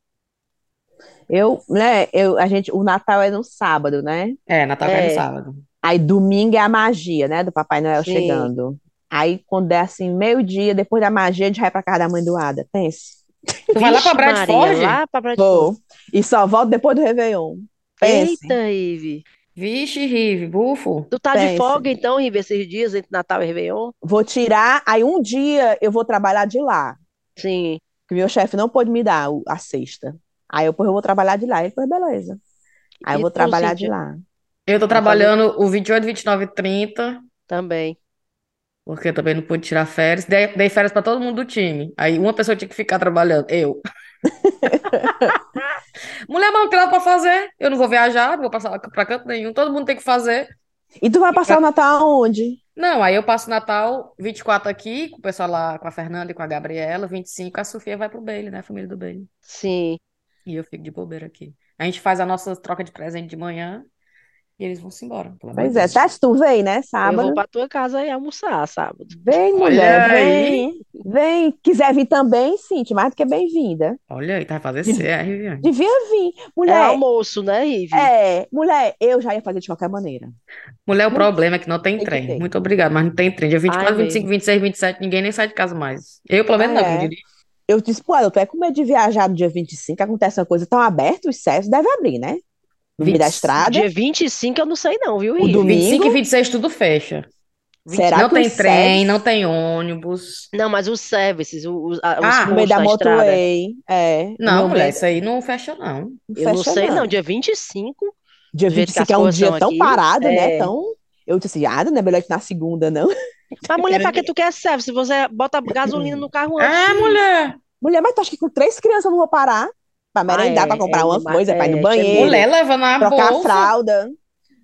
Speaker 2: Eu, né, eu, a gente, o Natal é no sábado, né?
Speaker 1: É, Natal cai no
Speaker 3: É.
Speaker 1: sábado.
Speaker 2: Aí domingo é a magia, né, do Papai Noel
Speaker 3: Sim.
Speaker 2: chegando. Aí quando é assim, meio-dia, depois da magia, a gente vai pra casa da mãe doada. Pense.
Speaker 1: Tu vai lá
Speaker 3: Vixe
Speaker 1: pra Bradford?
Speaker 3: Maria, lá pra Bradford.
Speaker 2: Vou. E só volto depois do Réveillon. Pense.
Speaker 3: Eita, Ive.
Speaker 1: Vixe, Rive, bufo.
Speaker 3: Tu tá
Speaker 2: Pense.
Speaker 3: de folga, então, Ive, esses dias entre Natal e Réveillon?
Speaker 2: Vou tirar, aí um dia eu vou trabalhar de lá,
Speaker 3: Sim.
Speaker 2: que meu chefe não pôde me dar o- a sexta. Aí eu, pô, eu vou trabalhar de lá. Ele, pô, beleza. Aí eu
Speaker 3: E
Speaker 2: vou
Speaker 3: tu,
Speaker 2: trabalhar de
Speaker 3: Cíntia?
Speaker 2: lá.
Speaker 1: Eu tô trabalhando o 28, 29 e 30,
Speaker 3: Também.
Speaker 1: porque eu também não pude tirar férias. Dei, dei férias pra todo mundo do time. Aí uma pessoa tinha que ficar trabalhando, eu. Mulher, mas não tem nada pra fazer. Eu não vou viajar, não vou passar pra canto nenhum. Todo mundo tem que fazer.
Speaker 2: E tu vai passar o Natal onde?
Speaker 1: Não, aí eu passo o Natal 24 aqui, com o pessoal lá, com a Fernanda e com a Gabriela. 25, a Sofia vai pro Baile, né? A família do Baile.
Speaker 3: Sim.
Speaker 1: E eu fico de bobeira aqui. A gente faz a nossa troca de presente de manhã e eles vão se embora, pelo amor de
Speaker 2: Pois é,
Speaker 1: Deus.
Speaker 2: Tati, tu vem, né?
Speaker 3: Eu
Speaker 2: Sábado.
Speaker 3: vou pra tua casa aí almoçar sábado.
Speaker 2: Vem,
Speaker 1: Olha
Speaker 2: mulher,
Speaker 1: aí.
Speaker 2: vem. Vem. Quiser vir também, Cintia, mais do que bem-vinda.
Speaker 1: Olha aí, tá fazendo certo, Viviane.
Speaker 2: Devia vir.
Speaker 3: É
Speaker 2: Mulher,
Speaker 3: almoço, né, Ive?
Speaker 2: é, mulher, eu já ia fazer de qualquer maneira.
Speaker 1: Mulher, o problema é que não tem
Speaker 2: Tem que
Speaker 1: trem.
Speaker 2: ter.
Speaker 1: Muito obrigada, mas não tem trem. Dia 24,
Speaker 3: Ai,
Speaker 1: 25, 26, 27, ninguém nem sai de casa mais. Eu, pelo menos, não, que eu
Speaker 2: É.
Speaker 1: dirijo.
Speaker 2: Eu disse, pô, eu tô é com medo de viajar no dia 25, acontece uma coisa tão aberta, os céus deve abrir, né? No meio da
Speaker 1: 25
Speaker 2: estrada.
Speaker 3: Dia 25 eu não sei não, viu, Ive?
Speaker 2: do- domingo?
Speaker 1: 25 e 26 tudo fecha.
Speaker 2: Será
Speaker 1: Não
Speaker 2: que
Speaker 1: tem
Speaker 2: os
Speaker 1: trem,
Speaker 2: céus-
Speaker 1: não tem ônibus.
Speaker 3: Não, mas os services, os, os, a- os
Speaker 1: Ah,
Speaker 2: No meio
Speaker 3: pontos
Speaker 2: da
Speaker 3: na estrada.
Speaker 2: motorway, é,
Speaker 1: Não,
Speaker 2: no
Speaker 1: mulher,
Speaker 2: meio-
Speaker 1: isso aí não fecha, não.
Speaker 2: não
Speaker 3: Eu não
Speaker 2: fecha,
Speaker 3: sei
Speaker 2: não.
Speaker 3: não, dia 25
Speaker 2: Dia
Speaker 3: Do jeito que
Speaker 2: 25
Speaker 3: as
Speaker 2: é um
Speaker 3: coisas
Speaker 2: dia
Speaker 3: são
Speaker 2: tão
Speaker 3: aqui,
Speaker 2: parado, né?
Speaker 3: é.
Speaker 2: Tão... Eu disse assim, ah, não é melhor que na segunda, não.
Speaker 3: Mas, mulher, pra
Speaker 1: Quero
Speaker 3: que tu quer serve? Se você bota gasolina no carro antes.
Speaker 1: É, mulher.
Speaker 2: Ah, Mulher, mas tu acha que com três crianças eu não vou parar pra merendar,
Speaker 3: é,
Speaker 2: pra comprar
Speaker 3: é,
Speaker 2: uma
Speaker 3: mas-
Speaker 2: coisa, pra ir no
Speaker 3: é, que é
Speaker 2: banheiro,
Speaker 1: Mulher leva na
Speaker 2: trocar a
Speaker 1: bolsa.
Speaker 2: fralda?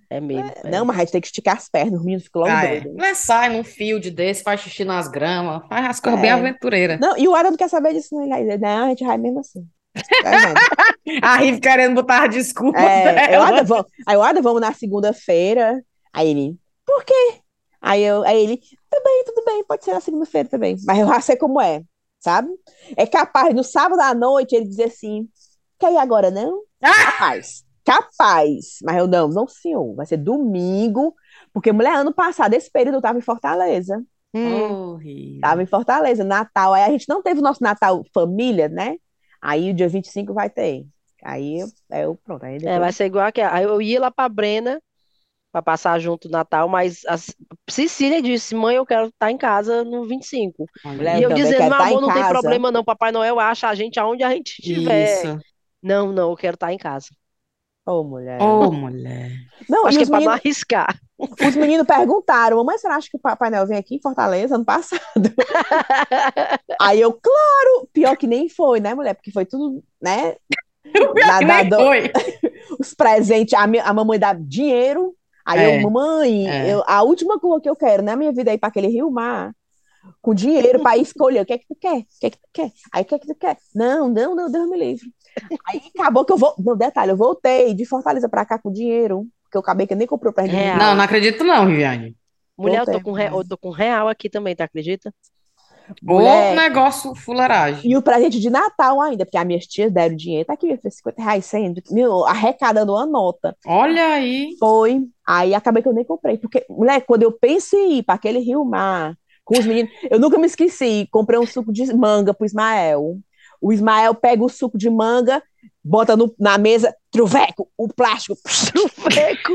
Speaker 3: É mesmo. é.
Speaker 2: Não, mas a gente tem que esticar as pernas, o menino fica logo
Speaker 1: Ah, é.
Speaker 2: doido.
Speaker 1: Mulher sai num field desse, faz xixi nas gramas, faz as coisas bem
Speaker 2: É.
Speaker 1: aventureiras.
Speaker 2: Não, e o Ara não quer saber disso, não. Ele vai dizer, não, a gente vai mesmo assim. Vai vendo.
Speaker 1: A Rive querendo botar a desculpa
Speaker 2: É, eu,
Speaker 1: dela.
Speaker 2: Ada, vamos, aí eu, Ada, vamos na segunda-feira. Aí ele, por quê? Aí, eu, aí ele, tudo bem, tudo bem, pode ser na segunda-feira também. Mas eu já sei como é, sabe? É capaz, no sábado à noite, ele dizer assim, quer ir agora, não? Capaz, capaz. Mas eu, não, não, senhor, vai ser domingo. Porque, mulher, ano passado, esse período eu tava em Fortaleza.
Speaker 3: Hum,
Speaker 1: Ô, Rive.
Speaker 2: Tava em Fortaleza, Natal. Aí a gente não teve o nosso Natal família, né? Aí o dia 25 vai ter. Aí eu, aí eu pronto. Aí
Speaker 3: é,
Speaker 2: depois-
Speaker 3: vai ser igual aqui. Aí eu ia lá pra Brena pra passar junto o Natal, mas a C- Cecília disse, mãe, eu quero estar em casa no 25.
Speaker 2: É,
Speaker 3: E eu
Speaker 2: também
Speaker 3: dizendo,
Speaker 2: quero
Speaker 3: meu
Speaker 2: tá
Speaker 3: amor,
Speaker 2: em
Speaker 3: não tem
Speaker 2: casa.
Speaker 3: problema não, Papai Noel acha a gente aonde a gente estiver.
Speaker 1: Isso.
Speaker 3: Não, não, eu quero estar em casa.
Speaker 2: Ô, mulher.
Speaker 1: Ô, mulher.
Speaker 2: Não, e
Speaker 3: Acho que é
Speaker 2: os
Speaker 3: pra não
Speaker 2: meninos,
Speaker 3: arriscar.
Speaker 2: os meninos perguntaram, mamãe, você acha que o Papai Noel vem aqui em Fortaleza ano passado? Aí eu, claro, pior que nem foi, né, mulher? Porque foi tudo, né? Nadador,
Speaker 1: Oi.
Speaker 2: os presentes, a, minha- a mamãe dá dinheiro. Aí
Speaker 1: É,
Speaker 2: eu, mamãe,
Speaker 1: é.
Speaker 2: eu- a última coisa que eu quero na minha vida é ir para aquele Rio Mar com dinheiro para escolher o que é que tu quer, o que é que tu quer, aí o que é que tu quer. Não, não, não, Deus me livre. Aí acabou que eu vou. Não, detalhe, eu voltei de Fortaleza para cá com dinheiro, porque eu acabei que eu nem comprei o presente.
Speaker 3: Real.
Speaker 1: É, Não, não acredito não, Viviane.
Speaker 3: Mulher, eu tô
Speaker 2: Voltei.
Speaker 3: com, re- eu tô com real aqui também, tá? Acredita?
Speaker 1: Ô
Speaker 2: Mulher.
Speaker 1: negócio fuleiragem.
Speaker 2: E o presente de Natal ainda, porque as minhas tias deram dinheiro, tá aqui, minha filha, 50 reais, 100, meu, arrecadando uma nota.
Speaker 1: Olha aí.
Speaker 2: Foi, aí acabei que eu nem comprei, porque, moleque, quando eu penso em ir para aquele Rio Mar, com os meninos, eu nunca me esqueci, comprei um suco de manga pro Ismael. O Ismael pega o suco de manga, bota no- na mesa, truveco, o plástico,
Speaker 3: Truveco,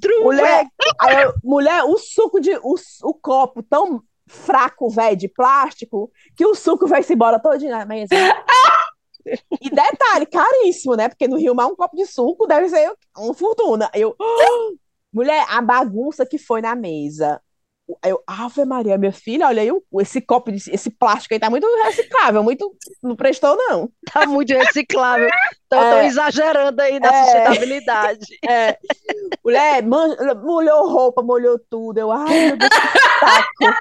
Speaker 3: truveco.
Speaker 2: Mulher, aí eu- mulher, o suco de. O, su- o copo tão fraco, velho, de plástico, que o suco vai se embora todinho na mesa. E detalhe, caríssimo, né? Porque no Rio Mar um copo de suco deve ser uma fortuna. Eu. Mulher, a bagunça que foi na mesa. Eu, Ave Maria, minha filha, olha aí, o- esse copo, de, esse plástico aí tá muito reciclável, muito. Não prestou, não.
Speaker 3: Tá muito reciclável. Então,
Speaker 2: É.
Speaker 3: estão exagerando aí na
Speaker 2: É.
Speaker 3: sustentabilidade.
Speaker 2: É. Mulher, man- molhou roupa, molhou tudo. Eu, ai, meu Deus, que saco.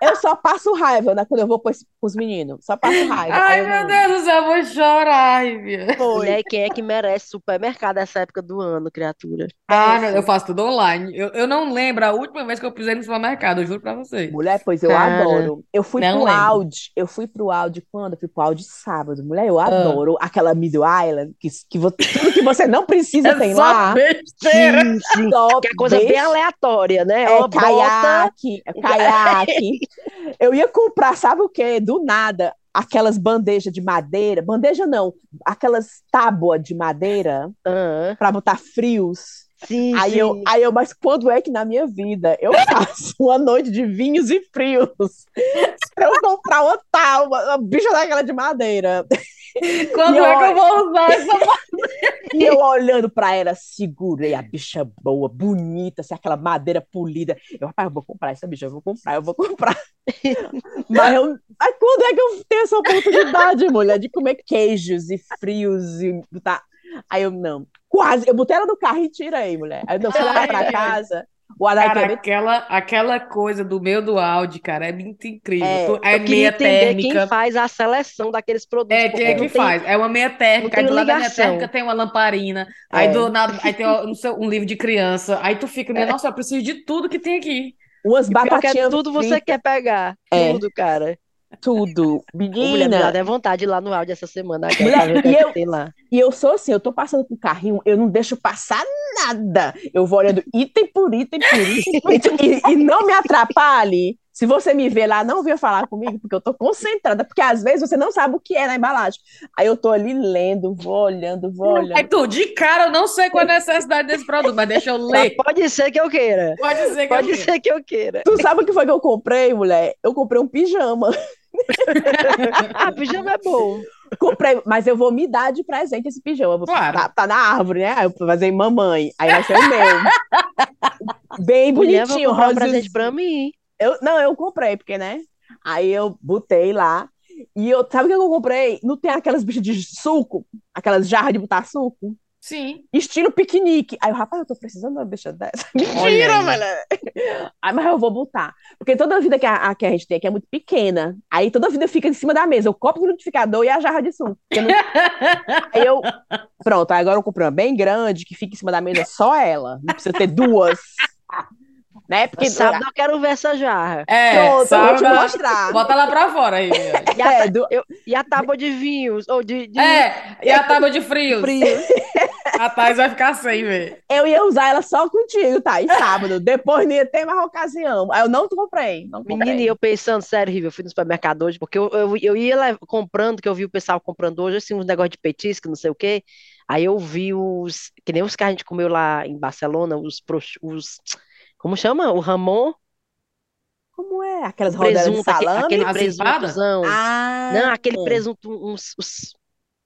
Speaker 2: Eu só passo raiva, né? Quando eu vou com esse- com os meninos. Só passo raiva.
Speaker 1: Ai,
Speaker 2: Aí eu
Speaker 1: meu
Speaker 2: não-
Speaker 1: Deus do céu, eu vou chorar, Ivia.
Speaker 2: Foi.
Speaker 3: Mulher, quem é que merece supermercado nessa época do ano, criatura? É,
Speaker 1: Ah, meu, eu faço tudo online. Eu, eu não lembro a última vez que eu pisei no supermercado, eu juro pra você.
Speaker 2: Mulher, pois eu
Speaker 3: Cara,
Speaker 2: adoro. Eu fui
Speaker 1: não
Speaker 2: pro
Speaker 1: lembro.
Speaker 2: Audi. Eu fui pro Audi quando? Eu fui pro Audi sábado. Mulher,
Speaker 3: Ah.
Speaker 2: eu adoro aquela Middle Island, que, que vo- tudo que você não precisa tem
Speaker 1: É só
Speaker 2: lá.
Speaker 1: besteira.
Speaker 3: sim.
Speaker 2: Só
Speaker 3: É Que é coisa bem
Speaker 2: beijo.
Speaker 3: aleatória, né?
Speaker 2: É,
Speaker 3: Uma bota.
Speaker 2: caiaque, é caiaque. Eu ia comprar, sabe o quê? Do nada, aquelas bandejas de madeira. Bandeja não, aquelas tábuas de madeira
Speaker 3: Ah,
Speaker 2: pra botar frios.
Speaker 3: sim,
Speaker 2: Aí eu,
Speaker 3: sim.
Speaker 2: aí eu, mas quando é que na minha vida eu faço uma noite de vinhos e frios? Pra eu comprar uma tábua, uma bicha daquela de madeira.
Speaker 1: Quando
Speaker 2: E
Speaker 1: é que
Speaker 2: olha-
Speaker 1: eu vou usar essa
Speaker 2: E eu olhando pra ela, segurei a bicha boa, bonita, assim, aquela madeira polida. Eu, rapaz, eu vou comprar essa bicha, eu vou comprar, eu vou comprar. Mas, eu, mas quando é que eu tenho essa oportunidade, mulher, de comer queijos e frios e tá? Aí eu, não, quase. Eu botei ela no carro e tirei, mulher. Aí eu, não, fui lá
Speaker 1: Ai,
Speaker 2: pra
Speaker 1: ai.
Speaker 2: casa, o Adai
Speaker 1: Cara,
Speaker 2: queria
Speaker 1: aquela, aquela coisa do meio do áudio, cara, é muito incrível.
Speaker 2: É,
Speaker 1: Tu- é
Speaker 3: Eu queria
Speaker 1: meia
Speaker 3: entender quem
Speaker 1: térmica.
Speaker 3: faz a seleção daqueles produtos.
Speaker 1: É,
Speaker 2: Tipo,
Speaker 1: quem é
Speaker 3: porque
Speaker 1: que
Speaker 3: não tem-
Speaker 1: faz? É uma meia térmica,
Speaker 3: tem
Speaker 1: aí do lado da meia
Speaker 3: ligação.
Speaker 1: térmica tem uma lamparina, aí
Speaker 2: É.
Speaker 1: do nada, aí tem um, um livro de criança, aí tu fica, minha nossa, eu preciso de tudo que tem aqui.
Speaker 2: umas
Speaker 3: Pior que é
Speaker 2: batatinhas
Speaker 3: tudo você quer pegar.
Speaker 2: É.
Speaker 3: Tudo, cara.
Speaker 2: tudo.
Speaker 3: Ô, Mulher, me dá
Speaker 2: Menina,
Speaker 3: até vontade de ir lá no áudio essa semana agora
Speaker 2: Mulher,
Speaker 3: pra ver o que
Speaker 2: e
Speaker 3: é que
Speaker 2: eu-
Speaker 3: tem lá.
Speaker 2: E eu sou assim, eu tô passando com o carrinho, eu não deixo passar nada. Eu vou olhando item por item por item. por item. E, e não me atrapalhe. Se você me vê lá, não venha falar comigo, porque eu tô concentrada. Porque às vezes você não sabe o que é na embalagem. Aí eu tô ali lendo, vou olhando, vou
Speaker 3: é
Speaker 2: olhando.
Speaker 1: Aí tu, de cara, eu não sei qual é a necessidade desse produto, mas deixa eu
Speaker 3: Mas
Speaker 1: ler.
Speaker 3: pode ser que eu queira.
Speaker 1: Pode ser que eu
Speaker 3: Pode
Speaker 1: leia.
Speaker 3: ser que eu queira.
Speaker 2: Tu sabe o que foi que eu comprei, mulher? Eu comprei um pijama.
Speaker 3: Ah, pijama é bom.
Speaker 2: Comprei, mas eu vou me dar de presente esse pijama.
Speaker 1: Claro.
Speaker 2: Tá, tá na árvore, né? Aí eu vou fazer em mamãe. Aí vai ser o meu. Bem
Speaker 3: Mulher, vou
Speaker 2: bonitinho,
Speaker 3: comprar um
Speaker 2: rosa
Speaker 3: presente pra mim.
Speaker 2: Eu, não, eu comprei, porque, né? Aí eu botei lá. E eu, sabe o que eu comprei? Não tem aquelas bichas de suco, aquelas jarras de botar suco?
Speaker 1: Sim.
Speaker 2: Estilo piquenique. Aí eu, rapaz, eu tô precisando de uma bicha dessa. Mentira,
Speaker 1: aí.
Speaker 2: velho. Aí, mas eu vou botar. Porque toda a vida que a, a que a gente tem aqui é muito pequena. Aí toda a vida fica em cima da mesa, o copo do liquidificador e a jarra de suco. Porque não- Aí eu, pronto, aí agora eu comprei uma bem grande, que fica em cima da mesa só ela. Não precisa ter duas. Né? Porque
Speaker 3: Sábado eu quero ver essa jarra.
Speaker 1: É,
Speaker 2: pronto, eu vou te
Speaker 1: sabe?
Speaker 2: mostrar.
Speaker 1: Bota lá pra fora aí. Viviane.
Speaker 3: E a,
Speaker 2: É, do-
Speaker 3: e a tábua de vinhos, ou de, de
Speaker 1: É, e a tábua de frios?
Speaker 3: frios.
Speaker 1: A Thais vai ficar sem, velho.
Speaker 2: eu ia usar ela só contigo, tá? E sábado. Depois não ia ter mais ocasião. Aí eu não comprei. Não comprei.
Speaker 3: Menina, e eu pensando, sério, Riva, eu fui no supermercado hoje, porque eu, eu, eu ia lá comprando, que eu vi o pessoal comprando hoje, assim, uns negócios de petisco, não sei o quê. Aí eu vi os, que nem os que a gente comeu lá em Barcelona, os, prox- os como chama? O Ramon,
Speaker 2: Como é? Aquelas rodelas de
Speaker 3: presunto, aque-
Speaker 2: salame?
Speaker 3: aquele
Speaker 1: As
Speaker 3: presuntozão.
Speaker 2: Ah,
Speaker 3: Não, aquele
Speaker 2: sim.
Speaker 3: presunto, uns, uns,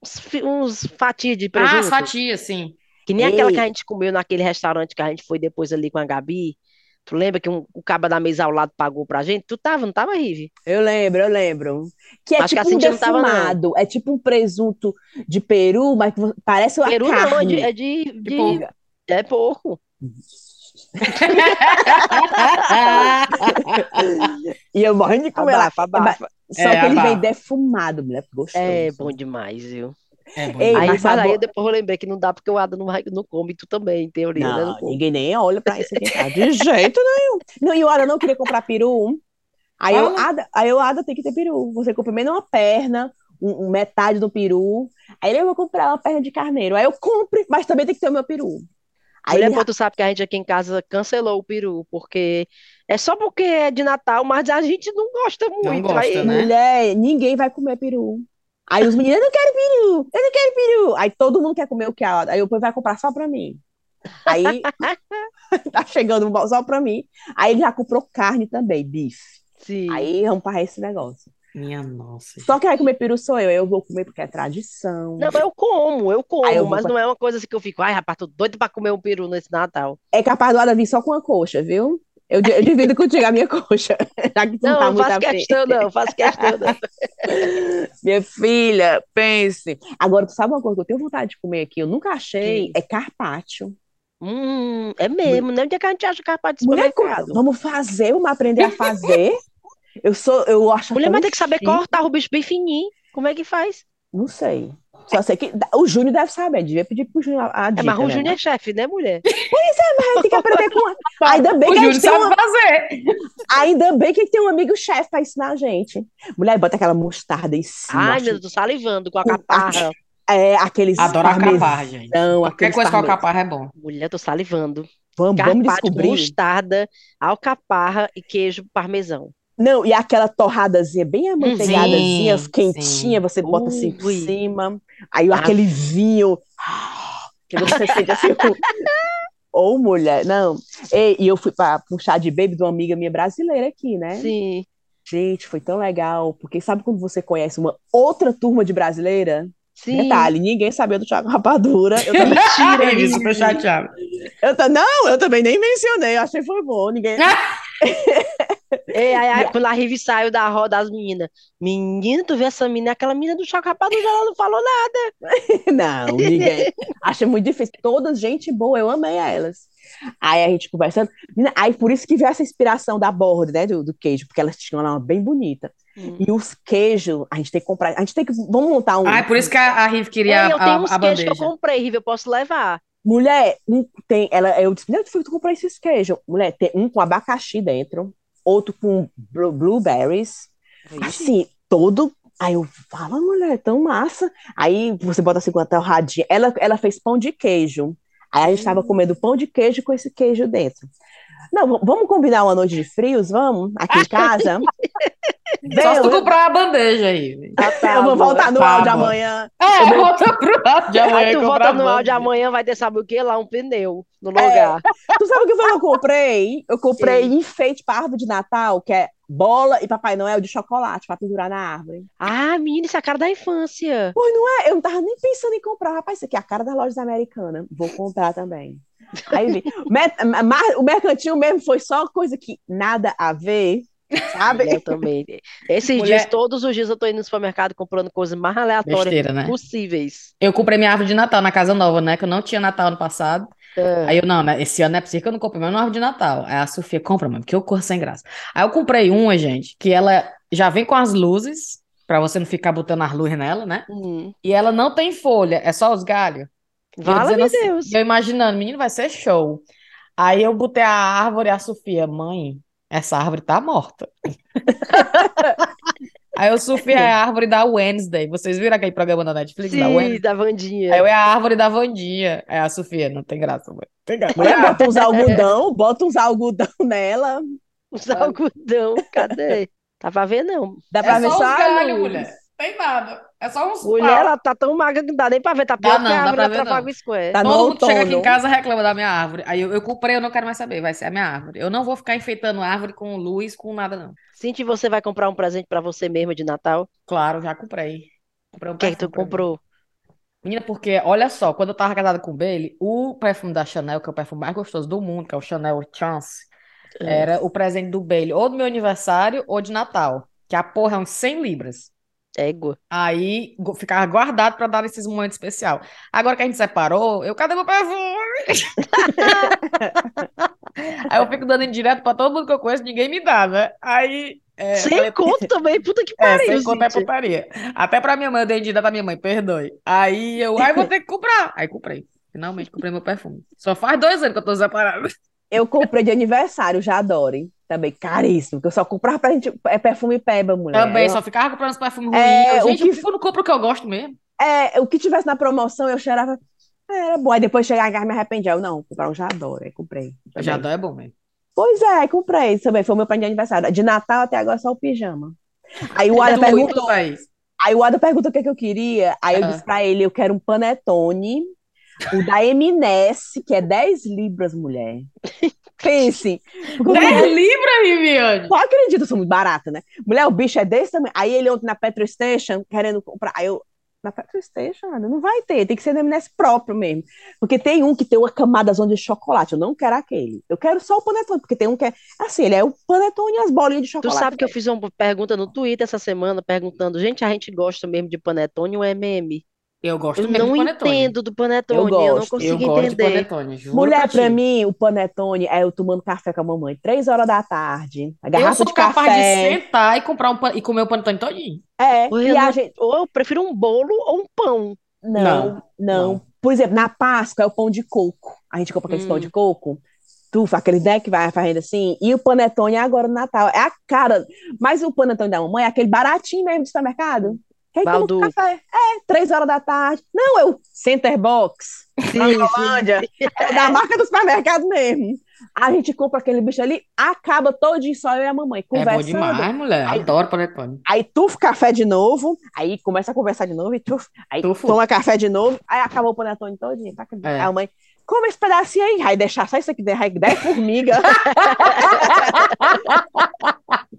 Speaker 3: uns fi- uns fatias de
Speaker 1: Ah, as
Speaker 3: presunto.
Speaker 1: fatias, sim.
Speaker 3: Que nem aquela que a
Speaker 2: Ei.
Speaker 3: gente comeu naquele restaurante que a gente foi depois ali com a Gabi. Tu lembra que um, o caba da mesa ao lado pagou pra gente? Tu tava, não tava, Rive?
Speaker 2: Eu lembro, eu lembro. Que é
Speaker 3: Acho
Speaker 2: tipo
Speaker 3: que a
Speaker 2: um
Speaker 3: Cintia não tava, não.
Speaker 2: defumado. É tipo um presunto de peru, mas que vo- parece uma
Speaker 3: Peru não, é
Speaker 2: carne.
Speaker 3: de, é de, de-
Speaker 1: porco.
Speaker 3: é porco.
Speaker 2: E eu morrendo de comer lá.
Speaker 3: Abafa, abafa.
Speaker 2: Só
Speaker 1: É,
Speaker 2: que ele
Speaker 1: abafa.
Speaker 2: vem defumado, mulher. Gostoso.
Speaker 3: É bom demais, viu?
Speaker 1: É bom.
Speaker 2: Ei,
Speaker 3: Aí,
Speaker 2: mas
Speaker 3: mas aí
Speaker 2: sabor-
Speaker 3: eu depois eu lembrei que não dá porque o Ada não, vai- não come, tu também, em teoria, né?
Speaker 2: Não,
Speaker 3: Não come.
Speaker 2: ninguém nem olha pra isso aqui, tá? De jeito nenhum. Não, e o Ada não queria comprar peru. um. Aí eu,
Speaker 1: Fala.
Speaker 2: Ada, aí eu, Ada, tem que ter peru. Você compra menos uma perna, um- um metade do peru. Aí ele, eu vou comprar uma perna de carneiro. Aí eu compro, mas também tem que ter o meu peru. Aí
Speaker 3: Mulher,
Speaker 2: ele,
Speaker 3: pô, tu sabe que a gente aqui em casa cancelou o peru, porque é só porque é de Natal, mas a gente não gosta muito.
Speaker 1: gosta,
Speaker 3: aí-
Speaker 1: né?
Speaker 2: mulher, ninguém vai comer peru. Aí os meninos, eu não quero peru, eu não quero peru. Aí todo mundo quer comer o que a Ada. Aí o povo vai comprar só pra mim. Aí tá chegando só pra mim. Aí ele já comprou carne também, bife.
Speaker 3: Sim.
Speaker 2: Aí vamos parar esse negócio.
Speaker 1: Minha nossa.
Speaker 2: Só quem vai comer peru sou eu. Eu vou comer porque é tradição.
Speaker 3: Não, eu como, eu como,
Speaker 2: Aí eu vou
Speaker 3: mas
Speaker 2: pra-
Speaker 3: não é uma coisa assim que eu fico, ai, rapaz, tô doido pra comer um peru nesse Natal.
Speaker 2: É capaz do Ada vir só com a coxa, viu? Eu, di- eu divido contigo a minha coxa. Já que tu
Speaker 3: Não, assim.
Speaker 2: tá
Speaker 3: eu
Speaker 2: muito
Speaker 3: faço
Speaker 2: afim.
Speaker 3: questão, não, eu faço questão, não.
Speaker 2: Minha filha, pense. Agora, tu sabe uma coisa que eu tenho vontade de comer aqui? Eu nunca achei.
Speaker 3: Sim.
Speaker 2: É carpaccio.
Speaker 3: Hum, é mesmo, né? Onde é que a gente acha capaz de
Speaker 2: Mulher,
Speaker 3: supermercado?
Speaker 2: vamos fazer, vamos aprender a fazer. Eu sou, eu acho
Speaker 3: Mulher,
Speaker 2: tão
Speaker 3: mas tem que saber
Speaker 2: chique.
Speaker 3: cortar o bicho bem fininho. Como é que faz?
Speaker 2: Não sei. Só sei que o Júnior deve saber, devia pedir pro Júnior a, a
Speaker 3: É,
Speaker 2: dica,
Speaker 3: mas o
Speaker 2: né?
Speaker 3: Júnior é chefe, né, mulher?
Speaker 2: Mas tem que aprender com. Ainda bem
Speaker 1: O
Speaker 2: que a
Speaker 1: Júlio
Speaker 2: gente tem um
Speaker 1: sabe
Speaker 2: uma...
Speaker 1: fazer.
Speaker 2: Ainda bem que tem um amigo chefe pra ensinar a gente. Mulher, bota aquela mostarda em cima.
Speaker 3: Ai,
Speaker 2: acho-
Speaker 3: meu Deus, tô salivando com a
Speaker 2: O-
Speaker 3: caparra.
Speaker 2: É, aqueles
Speaker 1: Adoro acabar,
Speaker 2: parmesão,
Speaker 1: gente. Qualquer
Speaker 2: aqueles
Speaker 1: coisa com
Speaker 2: parmesão.
Speaker 1: alcaparra é bom.
Speaker 3: Mulher, tô salivando.
Speaker 2: Vamos, vamos
Speaker 3: Carpaccio,
Speaker 2: descobrir.
Speaker 3: mostarda, alcaparra e queijo parmesão.
Speaker 2: Não, e aquela torradazinha bem amanteigadazinha,
Speaker 1: sim,
Speaker 2: quentinha, você bota assim por
Speaker 3: Ui.
Speaker 2: cima. Aí
Speaker 3: Ah.
Speaker 2: aquele vinho. ah, Que você sente assim. Ou mulher, não. Ei, E eu fui para um chá de baby de uma amiga minha brasileira aqui,
Speaker 3: É.
Speaker 2: né?
Speaker 3: Sim.
Speaker 2: Gente, foi tão legal, porque sabe quando você conhece uma outra turma de brasileira?
Speaker 3: Sim.
Speaker 2: Detalhe, ninguém sabia do Thiago Rapadura. Eu também,
Speaker 1: Mentira, isso, tô chateado.
Speaker 2: eu ta- não, eu também nem mencionei, eu achei que foi bom, ninguém.
Speaker 3: Ei, ai, ai, É, quando a Rive saiu da roda das meninas. Menina, tu vê essa menina, aquela menina do Chaco Rapadura, ela não falou nada.
Speaker 2: Não, ninguém. Achei muito difícil. Todas gente boa, eu amei elas. Aí a gente conversando. Menina, Aí por isso que veio essa inspiração da borda, né, do, do queijo, porque elas tinham lá uma bem bonita.
Speaker 1: Hum.
Speaker 2: E os queijos, a gente tem que comprar, a gente tem que, vamos montar um.
Speaker 1: Ai, por isso que a, a Riv queria
Speaker 3: Ei, eu
Speaker 1: a,
Speaker 3: tenho uns
Speaker 1: a
Speaker 3: queijos que eu
Speaker 1: bandeja.
Speaker 3: comprei, Rive, eu posso levar.
Speaker 2: Mulher, um tem, ela, eu disse, não, tu foi tu comprar esses queijos. Mulher, tem um com abacaxi dentro, outro com blu- blueberries, assim, todo. Aí eu falo, "Ah, mulher, tão massa. Aí você bota assim com a torradinha. Ela, ela fez pão de queijo. Aí a gente
Speaker 1: Hum.
Speaker 2: tava comendo pão de queijo com esse queijo dentro. Não, v- vamos combinar uma noite de frios, vamos? Aqui em casa?
Speaker 1: Só se
Speaker 2: Meu,
Speaker 1: tu comprar a bandeja aí.
Speaker 2: eu vou voltar no
Speaker 1: Tá
Speaker 2: áudio
Speaker 1: bom.
Speaker 2: amanhã.
Speaker 1: É, volta pro áudio de amanhã
Speaker 3: Aí tu
Speaker 1: comprar
Speaker 3: volta
Speaker 1: a
Speaker 3: no áudio
Speaker 1: bandeja.
Speaker 3: amanhã, vai ter sabe o quê? Lá um pneu
Speaker 1: É.
Speaker 3: no lugar.
Speaker 2: Tu sabe o que foi que eu comprei? Eu comprei enfeite para árvore de Natal, que é bola e Papai Noel de chocolate para pendurar na árvore.
Speaker 3: Ah, menina, isso é a cara da infância.
Speaker 2: Ah, Eu não tava nem pensando em comprar. Rapaz, isso aqui é a cara das lojas americanas. Vou comprar também. Aí vi. Met- ma- o mercantil mesmo foi só coisa que nada a ver, sabe?
Speaker 3: Eu também. Esses
Speaker 1: Tá Mulher-
Speaker 3: dias, todos os dias, eu tô indo no supermercado comprando coisas mais aleatórias
Speaker 1: Besteira, né?
Speaker 3: possíveis.
Speaker 1: Eu comprei minha árvore de Natal na casa nova, né? Que eu não tinha Natal ano passado. Aí eu, não, né? Esse ano é possível que eu não comprei mais uma árvore de Natal. Aí a Sofia, compra, mano, porque eu corro sem graça. Aí eu comprei uma, gente, que ela já vem com as luzes, pra você não ficar botando as luzes nela, né?
Speaker 3: Hum.
Speaker 1: E ela não tem folha, é só os galhos. E eu
Speaker 3: Vala,
Speaker 1: dizendo
Speaker 3: meu
Speaker 1: assim,
Speaker 3: Deus.
Speaker 1: e eu imaginando, menino, vai ser show. Aí eu botei a árvore e a Sofia, mãe, essa árvore tá morta. Aí eu, Sofia, é a árvore da Wednesday. Vocês viram aquele programa da Netflix da Wednesday?
Speaker 3: Sim, da Vandinha.
Speaker 1: Aí eu é a árvore da Vandinha. É a Sofia, não tem graça, mãe. Tem graça.
Speaker 2: Mulher, bota uns algodão, bota uns algodão nela.
Speaker 3: Os algodão, cadê? Tá pra ver,
Speaker 1: É
Speaker 3: não.
Speaker 2: Dá é pra ver só a luz.
Speaker 1: Tem nada. É só uns
Speaker 3: Mulher, ela tá tão magra que não dá nem pra ver. Tá pior
Speaker 1: Dá
Speaker 3: que
Speaker 1: não,
Speaker 3: a
Speaker 1: dá
Speaker 3: árvore
Speaker 1: pra
Speaker 3: da
Speaker 1: ver não.
Speaker 3: Trafalgar Square.
Speaker 2: Tá no
Speaker 1: Todo mundo chega aqui em
Speaker 2: outono.
Speaker 1: casa reclama da minha árvore. Aí eu, eu comprei, eu não quero mais saber. Vai ser a minha árvore. Eu não vou ficar enfeitando árvore com luz, com nada, não.
Speaker 3: Cinti, você vai comprar um presente pra você mesma de Natal?
Speaker 1: Claro, já comprei. Comprei um
Speaker 3: O que é que
Speaker 1: perfume
Speaker 3: tu
Speaker 1: pra mim.
Speaker 3: comprou?
Speaker 1: Menina, porque olha só, quando eu tava casada com o Bailey, o perfume da Chanel, que é o perfume mais gostoso do mundo, que é o Chanel Chance, era o presente do Bailey, ou do meu aniversário ou de Natal. Que a porra é uns 100 libras.
Speaker 3: Égua.
Speaker 1: Aí gu- ficava guardado pra dar esses momentos especial. Agora que a gente separou, eu cadê meu perfume? Aí eu fico dando indireto pra todo mundo que eu conheço, ninguém me dá, né? Aí é, eu
Speaker 3: Sem
Speaker 1: falei,
Speaker 3: conto também, puta que
Speaker 1: é,
Speaker 3: pariu,
Speaker 1: sem conta é
Speaker 3: Cinti.
Speaker 1: putaria. Até pra minha mãe, eu dei indireto pra minha mãe, perdoe. Aí eu, aí vou ter que comprar. Aí comprei. Finalmente comprei meu perfume. Só faz dois anos que eu tô separada.
Speaker 2: Eu comprei de aniversário, já adorem. Também caríssimo, porque eu só comprava pra gente é perfume peba, mulher.
Speaker 1: Também,
Speaker 2: Eu-
Speaker 1: só ficava comprando os perfumes
Speaker 2: É,
Speaker 1: ruins. Eu,
Speaker 2: o
Speaker 1: gente,
Speaker 2: que-
Speaker 1: por que eu não compro o que eu gosto mesmo?
Speaker 2: É, o que tivesse na promoção, eu cheirava. ah, Era bom. Aí depois chegar em casa e me arrependia. Eu, não, comprar um já adoro. Aí comprei. também.
Speaker 1: Já dói, é bom mesmo.
Speaker 2: Pois é, comprei também. Foi o meu presente de aniversário. De Natal até agora é só o pijama. Aí o Ada
Speaker 1: Tu, e tu,
Speaker 2: perguntou,
Speaker 1: Thaís?
Speaker 2: aí o Ada perguntou o que, é que eu queria. Aí eu
Speaker 1: Ah.
Speaker 2: disse pra ele, eu quero um panetone, o da MNS, que é 10 libras, mulher. Pense. Porque eu não
Speaker 1: 10 libras, Né? Viviane!
Speaker 2: só acredito, eu sou muito barata, né? Mulher, o bicho é desse também. Aí ele ontem na Petro Station, querendo comprar. Aí eu, na Petro Station, Ana, não vai ter, tem que ser no MNS próprio mesmo. Porque tem um que tem uma camada zona de chocolate, eu não quero aquele. Eu quero só o panetone, porque tem um que é, assim, ele é o panetone e as bolinhas de
Speaker 3: Tu
Speaker 2: chocolate.
Speaker 3: sabe que eu fiz uma pergunta no Twitter essa semana, perguntando, gente, a gente gosta mesmo de panetone ou MM?
Speaker 1: Eu gosto
Speaker 3: Eu
Speaker 1: mesmo
Speaker 3: não
Speaker 1: do panetone.
Speaker 3: entendo do panetone, eu não
Speaker 2: gosto,
Speaker 1: Eu
Speaker 3: consigo
Speaker 1: gosto de
Speaker 3: entender.
Speaker 1: panetone, juro
Speaker 2: Mulher,
Speaker 1: ti.
Speaker 2: pra mim, o panetone é eu tomando café com a mamãe. Três horas da tarde. A
Speaker 1: Eu
Speaker 2: garrafa
Speaker 1: sou
Speaker 2: de
Speaker 1: capaz de
Speaker 2: café.
Speaker 1: sentar e comprar um pan- e comer o panetone todinho.
Speaker 2: É,
Speaker 3: Ou
Speaker 2: e
Speaker 3: eu
Speaker 2: a
Speaker 3: não-
Speaker 2: gente.
Speaker 3: Ou eu prefiro um bolo ou um pão.
Speaker 2: Não, não.
Speaker 1: não.
Speaker 2: Por exemplo, na Páscoa é o pão de coco. A gente compra aquele
Speaker 3: Hum.
Speaker 2: pão de coco. Tu, aquele né, que vai fazendo assim. E o panetone é agora no Natal. É a cara. Mas o panetone da mamãe é aquele baratinho mesmo de supermercado. Quem toma um
Speaker 3: Baldu.
Speaker 2: café? É, três horas da tarde. Não, é o Center Box.
Speaker 3: Sim,
Speaker 2: Cracolândia. É da marca do supermercado mesmo. A gente compra aquele bicho ali, acaba todinho só eu e a mamãe
Speaker 1: É bom
Speaker 2: conversando.
Speaker 1: demais, mulher.
Speaker 2: Ai.
Speaker 1: Adoro panetone.
Speaker 2: Aí tufa o café de novo, aí começa a conversar de novo, e tuf, aí
Speaker 1: Tufa.
Speaker 2: toma café de novo, aí acabou o panetone todinho. Tá? Aí
Speaker 1: É.
Speaker 2: A mãe, come esse pedacinho aí, aí deixar só isso aqui, né? aí dez formiga.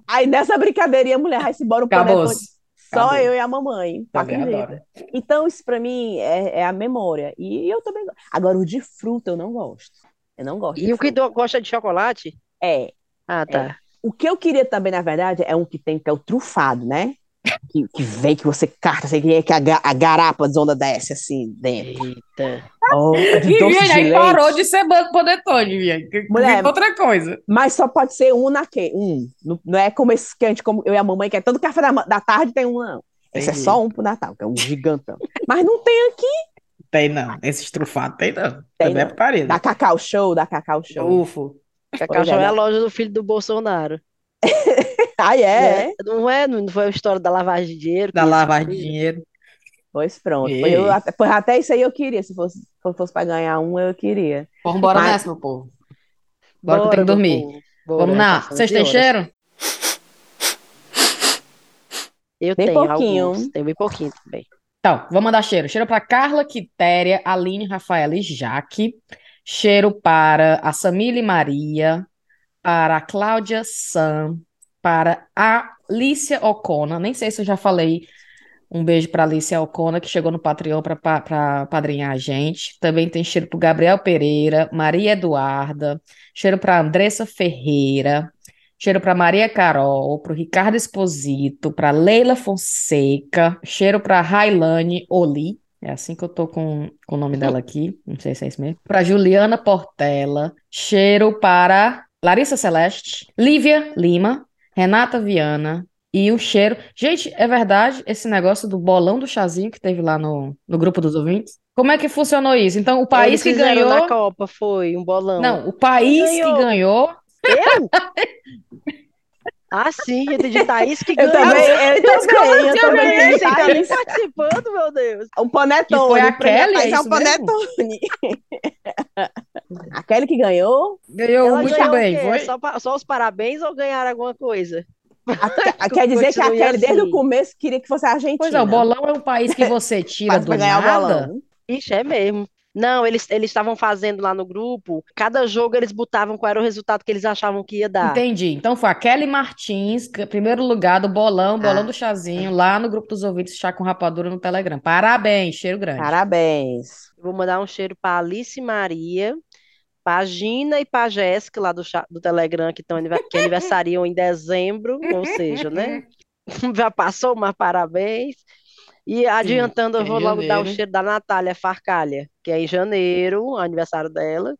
Speaker 2: aí nessa brincadeirinha, a mulher vai se embora o panetone.
Speaker 1: Acabou-se.
Speaker 2: Só
Speaker 1: Acabou.
Speaker 2: eu e a mamãe, tu
Speaker 1: Também
Speaker 2: acredita?
Speaker 1: adoro.
Speaker 2: Então, isso pra mim é, é a memória. E eu também gosto. Agora, o de fruta eu não gosto. Eu não gosto de
Speaker 3: E o que
Speaker 2: fruta.
Speaker 3: do- gosta de chocolate?
Speaker 2: É.
Speaker 3: Ah, tá.
Speaker 2: O que eu queria também, na verdade, é um que tem, que é o trufado, né? Que, que vem, que você carta, assim, que, que a, ga- a garapa de zona desce, assim,
Speaker 1: É.
Speaker 2: dentro.
Speaker 3: Eita.
Speaker 2: Oh, de
Speaker 1: E
Speaker 2: doce
Speaker 1: Viane,
Speaker 2: de
Speaker 1: aí
Speaker 2: leite.
Speaker 1: parou de ser banco panetone, Viane. que- que
Speaker 2: Mulher.
Speaker 1: virou outra coisa.
Speaker 2: Mas só pode ser um naquele. Um. Não, não é como esse que a gente, como eu e a mamãe, que é todo café da, ma- da tarde tem um, não. Esse é
Speaker 1: Entendi.
Speaker 2: só um pro Natal, que é um gigantão. Mas não tem aqui.
Speaker 1: Tem não. Esse estrufado tem não.
Speaker 2: Tem
Speaker 1: Também é
Speaker 2: não.
Speaker 1: putaria, né?
Speaker 2: Da Cacau Show, da Cacau Show.
Speaker 1: Ufo.
Speaker 3: Cacau
Speaker 2: Pois é,
Speaker 3: Show é
Speaker 2: né?
Speaker 3: a loja do filho do Bolsonaro.
Speaker 2: Aí é.
Speaker 3: Né? Não é, não foi a história da lavagem de dinheiro?
Speaker 1: Da
Speaker 3: que-
Speaker 1: lavagem de dinheiro.
Speaker 2: Pois pronto.
Speaker 1: Ei.
Speaker 2: Foi, eu até, foi até isso aí eu queria. Se fosse, se fosse para ganhar um, eu queria.
Speaker 1: Vamos embora
Speaker 2: Mas-
Speaker 1: nessa, meu povo. Bora que eu tenho que
Speaker 3: meu
Speaker 1: dormir.
Speaker 3: povo, bora,
Speaker 1: Vamos lá.
Speaker 3: passando
Speaker 1: Vocês
Speaker 3: de
Speaker 1: têm
Speaker 3: horas.
Speaker 1: cheiro?
Speaker 3: Eu
Speaker 2: Bem
Speaker 3: tenho
Speaker 2: pouquinho.
Speaker 3: alguns, tenho bem pouquinho também.
Speaker 1: Então, vou mandar cheiro. Cheiro para Carla, Quitéria, Aline, Rafaela e Jaque. Cheiro para a Samila e Maria, para a Cláudia Sam, para a Lícia Ocona. Nem sei se eu já falei. Um beijo para a Lícia Ocona, que chegou no Patreon para padrinhar a gente. Também tem cheiro para Gabriel Pereira, Maria Eduarda. Cheiro para Andressa Ferreira. Cheiro para Maria Carol, para o Ricardo Esposito, para Leila Fonseca. Cheiro para Railane Oli. É assim que eu tô com, com o nome
Speaker 3: Hum.
Speaker 1: dela aqui. Não sei se é isso mesmo. Para Juliana Portela. Cheiro para Larissa Celeste, Lívia Lima, Renata Viana. E o cheiro. Gente, é verdade esse negócio do bolão do chazinho que teve lá no, no grupo dos ouvintes? Como é que funcionou isso? Então, o país
Speaker 3: Eles
Speaker 1: que
Speaker 3: fizeram na
Speaker 1: ganhou.
Speaker 3: Copa foi um bolão.
Speaker 1: Não, o país que
Speaker 3: Ganhou.
Speaker 1: ganhou.
Speaker 3: Eu? Ah, sim, eu entendi. Thaís que
Speaker 2: Eu
Speaker 3: ganhou.
Speaker 2: também, eu também, eu
Speaker 3: Eu
Speaker 2: também
Speaker 3: também
Speaker 2: tenho
Speaker 3: pensei que ela nem
Speaker 2: Thaís.
Speaker 3: participando, meu Deus.
Speaker 2: Um panetone.
Speaker 1: Que foi a
Speaker 2: pra mim,
Speaker 1: Kelly, é
Speaker 2: Thaís, um
Speaker 1: isso mesmo?
Speaker 2: panetone. a Kelly que ganhou.
Speaker 1: Ganhou
Speaker 3: Ela
Speaker 1: muito
Speaker 3: ganhou o
Speaker 1: bem.
Speaker 3: quê? É
Speaker 1: Foi...
Speaker 3: Só, pa- só os parabéns ou ganharam alguma coisa?
Speaker 2: A- Quer dizer que a
Speaker 3: Continue
Speaker 2: Kelly, desde
Speaker 3: assim.
Speaker 2: o começo, queria que fosse a Argentina.
Speaker 1: Pois é, o bolão é um país que você tira
Speaker 2: Faz
Speaker 1: do
Speaker 2: pra ganhar o
Speaker 1: nada.
Speaker 2: bolão.
Speaker 3: Ixi, é mesmo. Não, eles eles estavam fazendo lá no grupo, cada jogo eles botavam qual era o resultado que eles achavam que ia dar.
Speaker 1: Entendi. Então foi a Kelly Martins, que- primeiro lugar do bolão, bolão
Speaker 3: Ah.
Speaker 1: do chazinho, lá no grupo dos ouvintes Chá com Rapadura no Telegram. Parabéns, cheiro grande.
Speaker 2: Parabéns.
Speaker 3: Vou mandar um cheiro para Alice Maria, para Gina e para Jéssica lá do, cha- do Telegram que, tão, anive- que aniversariam em dezembro, ou seja, né? Já passou, mas parabéns. E adiantando, eu
Speaker 1: é
Speaker 3: vou logo dar o
Speaker 1: janeiro.
Speaker 3: cheiro da Natália Farcalha, que é em janeiro, aniversário dela.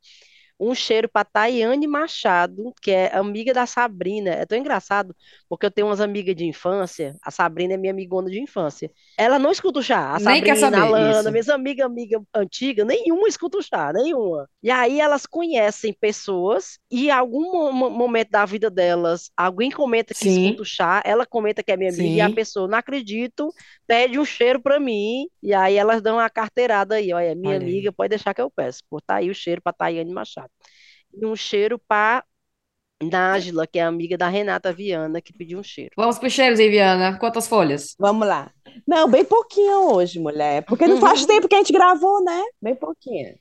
Speaker 3: Um cheiro para Tayane Machado, que é amiga da Sabrina. É tão engraçado, porque eu tenho umas amigas de infância. A Sabrina é minha amigona de infância. Ela não escuta o chá. A
Speaker 1: Nem quer
Speaker 3: Sabrina, a
Speaker 1: saber,
Speaker 3: Lana,
Speaker 1: isso.
Speaker 3: minhas amigas, amiga antiga, nenhuma escuta o chá, nenhuma. E aí elas conhecem pessoas e em algum mo- mo- momento da vida delas, alguém comenta que
Speaker 1: Sim.
Speaker 3: escuta o chá, ela comenta que é minha amiga e a
Speaker 1: Sim.
Speaker 3: pessoa, não acredito, pede um cheiro pra mim. E aí elas dão uma carteirada aí, olha, minha
Speaker 1: Olha aí.
Speaker 3: amiga, pode deixar que eu peço. Pô, tá aí o cheiro pra Tayane Machado. E um cheiro pra Nájila, que é amiga da Renata Viana, que pediu um cheiro.
Speaker 1: Vamos pro cheiros, Viviana. Quantas folhas?
Speaker 2: Vamos lá. Não, bem pouquinho hoje, mulher. Porque
Speaker 1: Uhum.
Speaker 2: não faz tempo que a gente gravou, né? Bem pouquinho.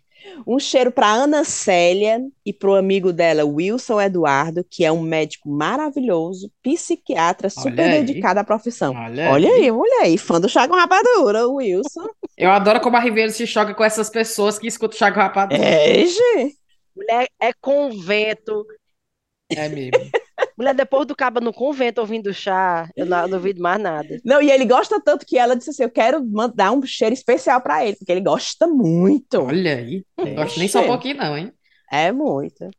Speaker 2: Um cheiro para Ana Célia e para o amigo dela, Wilson Eduardo, que é um médico maravilhoso, psiquiatra, super
Speaker 1: Olha aí.
Speaker 2: dedicado à profissão.
Speaker 1: Olha.
Speaker 2: Olha aí, mulher, e fã do Chá com Rapadura, o Wilson.
Speaker 1: Eu adoro como a Ribeiro se choca com essas pessoas que escutam o Chá com Rapadura.
Speaker 2: É, gente.
Speaker 3: Mulher é convento.
Speaker 1: É mesmo.
Speaker 3: Mulher, depois do caba no convento ouvindo chá, eu não, não ouvi mais nada.
Speaker 2: Não, e ele gosta tanto que ela disse assim: Eu quero mandar um cheiro especial pra ele, porque ele gosta muito.
Speaker 1: Olha aí. Não gosto nem só um
Speaker 2: cheiro.
Speaker 1: pouquinho, não, hein?
Speaker 2: É muito.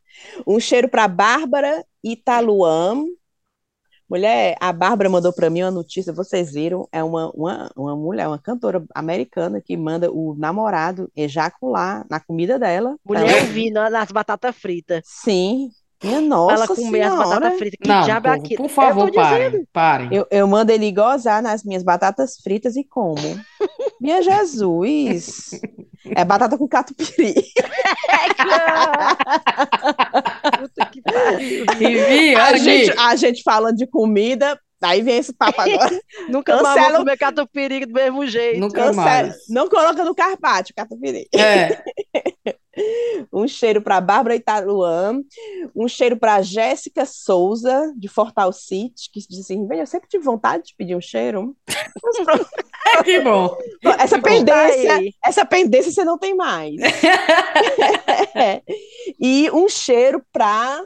Speaker 2: Um cheiro pra Bárbara Italuam. Mulher, a Bárbara mandou pra mim uma notícia, vocês viram, é uma, uma, uma mulher, uma cantora americana que manda o namorado ejacular na comida dela. pra
Speaker 1: É.
Speaker 2: ela-
Speaker 3: Mulher, eu vi na- nas batatas fritas.
Speaker 2: Sim. Minha
Speaker 3: Pra
Speaker 2: nossa
Speaker 3: ela comer as
Speaker 2: senhora.
Speaker 3: batatas fritas. Que
Speaker 1: Não,
Speaker 3: diabo é
Speaker 1: povo,
Speaker 3: aquilo?
Speaker 1: por favor,
Speaker 3: eu tô dizendo.
Speaker 1: parem, parem.
Speaker 2: Eu, eu mando ele gozar nas minhas batatas fritas e como. Minha Jesus! É batata com catupiry.
Speaker 3: Puta que pariu.
Speaker 1: E vi, olha
Speaker 2: A gente,
Speaker 1: aqui.
Speaker 2: a gente falando de comida, aí vem esse papo agora.
Speaker 3: Nunca mais vou
Speaker 2: Cancela o-
Speaker 3: comer catupiry do mesmo jeito.
Speaker 1: Nunca
Speaker 2: Cancela.
Speaker 1: mais.
Speaker 2: Não coloca no carpaccio, catupiry.
Speaker 1: É,
Speaker 2: Um cheiro para Bárbara Itaruan, um cheiro para Jéssica Souza, de Fortal City, que diz assim: Bem, eu sempre tive vontade de pedir um cheiro.
Speaker 1: que bom.
Speaker 2: Essa
Speaker 1: Ficou.
Speaker 2: pendência,
Speaker 3: Tá Aí.
Speaker 2: essa pendência você não tem mais. É. E um cheiro para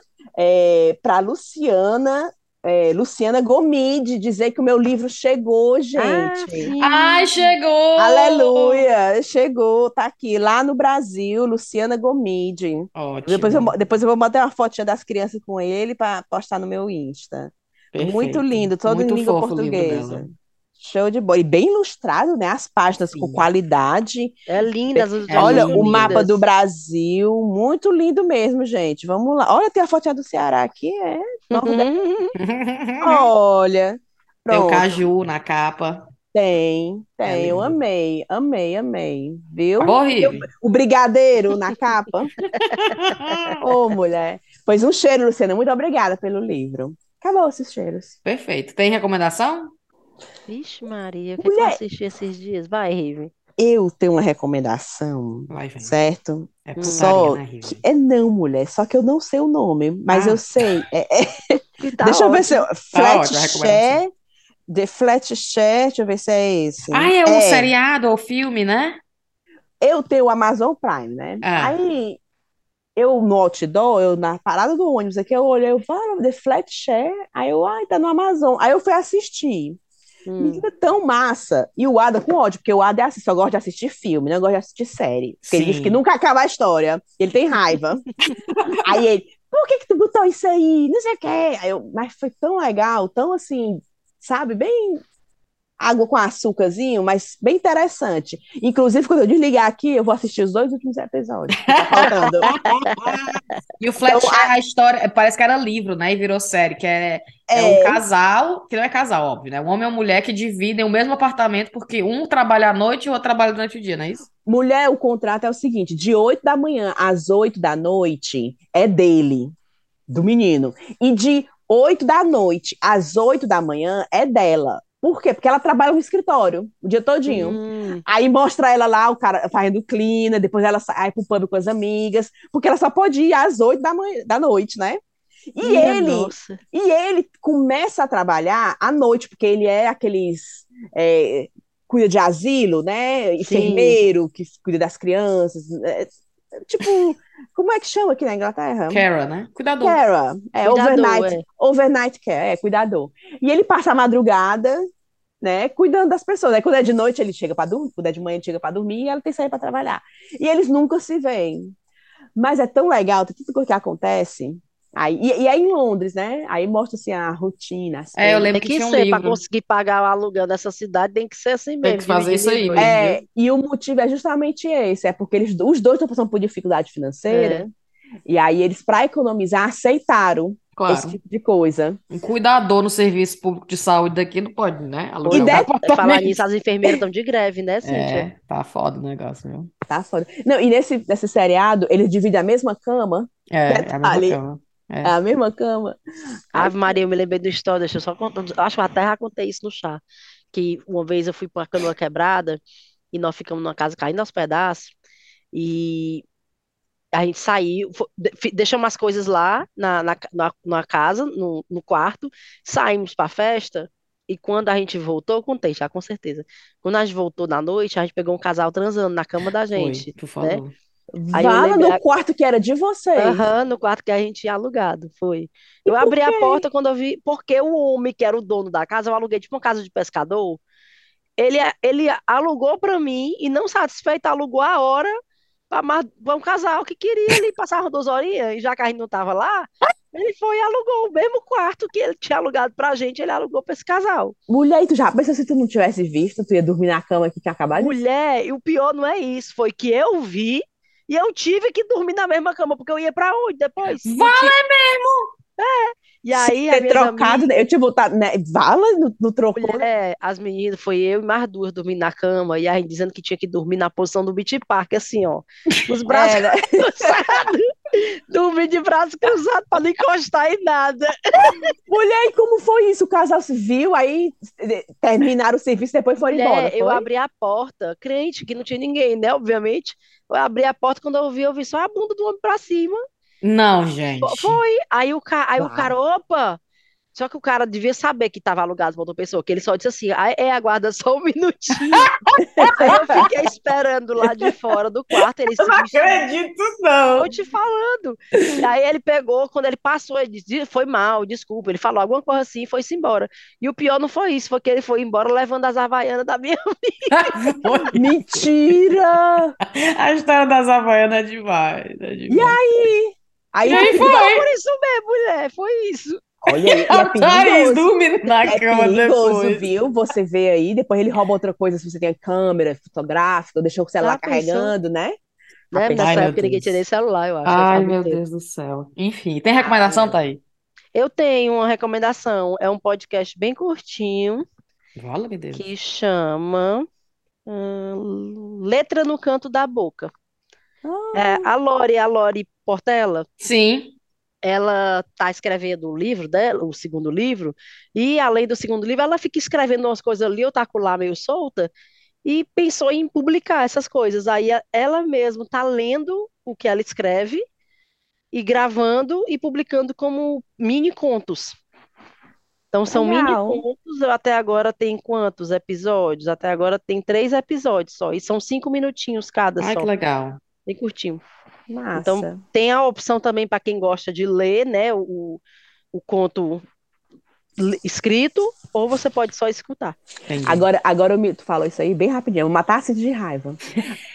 Speaker 2: para Luciana, é, Luciana Gomide, dizer que o meu livro chegou,
Speaker 3: Ah,
Speaker 2: gente.
Speaker 1: Ai, chegou!
Speaker 2: Hum. Aleluia, chegou, tá aqui, lá no Brasil, Luciana Gomide.
Speaker 1: Ótimo.
Speaker 2: Depois eu, bo- depois eu vou botar uma fotinha das crianças com ele para postar no meu Insta. Muito
Speaker 1: Perfeito.
Speaker 2: lindo, todo
Speaker 1: Muito
Speaker 2: em língua
Speaker 1: fofo o livro
Speaker 2: portuguesa.
Speaker 1: dela.
Speaker 2: Show de bola. E bem ilustrado, né? As páginas com
Speaker 1: Sim.
Speaker 2: qualidade.
Speaker 3: É linda. as
Speaker 1: É
Speaker 2: Olha, o
Speaker 1: lindo.
Speaker 2: mapa do Brasil, muito lindo mesmo, gente. Vamos lá. Olha, tem a fotinha do Ceará aqui, é.
Speaker 3: Uhum.
Speaker 2: Olha.
Speaker 1: Tem o
Speaker 2: Pronto.
Speaker 1: caju na capa.
Speaker 2: Tem, tem.
Speaker 1: É
Speaker 2: Eu
Speaker 1: lindo.
Speaker 2: amei, amei, amei. Viu?
Speaker 1: Acabou, Rive?
Speaker 2: O brigadeiro na capa. Ô, mulher. Pois um cheiro, Luciana. Muito obrigada pelo livro. Acabou esses cheiros.
Speaker 1: Perfeito. Tem recomendação?
Speaker 3: Vixe, Maria, o que, é que eu
Speaker 2: Mulher.
Speaker 3: assisti esses dias? Vai, Rive.
Speaker 2: Eu tenho uma recomendação,
Speaker 1: Vai, vem.
Speaker 2: certo?
Speaker 1: É putaria,
Speaker 2: Só
Speaker 1: né, Rive?
Speaker 2: É não, mulher, só que eu não sei o nome, mas
Speaker 1: Ah.
Speaker 2: eu sei. É- é-
Speaker 3: Que tá
Speaker 2: deixa eu ver
Speaker 3: ótimo.
Speaker 2: se eu. Flat
Speaker 1: ótimo, a
Speaker 2: Share. The Flat Share, deixa eu ver se é esse.
Speaker 1: Ah, é um
Speaker 2: É.
Speaker 1: seriado ou filme, né?
Speaker 2: Eu tenho o Amazon Prime, né?
Speaker 1: Ah.
Speaker 2: Aí eu no outdoor, eu na parada do ônibus aqui, eu olhei, eu falo, The Flat Share. Aí eu, ai, tá no Amazon. Aí eu fui assistir.
Speaker 3: Hum.
Speaker 2: Menina, tão massa. E o Ada com ódio, porque o Ada é assim, só gosta de assistir filme, não gosta de assistir série. Porque ele
Speaker 1: Sim.
Speaker 2: diz que nunca acaba a história. Ele tem raiva. Aí ele, por que que tu botou isso aí? Não sei o quê. Aí eu, mas foi tão legal, tão assim, sabe, bem água com açúcarzinho, mas bem interessante. Inclusive, quando eu desligar aqui, eu vou assistir os dois últimos episódios. que Tá faltando. Então,
Speaker 1: E o Fletcher, a história, parece que era livro, né? E virou série, que é, é um casal, que não é casal, óbvio, né? Um homem e uma mulher que dividem o mesmo apartamento porque um trabalha à noite e o outro trabalha durante o dia, não é isso?
Speaker 2: Mulher, o contrato é o seguinte: de 8 da manhã às 8 da noite é dele, do menino. E de 8 da noite às 8 da manhã é dela. Por quê? Porque ela trabalha no escritório o dia todinho.
Speaker 3: Hum.
Speaker 2: Aí mostra ela lá, o cara fazendo cleaner, depois ela sai pro pub com as amigas, porque ela só pode ir às 8 da manhã, da noite, né? E
Speaker 3: Minha
Speaker 2: ele, é
Speaker 3: nossa.
Speaker 2: e ele começa a trabalhar à noite, porque ele é aqueles. é, cuida de asilo, né? Enfermeiro, que cuida das crianças. é, é, tipo, como é que chama aqui na Inglaterra?
Speaker 1: Kara, né? Cuidador.
Speaker 2: Cara, é
Speaker 3: Cuidador,
Speaker 2: overnight,
Speaker 3: é.
Speaker 2: overnight care, é cuidador. E ele passa a madrugada, né, cuidando das pessoas. Aí quando é de noite ele chega para dormir, quando é de manhã ele chega para dormir e ela tem que sair para trabalhar. E eles nunca se veem. Mas é tão legal, tem tudo que acontece. Aí, e, e é em Londres, né? Aí mostra assim a rotina, as
Speaker 1: É, eu
Speaker 2: coisas.
Speaker 1: lembro que
Speaker 3: Tem que
Speaker 1: tinha um
Speaker 3: ser, para
Speaker 1: livro.
Speaker 3: conseguir pagar o aluguel dessa cidade, tem que ser assim
Speaker 1: Tem
Speaker 3: mesmo.
Speaker 1: que fazer isso
Speaker 3: dividir em
Speaker 1: aí.
Speaker 3: dois.
Speaker 2: É, e o motivo é justamente esse, é porque eles, os dois estão passando por dificuldade
Speaker 1: É.
Speaker 2: financeira. E aí eles, para economizar, aceitaram esse
Speaker 1: Claro.
Speaker 2: tipo de coisa.
Speaker 1: Um cuidador no serviço público de saúde daqui não pode, né? Alugar
Speaker 2: E
Speaker 1: um
Speaker 2: deve-
Speaker 1: apartamento.
Speaker 3: Falar nisso, as enfermeiras estão de greve, né, Cíntia?
Speaker 1: É, tá foda o negócio, viu?
Speaker 2: Tá foda. Não, e nesse, nesse seriado, ele divide a mesma cama,
Speaker 1: É, é a mesma
Speaker 2: Detalhe.
Speaker 1: cama. É.
Speaker 2: a mesma cama.
Speaker 3: Ave Maria, eu me lembrei do história, deixa eu só contar. Acho que eu até já contei isso no chá. Que uma vez eu fui pra Canoa Quebrada e nós ficamos numa casa caindo aos pedaços. E a gente saiu, fo- de- fi- deixamos as coisas lá na, na, ca- na, na casa, no, no quarto, saímos pra festa. E quando a gente voltou, eu contei já, com certeza. Quando a gente voltou na noite, a gente pegou um casal transando na cama da
Speaker 1: Foi,
Speaker 3: gente.
Speaker 2: né?
Speaker 1: tu falou.
Speaker 3: Aí eu
Speaker 2: Vá
Speaker 3: lembrei-
Speaker 2: no quarto que era de vocês.
Speaker 3: Aham, no quarto que a gente tinha alugado, foi. Eu abri a porta quando eu vi, porque o homem que era o dono da casa, eu aluguei tipo uma casa de pescador, ele, ele alugou pra mim e não satisfeito, alugou a hora pra, ma- pra um casal que queria ali passar umas duas horinhas, e já que a gente não tava lá, ele foi e alugou o mesmo quarto que ele tinha alugado pra gente, ele alugou pra esse casal.
Speaker 2: Mulher, e tu já pensa se tu não tivesse visto, tu ia dormir na cama que tinha acabado de
Speaker 3: Mulher, e o pior não é isso, foi que eu vi e eu tive que dormir na mesma cama, porque eu ia pra onde depois?
Speaker 1: Vale
Speaker 3: E aí, as
Speaker 2: ter
Speaker 3: minhas
Speaker 2: trocado, né? eu tinha botado, né? Vala no, no né? trocou.
Speaker 3: Mulher, é, as meninas, foi eu e mais duas dormindo na cama, e a gente dizendo que tinha que dormir na posição do Beach Park, assim, ó. Os braços
Speaker 2: É, né?
Speaker 3: cruzados. Dormir de braços cruzados pra não encostar em nada.
Speaker 2: Mulher, e como foi isso? O casal se viu, aí eh, terminaram o serviço, depois foram
Speaker 3: Mulher,
Speaker 2: embora.
Speaker 3: Né, eu
Speaker 2: foi?
Speaker 3: abri a porta, crente que não tinha ninguém, né? Obviamente. Eu abri a porta, quando eu vi, eu vi só a bunda do homem pra cima.
Speaker 1: Não, gente.
Speaker 3: Fo- Foi. Aí o, ca... Aí o
Speaker 2: Uau.
Speaker 3: cara, opa! Só que o cara devia saber que tava alugado pra outra pessoa, que ele só disse assim, "Ah, é, aguarda só um minutinho. Aí eu
Speaker 1: Tá.
Speaker 3: fiquei esperando lá de fora do quarto, ele se
Speaker 1: acredito, não.
Speaker 3: Tô te falando. E aí ele pegou, quando ele passou, ele disse, foi mal, desculpa. Ele falou alguma coisa assim e foi-se embora. E o pior não foi isso, foi que ele foi embora levando as havaianas da minha.
Speaker 2: Mentira!
Speaker 1: A história das Havaianas é demais. É demais.
Speaker 2: E aí? Aí,
Speaker 1: E aí
Speaker 2: tu-
Speaker 1: foi.
Speaker 3: Por isso mesmo, mulher, foi isso.
Speaker 2: Olha, e é
Speaker 1: A Thaís
Speaker 2: perigoso.
Speaker 1: dormindo na
Speaker 2: É
Speaker 1: cama
Speaker 2: perigoso,
Speaker 1: depois.
Speaker 2: viu? Você vê aí, depois ele rouba outra coisa, se você tem a câmera fotográfica, ou deixou o celular
Speaker 3: Ah, pensou.
Speaker 2: carregando, né?
Speaker 3: Né?
Speaker 2: Rapaz,
Speaker 3: Nessa
Speaker 1: ai, meu
Speaker 3: época ninguém
Speaker 1: Deus.
Speaker 3: tinha nem celular, eu acho. já
Speaker 1: Ai,
Speaker 3: faz
Speaker 1: meu
Speaker 3: muito tempo.
Speaker 1: Deus do céu. Enfim, tem
Speaker 2: Ah,
Speaker 1: recomendação, Tá Thaís?
Speaker 3: Eu tenho uma recomendação, é um podcast bem curtinho
Speaker 1: Fala, meu Deus.
Speaker 3: que chama hum, Letra no Canto da Boca.
Speaker 1: Ah.
Speaker 3: É, a Lori, a Lori Portela.
Speaker 1: Sim.
Speaker 3: ela tá escrevendo o livro dela, o segundo livro, e além do segundo livro, ela fica escrevendo umas coisas ali, ou tá com lá meio solta, e pensou em publicar essas coisas. Aí a- ela mesma tá lendo o que ela escreve e gravando e publicando como mini contos. Então são mini
Speaker 2: Legal.
Speaker 3: contos, até agora tem quantos episódios? Até agora tem três episódios só, e são cinco minutinhos cada
Speaker 1: Ai,
Speaker 3: só,
Speaker 1: que legal.
Speaker 3: bem curtinho.
Speaker 2: Massa.
Speaker 3: Então, Tem a opção também para quem gosta de ler, né, o, o conto l- escrito, ou você pode só escutar.
Speaker 1: Entendi.
Speaker 2: Agora, agora eu me, tu falou isso aí bem rapidinho, eu vou matar a Cid de raiva.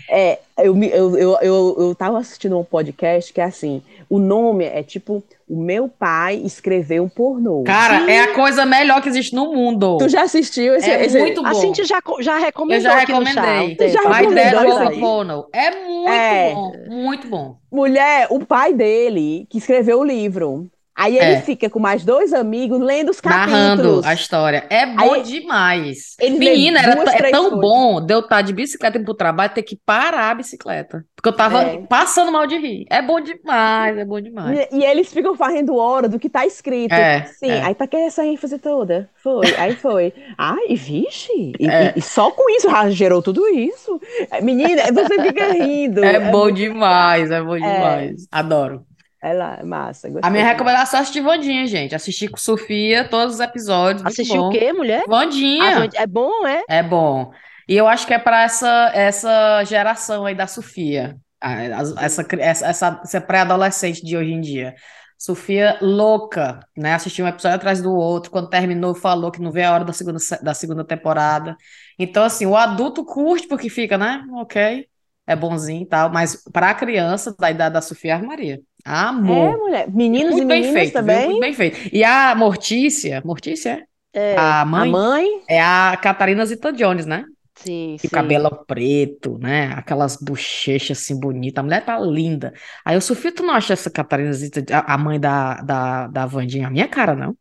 Speaker 2: É, eu, me- eu, eu, eu, eu tava assistindo um podcast que é assim, o nome é tipo, o meu pai escreveu um pornô.
Speaker 1: Cara, é a coisa melhor que existe no mundo.
Speaker 2: Tu já assistiu esse,
Speaker 1: É
Speaker 2: esse-
Speaker 1: muito
Speaker 3: A
Speaker 1: bom.
Speaker 3: Cintia já, co- já recomendou
Speaker 1: Eu já
Speaker 3: aqui no chá há um
Speaker 1: recomendei.
Speaker 3: tempo.
Speaker 2: Já
Speaker 1: My
Speaker 2: recomendei,
Speaker 1: Dad
Speaker 2: recomendou
Speaker 1: Was
Speaker 2: isso
Speaker 1: a
Speaker 2: aí.
Speaker 1: Porno. É muito
Speaker 2: É.
Speaker 1: bom. Muito bom.
Speaker 2: Mulher, o pai dele que escreveu o livro. Aí ele
Speaker 1: É.
Speaker 2: fica com mais dois amigos lendo os
Speaker 1: Narrando
Speaker 2: capítulos.
Speaker 1: a história. É bom
Speaker 2: Aí-
Speaker 1: demais.
Speaker 2: Eles lêem
Speaker 1: Menina, era
Speaker 2: duas,
Speaker 1: t- é
Speaker 2: três
Speaker 1: tão
Speaker 2: coisas.
Speaker 1: bom de eu estar de bicicleta indo pro trabalho e ter que parar a bicicleta. Porque eu tava
Speaker 2: É.
Speaker 1: passando mal de rir. É bom demais, é bom demais.
Speaker 2: E, e eles ficam fazendo hora do que tá escrito.
Speaker 1: É,
Speaker 2: Sim,
Speaker 1: é.
Speaker 2: aí pra que essa ênfase toda? Foi, aí foi. Ai, vixe! E,
Speaker 1: É.
Speaker 2: e- e só com isso já gerou tudo isso? Menina, você fica rindo.
Speaker 1: É bom demais, é bom
Speaker 2: É.
Speaker 1: demais. Adoro.
Speaker 2: É lá, massa.
Speaker 1: A minha
Speaker 2: recomendação
Speaker 1: recomendação é assistir Vandinha, gente. Assistir com Sofia todos os episódios, muito
Speaker 3: Assistiu o
Speaker 1: bom.
Speaker 3: quê, mulher?
Speaker 1: Vandinha.
Speaker 2: Ah,
Speaker 3: A Vand- É bom, é?
Speaker 1: É bom. E eu acho que é para essa, essa geração aí da Sofia, a- a- essa, cri- essa, essa, essa pré-adolescente de hoje em dia. Sofia louca, né? Assistiu um episódio atrás do outro, quando terminou, falou que não vê a hora da segunda, se- da segunda temporada. Então, assim, o adulto curte porque fica, né? Ok, é bonzinho e tal, mas para a criança da idade da Sofia, Ave Maria.
Speaker 2: É,
Speaker 1: Amor.
Speaker 2: mulher. Meninos
Speaker 1: Muito
Speaker 2: e
Speaker 1: bem
Speaker 2: meninas
Speaker 1: feito, viu?
Speaker 2: também.
Speaker 1: Muito bem feito. E a Mortícia, Mortícia
Speaker 3: É,
Speaker 1: é? A
Speaker 2: A
Speaker 1: mãe?
Speaker 2: mãe.
Speaker 1: É a Catarina Zeta-Jones, né?
Speaker 3: sim,
Speaker 1: E o
Speaker 3: sim.
Speaker 1: cabelo preto, né? Aquelas bochechas assim bonitas. A mulher tá linda. Aí eu, Sofia, tu não acha essa Catarina Zita, a a mãe da, da, da Wandinha, a minha cara, não?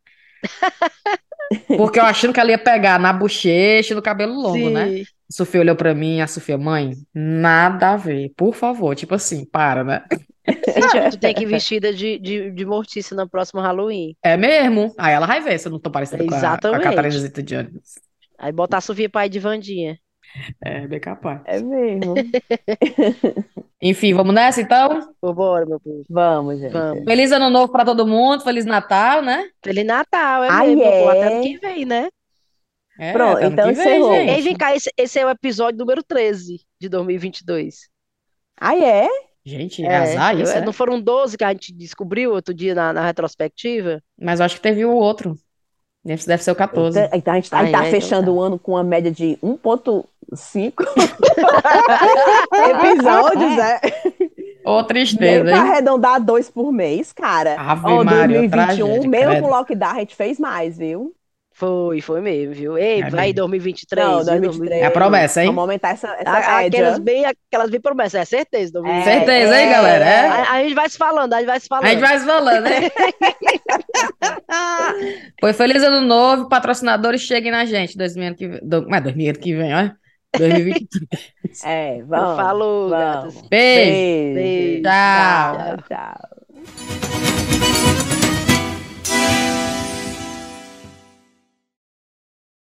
Speaker 1: Porque eu achando que ela ia pegar na bochecha e no cabelo longo, né?
Speaker 3: Sim.
Speaker 1: Sofia olhou pra mim, a Sofia, mãe, nada a ver, por favor. Tipo assim, para, né?
Speaker 3: Cíntia, Ah, tu tem que ir vestida de, de, de mortícia no próximo Halloween.
Speaker 1: É mesmo? Aí ela vai ver se eu não tô parecendo com a, com a
Speaker 3: Exatamente.
Speaker 1: Catarina Zeta-Jones.
Speaker 3: Aí botar a Sofia pai de Vandinha.
Speaker 1: É, bem capaz.
Speaker 2: É mesmo.
Speaker 1: Enfim, vamos nessa então?
Speaker 3: Vambora, meu povo.
Speaker 2: Vamos, gente.
Speaker 3: Vamos.
Speaker 1: Feliz ano novo pra todo mundo, Feliz Natal, né?
Speaker 3: Feliz Natal, é
Speaker 1: Ah,
Speaker 2: Ai,
Speaker 3: mesmo, meu povo. Até ano
Speaker 2: é.
Speaker 3: que vem, né?
Speaker 1: É,
Speaker 2: Pronto,
Speaker 1: até ano
Speaker 2: então
Speaker 1: que vem,
Speaker 2: encerrou.
Speaker 1: gente.
Speaker 3: Ei, vem cá, esse, esse é o episódio número 13 de 2022.
Speaker 2: Aí é?
Speaker 1: Gente, é azar
Speaker 3: eu-
Speaker 1: isso, né?
Speaker 3: Não foram 12 que a gente descobriu outro dia na, na retrospectiva?
Speaker 1: Mas eu acho que teve o outro. Esse deve ser o 14.
Speaker 2: Então, então a gente, a gente
Speaker 3: Ai,
Speaker 2: tá
Speaker 1: é,
Speaker 3: ai,
Speaker 2: fechando
Speaker 3: então
Speaker 2: o ano com uma média de 1.5 episódios, né?
Speaker 1: Ô,
Speaker 2: Meio
Speaker 1: tristeza,
Speaker 2: pra
Speaker 1: É. hein?
Speaker 2: arredondar dois por mês, cara.
Speaker 1: Ave
Speaker 2: Ó,
Speaker 1: Maria, é
Speaker 2: 2021,
Speaker 1: tragédia,
Speaker 2: mesmo
Speaker 1: credo.
Speaker 2: com o lockdown, a gente fez mais, viu?
Speaker 3: Foi, foi mesmo, viu? Ei,
Speaker 1: É
Speaker 3: vai
Speaker 1: mesmo.
Speaker 3: 2023,
Speaker 2: Não,
Speaker 3: viu?
Speaker 2: 2023.
Speaker 1: É a promessa, hein?
Speaker 2: Vamos aumentar essa, essa é
Speaker 3: A- Tá, Aquelas
Speaker 2: média.
Speaker 3: bem, aquelas bem promessas, é certeza. 2023.
Speaker 1: Certeza, hein, galera? É.
Speaker 3: A, a gente vai se falando, a gente vai se falando.
Speaker 1: A gente vai se falando, né? Pois feliz ano novo, patrocinadores cheguem na gente. 2000 ano que vem. Do, mas 2000 ano que vem, ó. 2023.
Speaker 2: É, vamos.
Speaker 3: Falou,
Speaker 2: vamos.
Speaker 3: gatas.
Speaker 1: Beijo.
Speaker 2: Beijo.
Speaker 3: Beijo.
Speaker 1: Tchau.
Speaker 2: Tchau, tchau.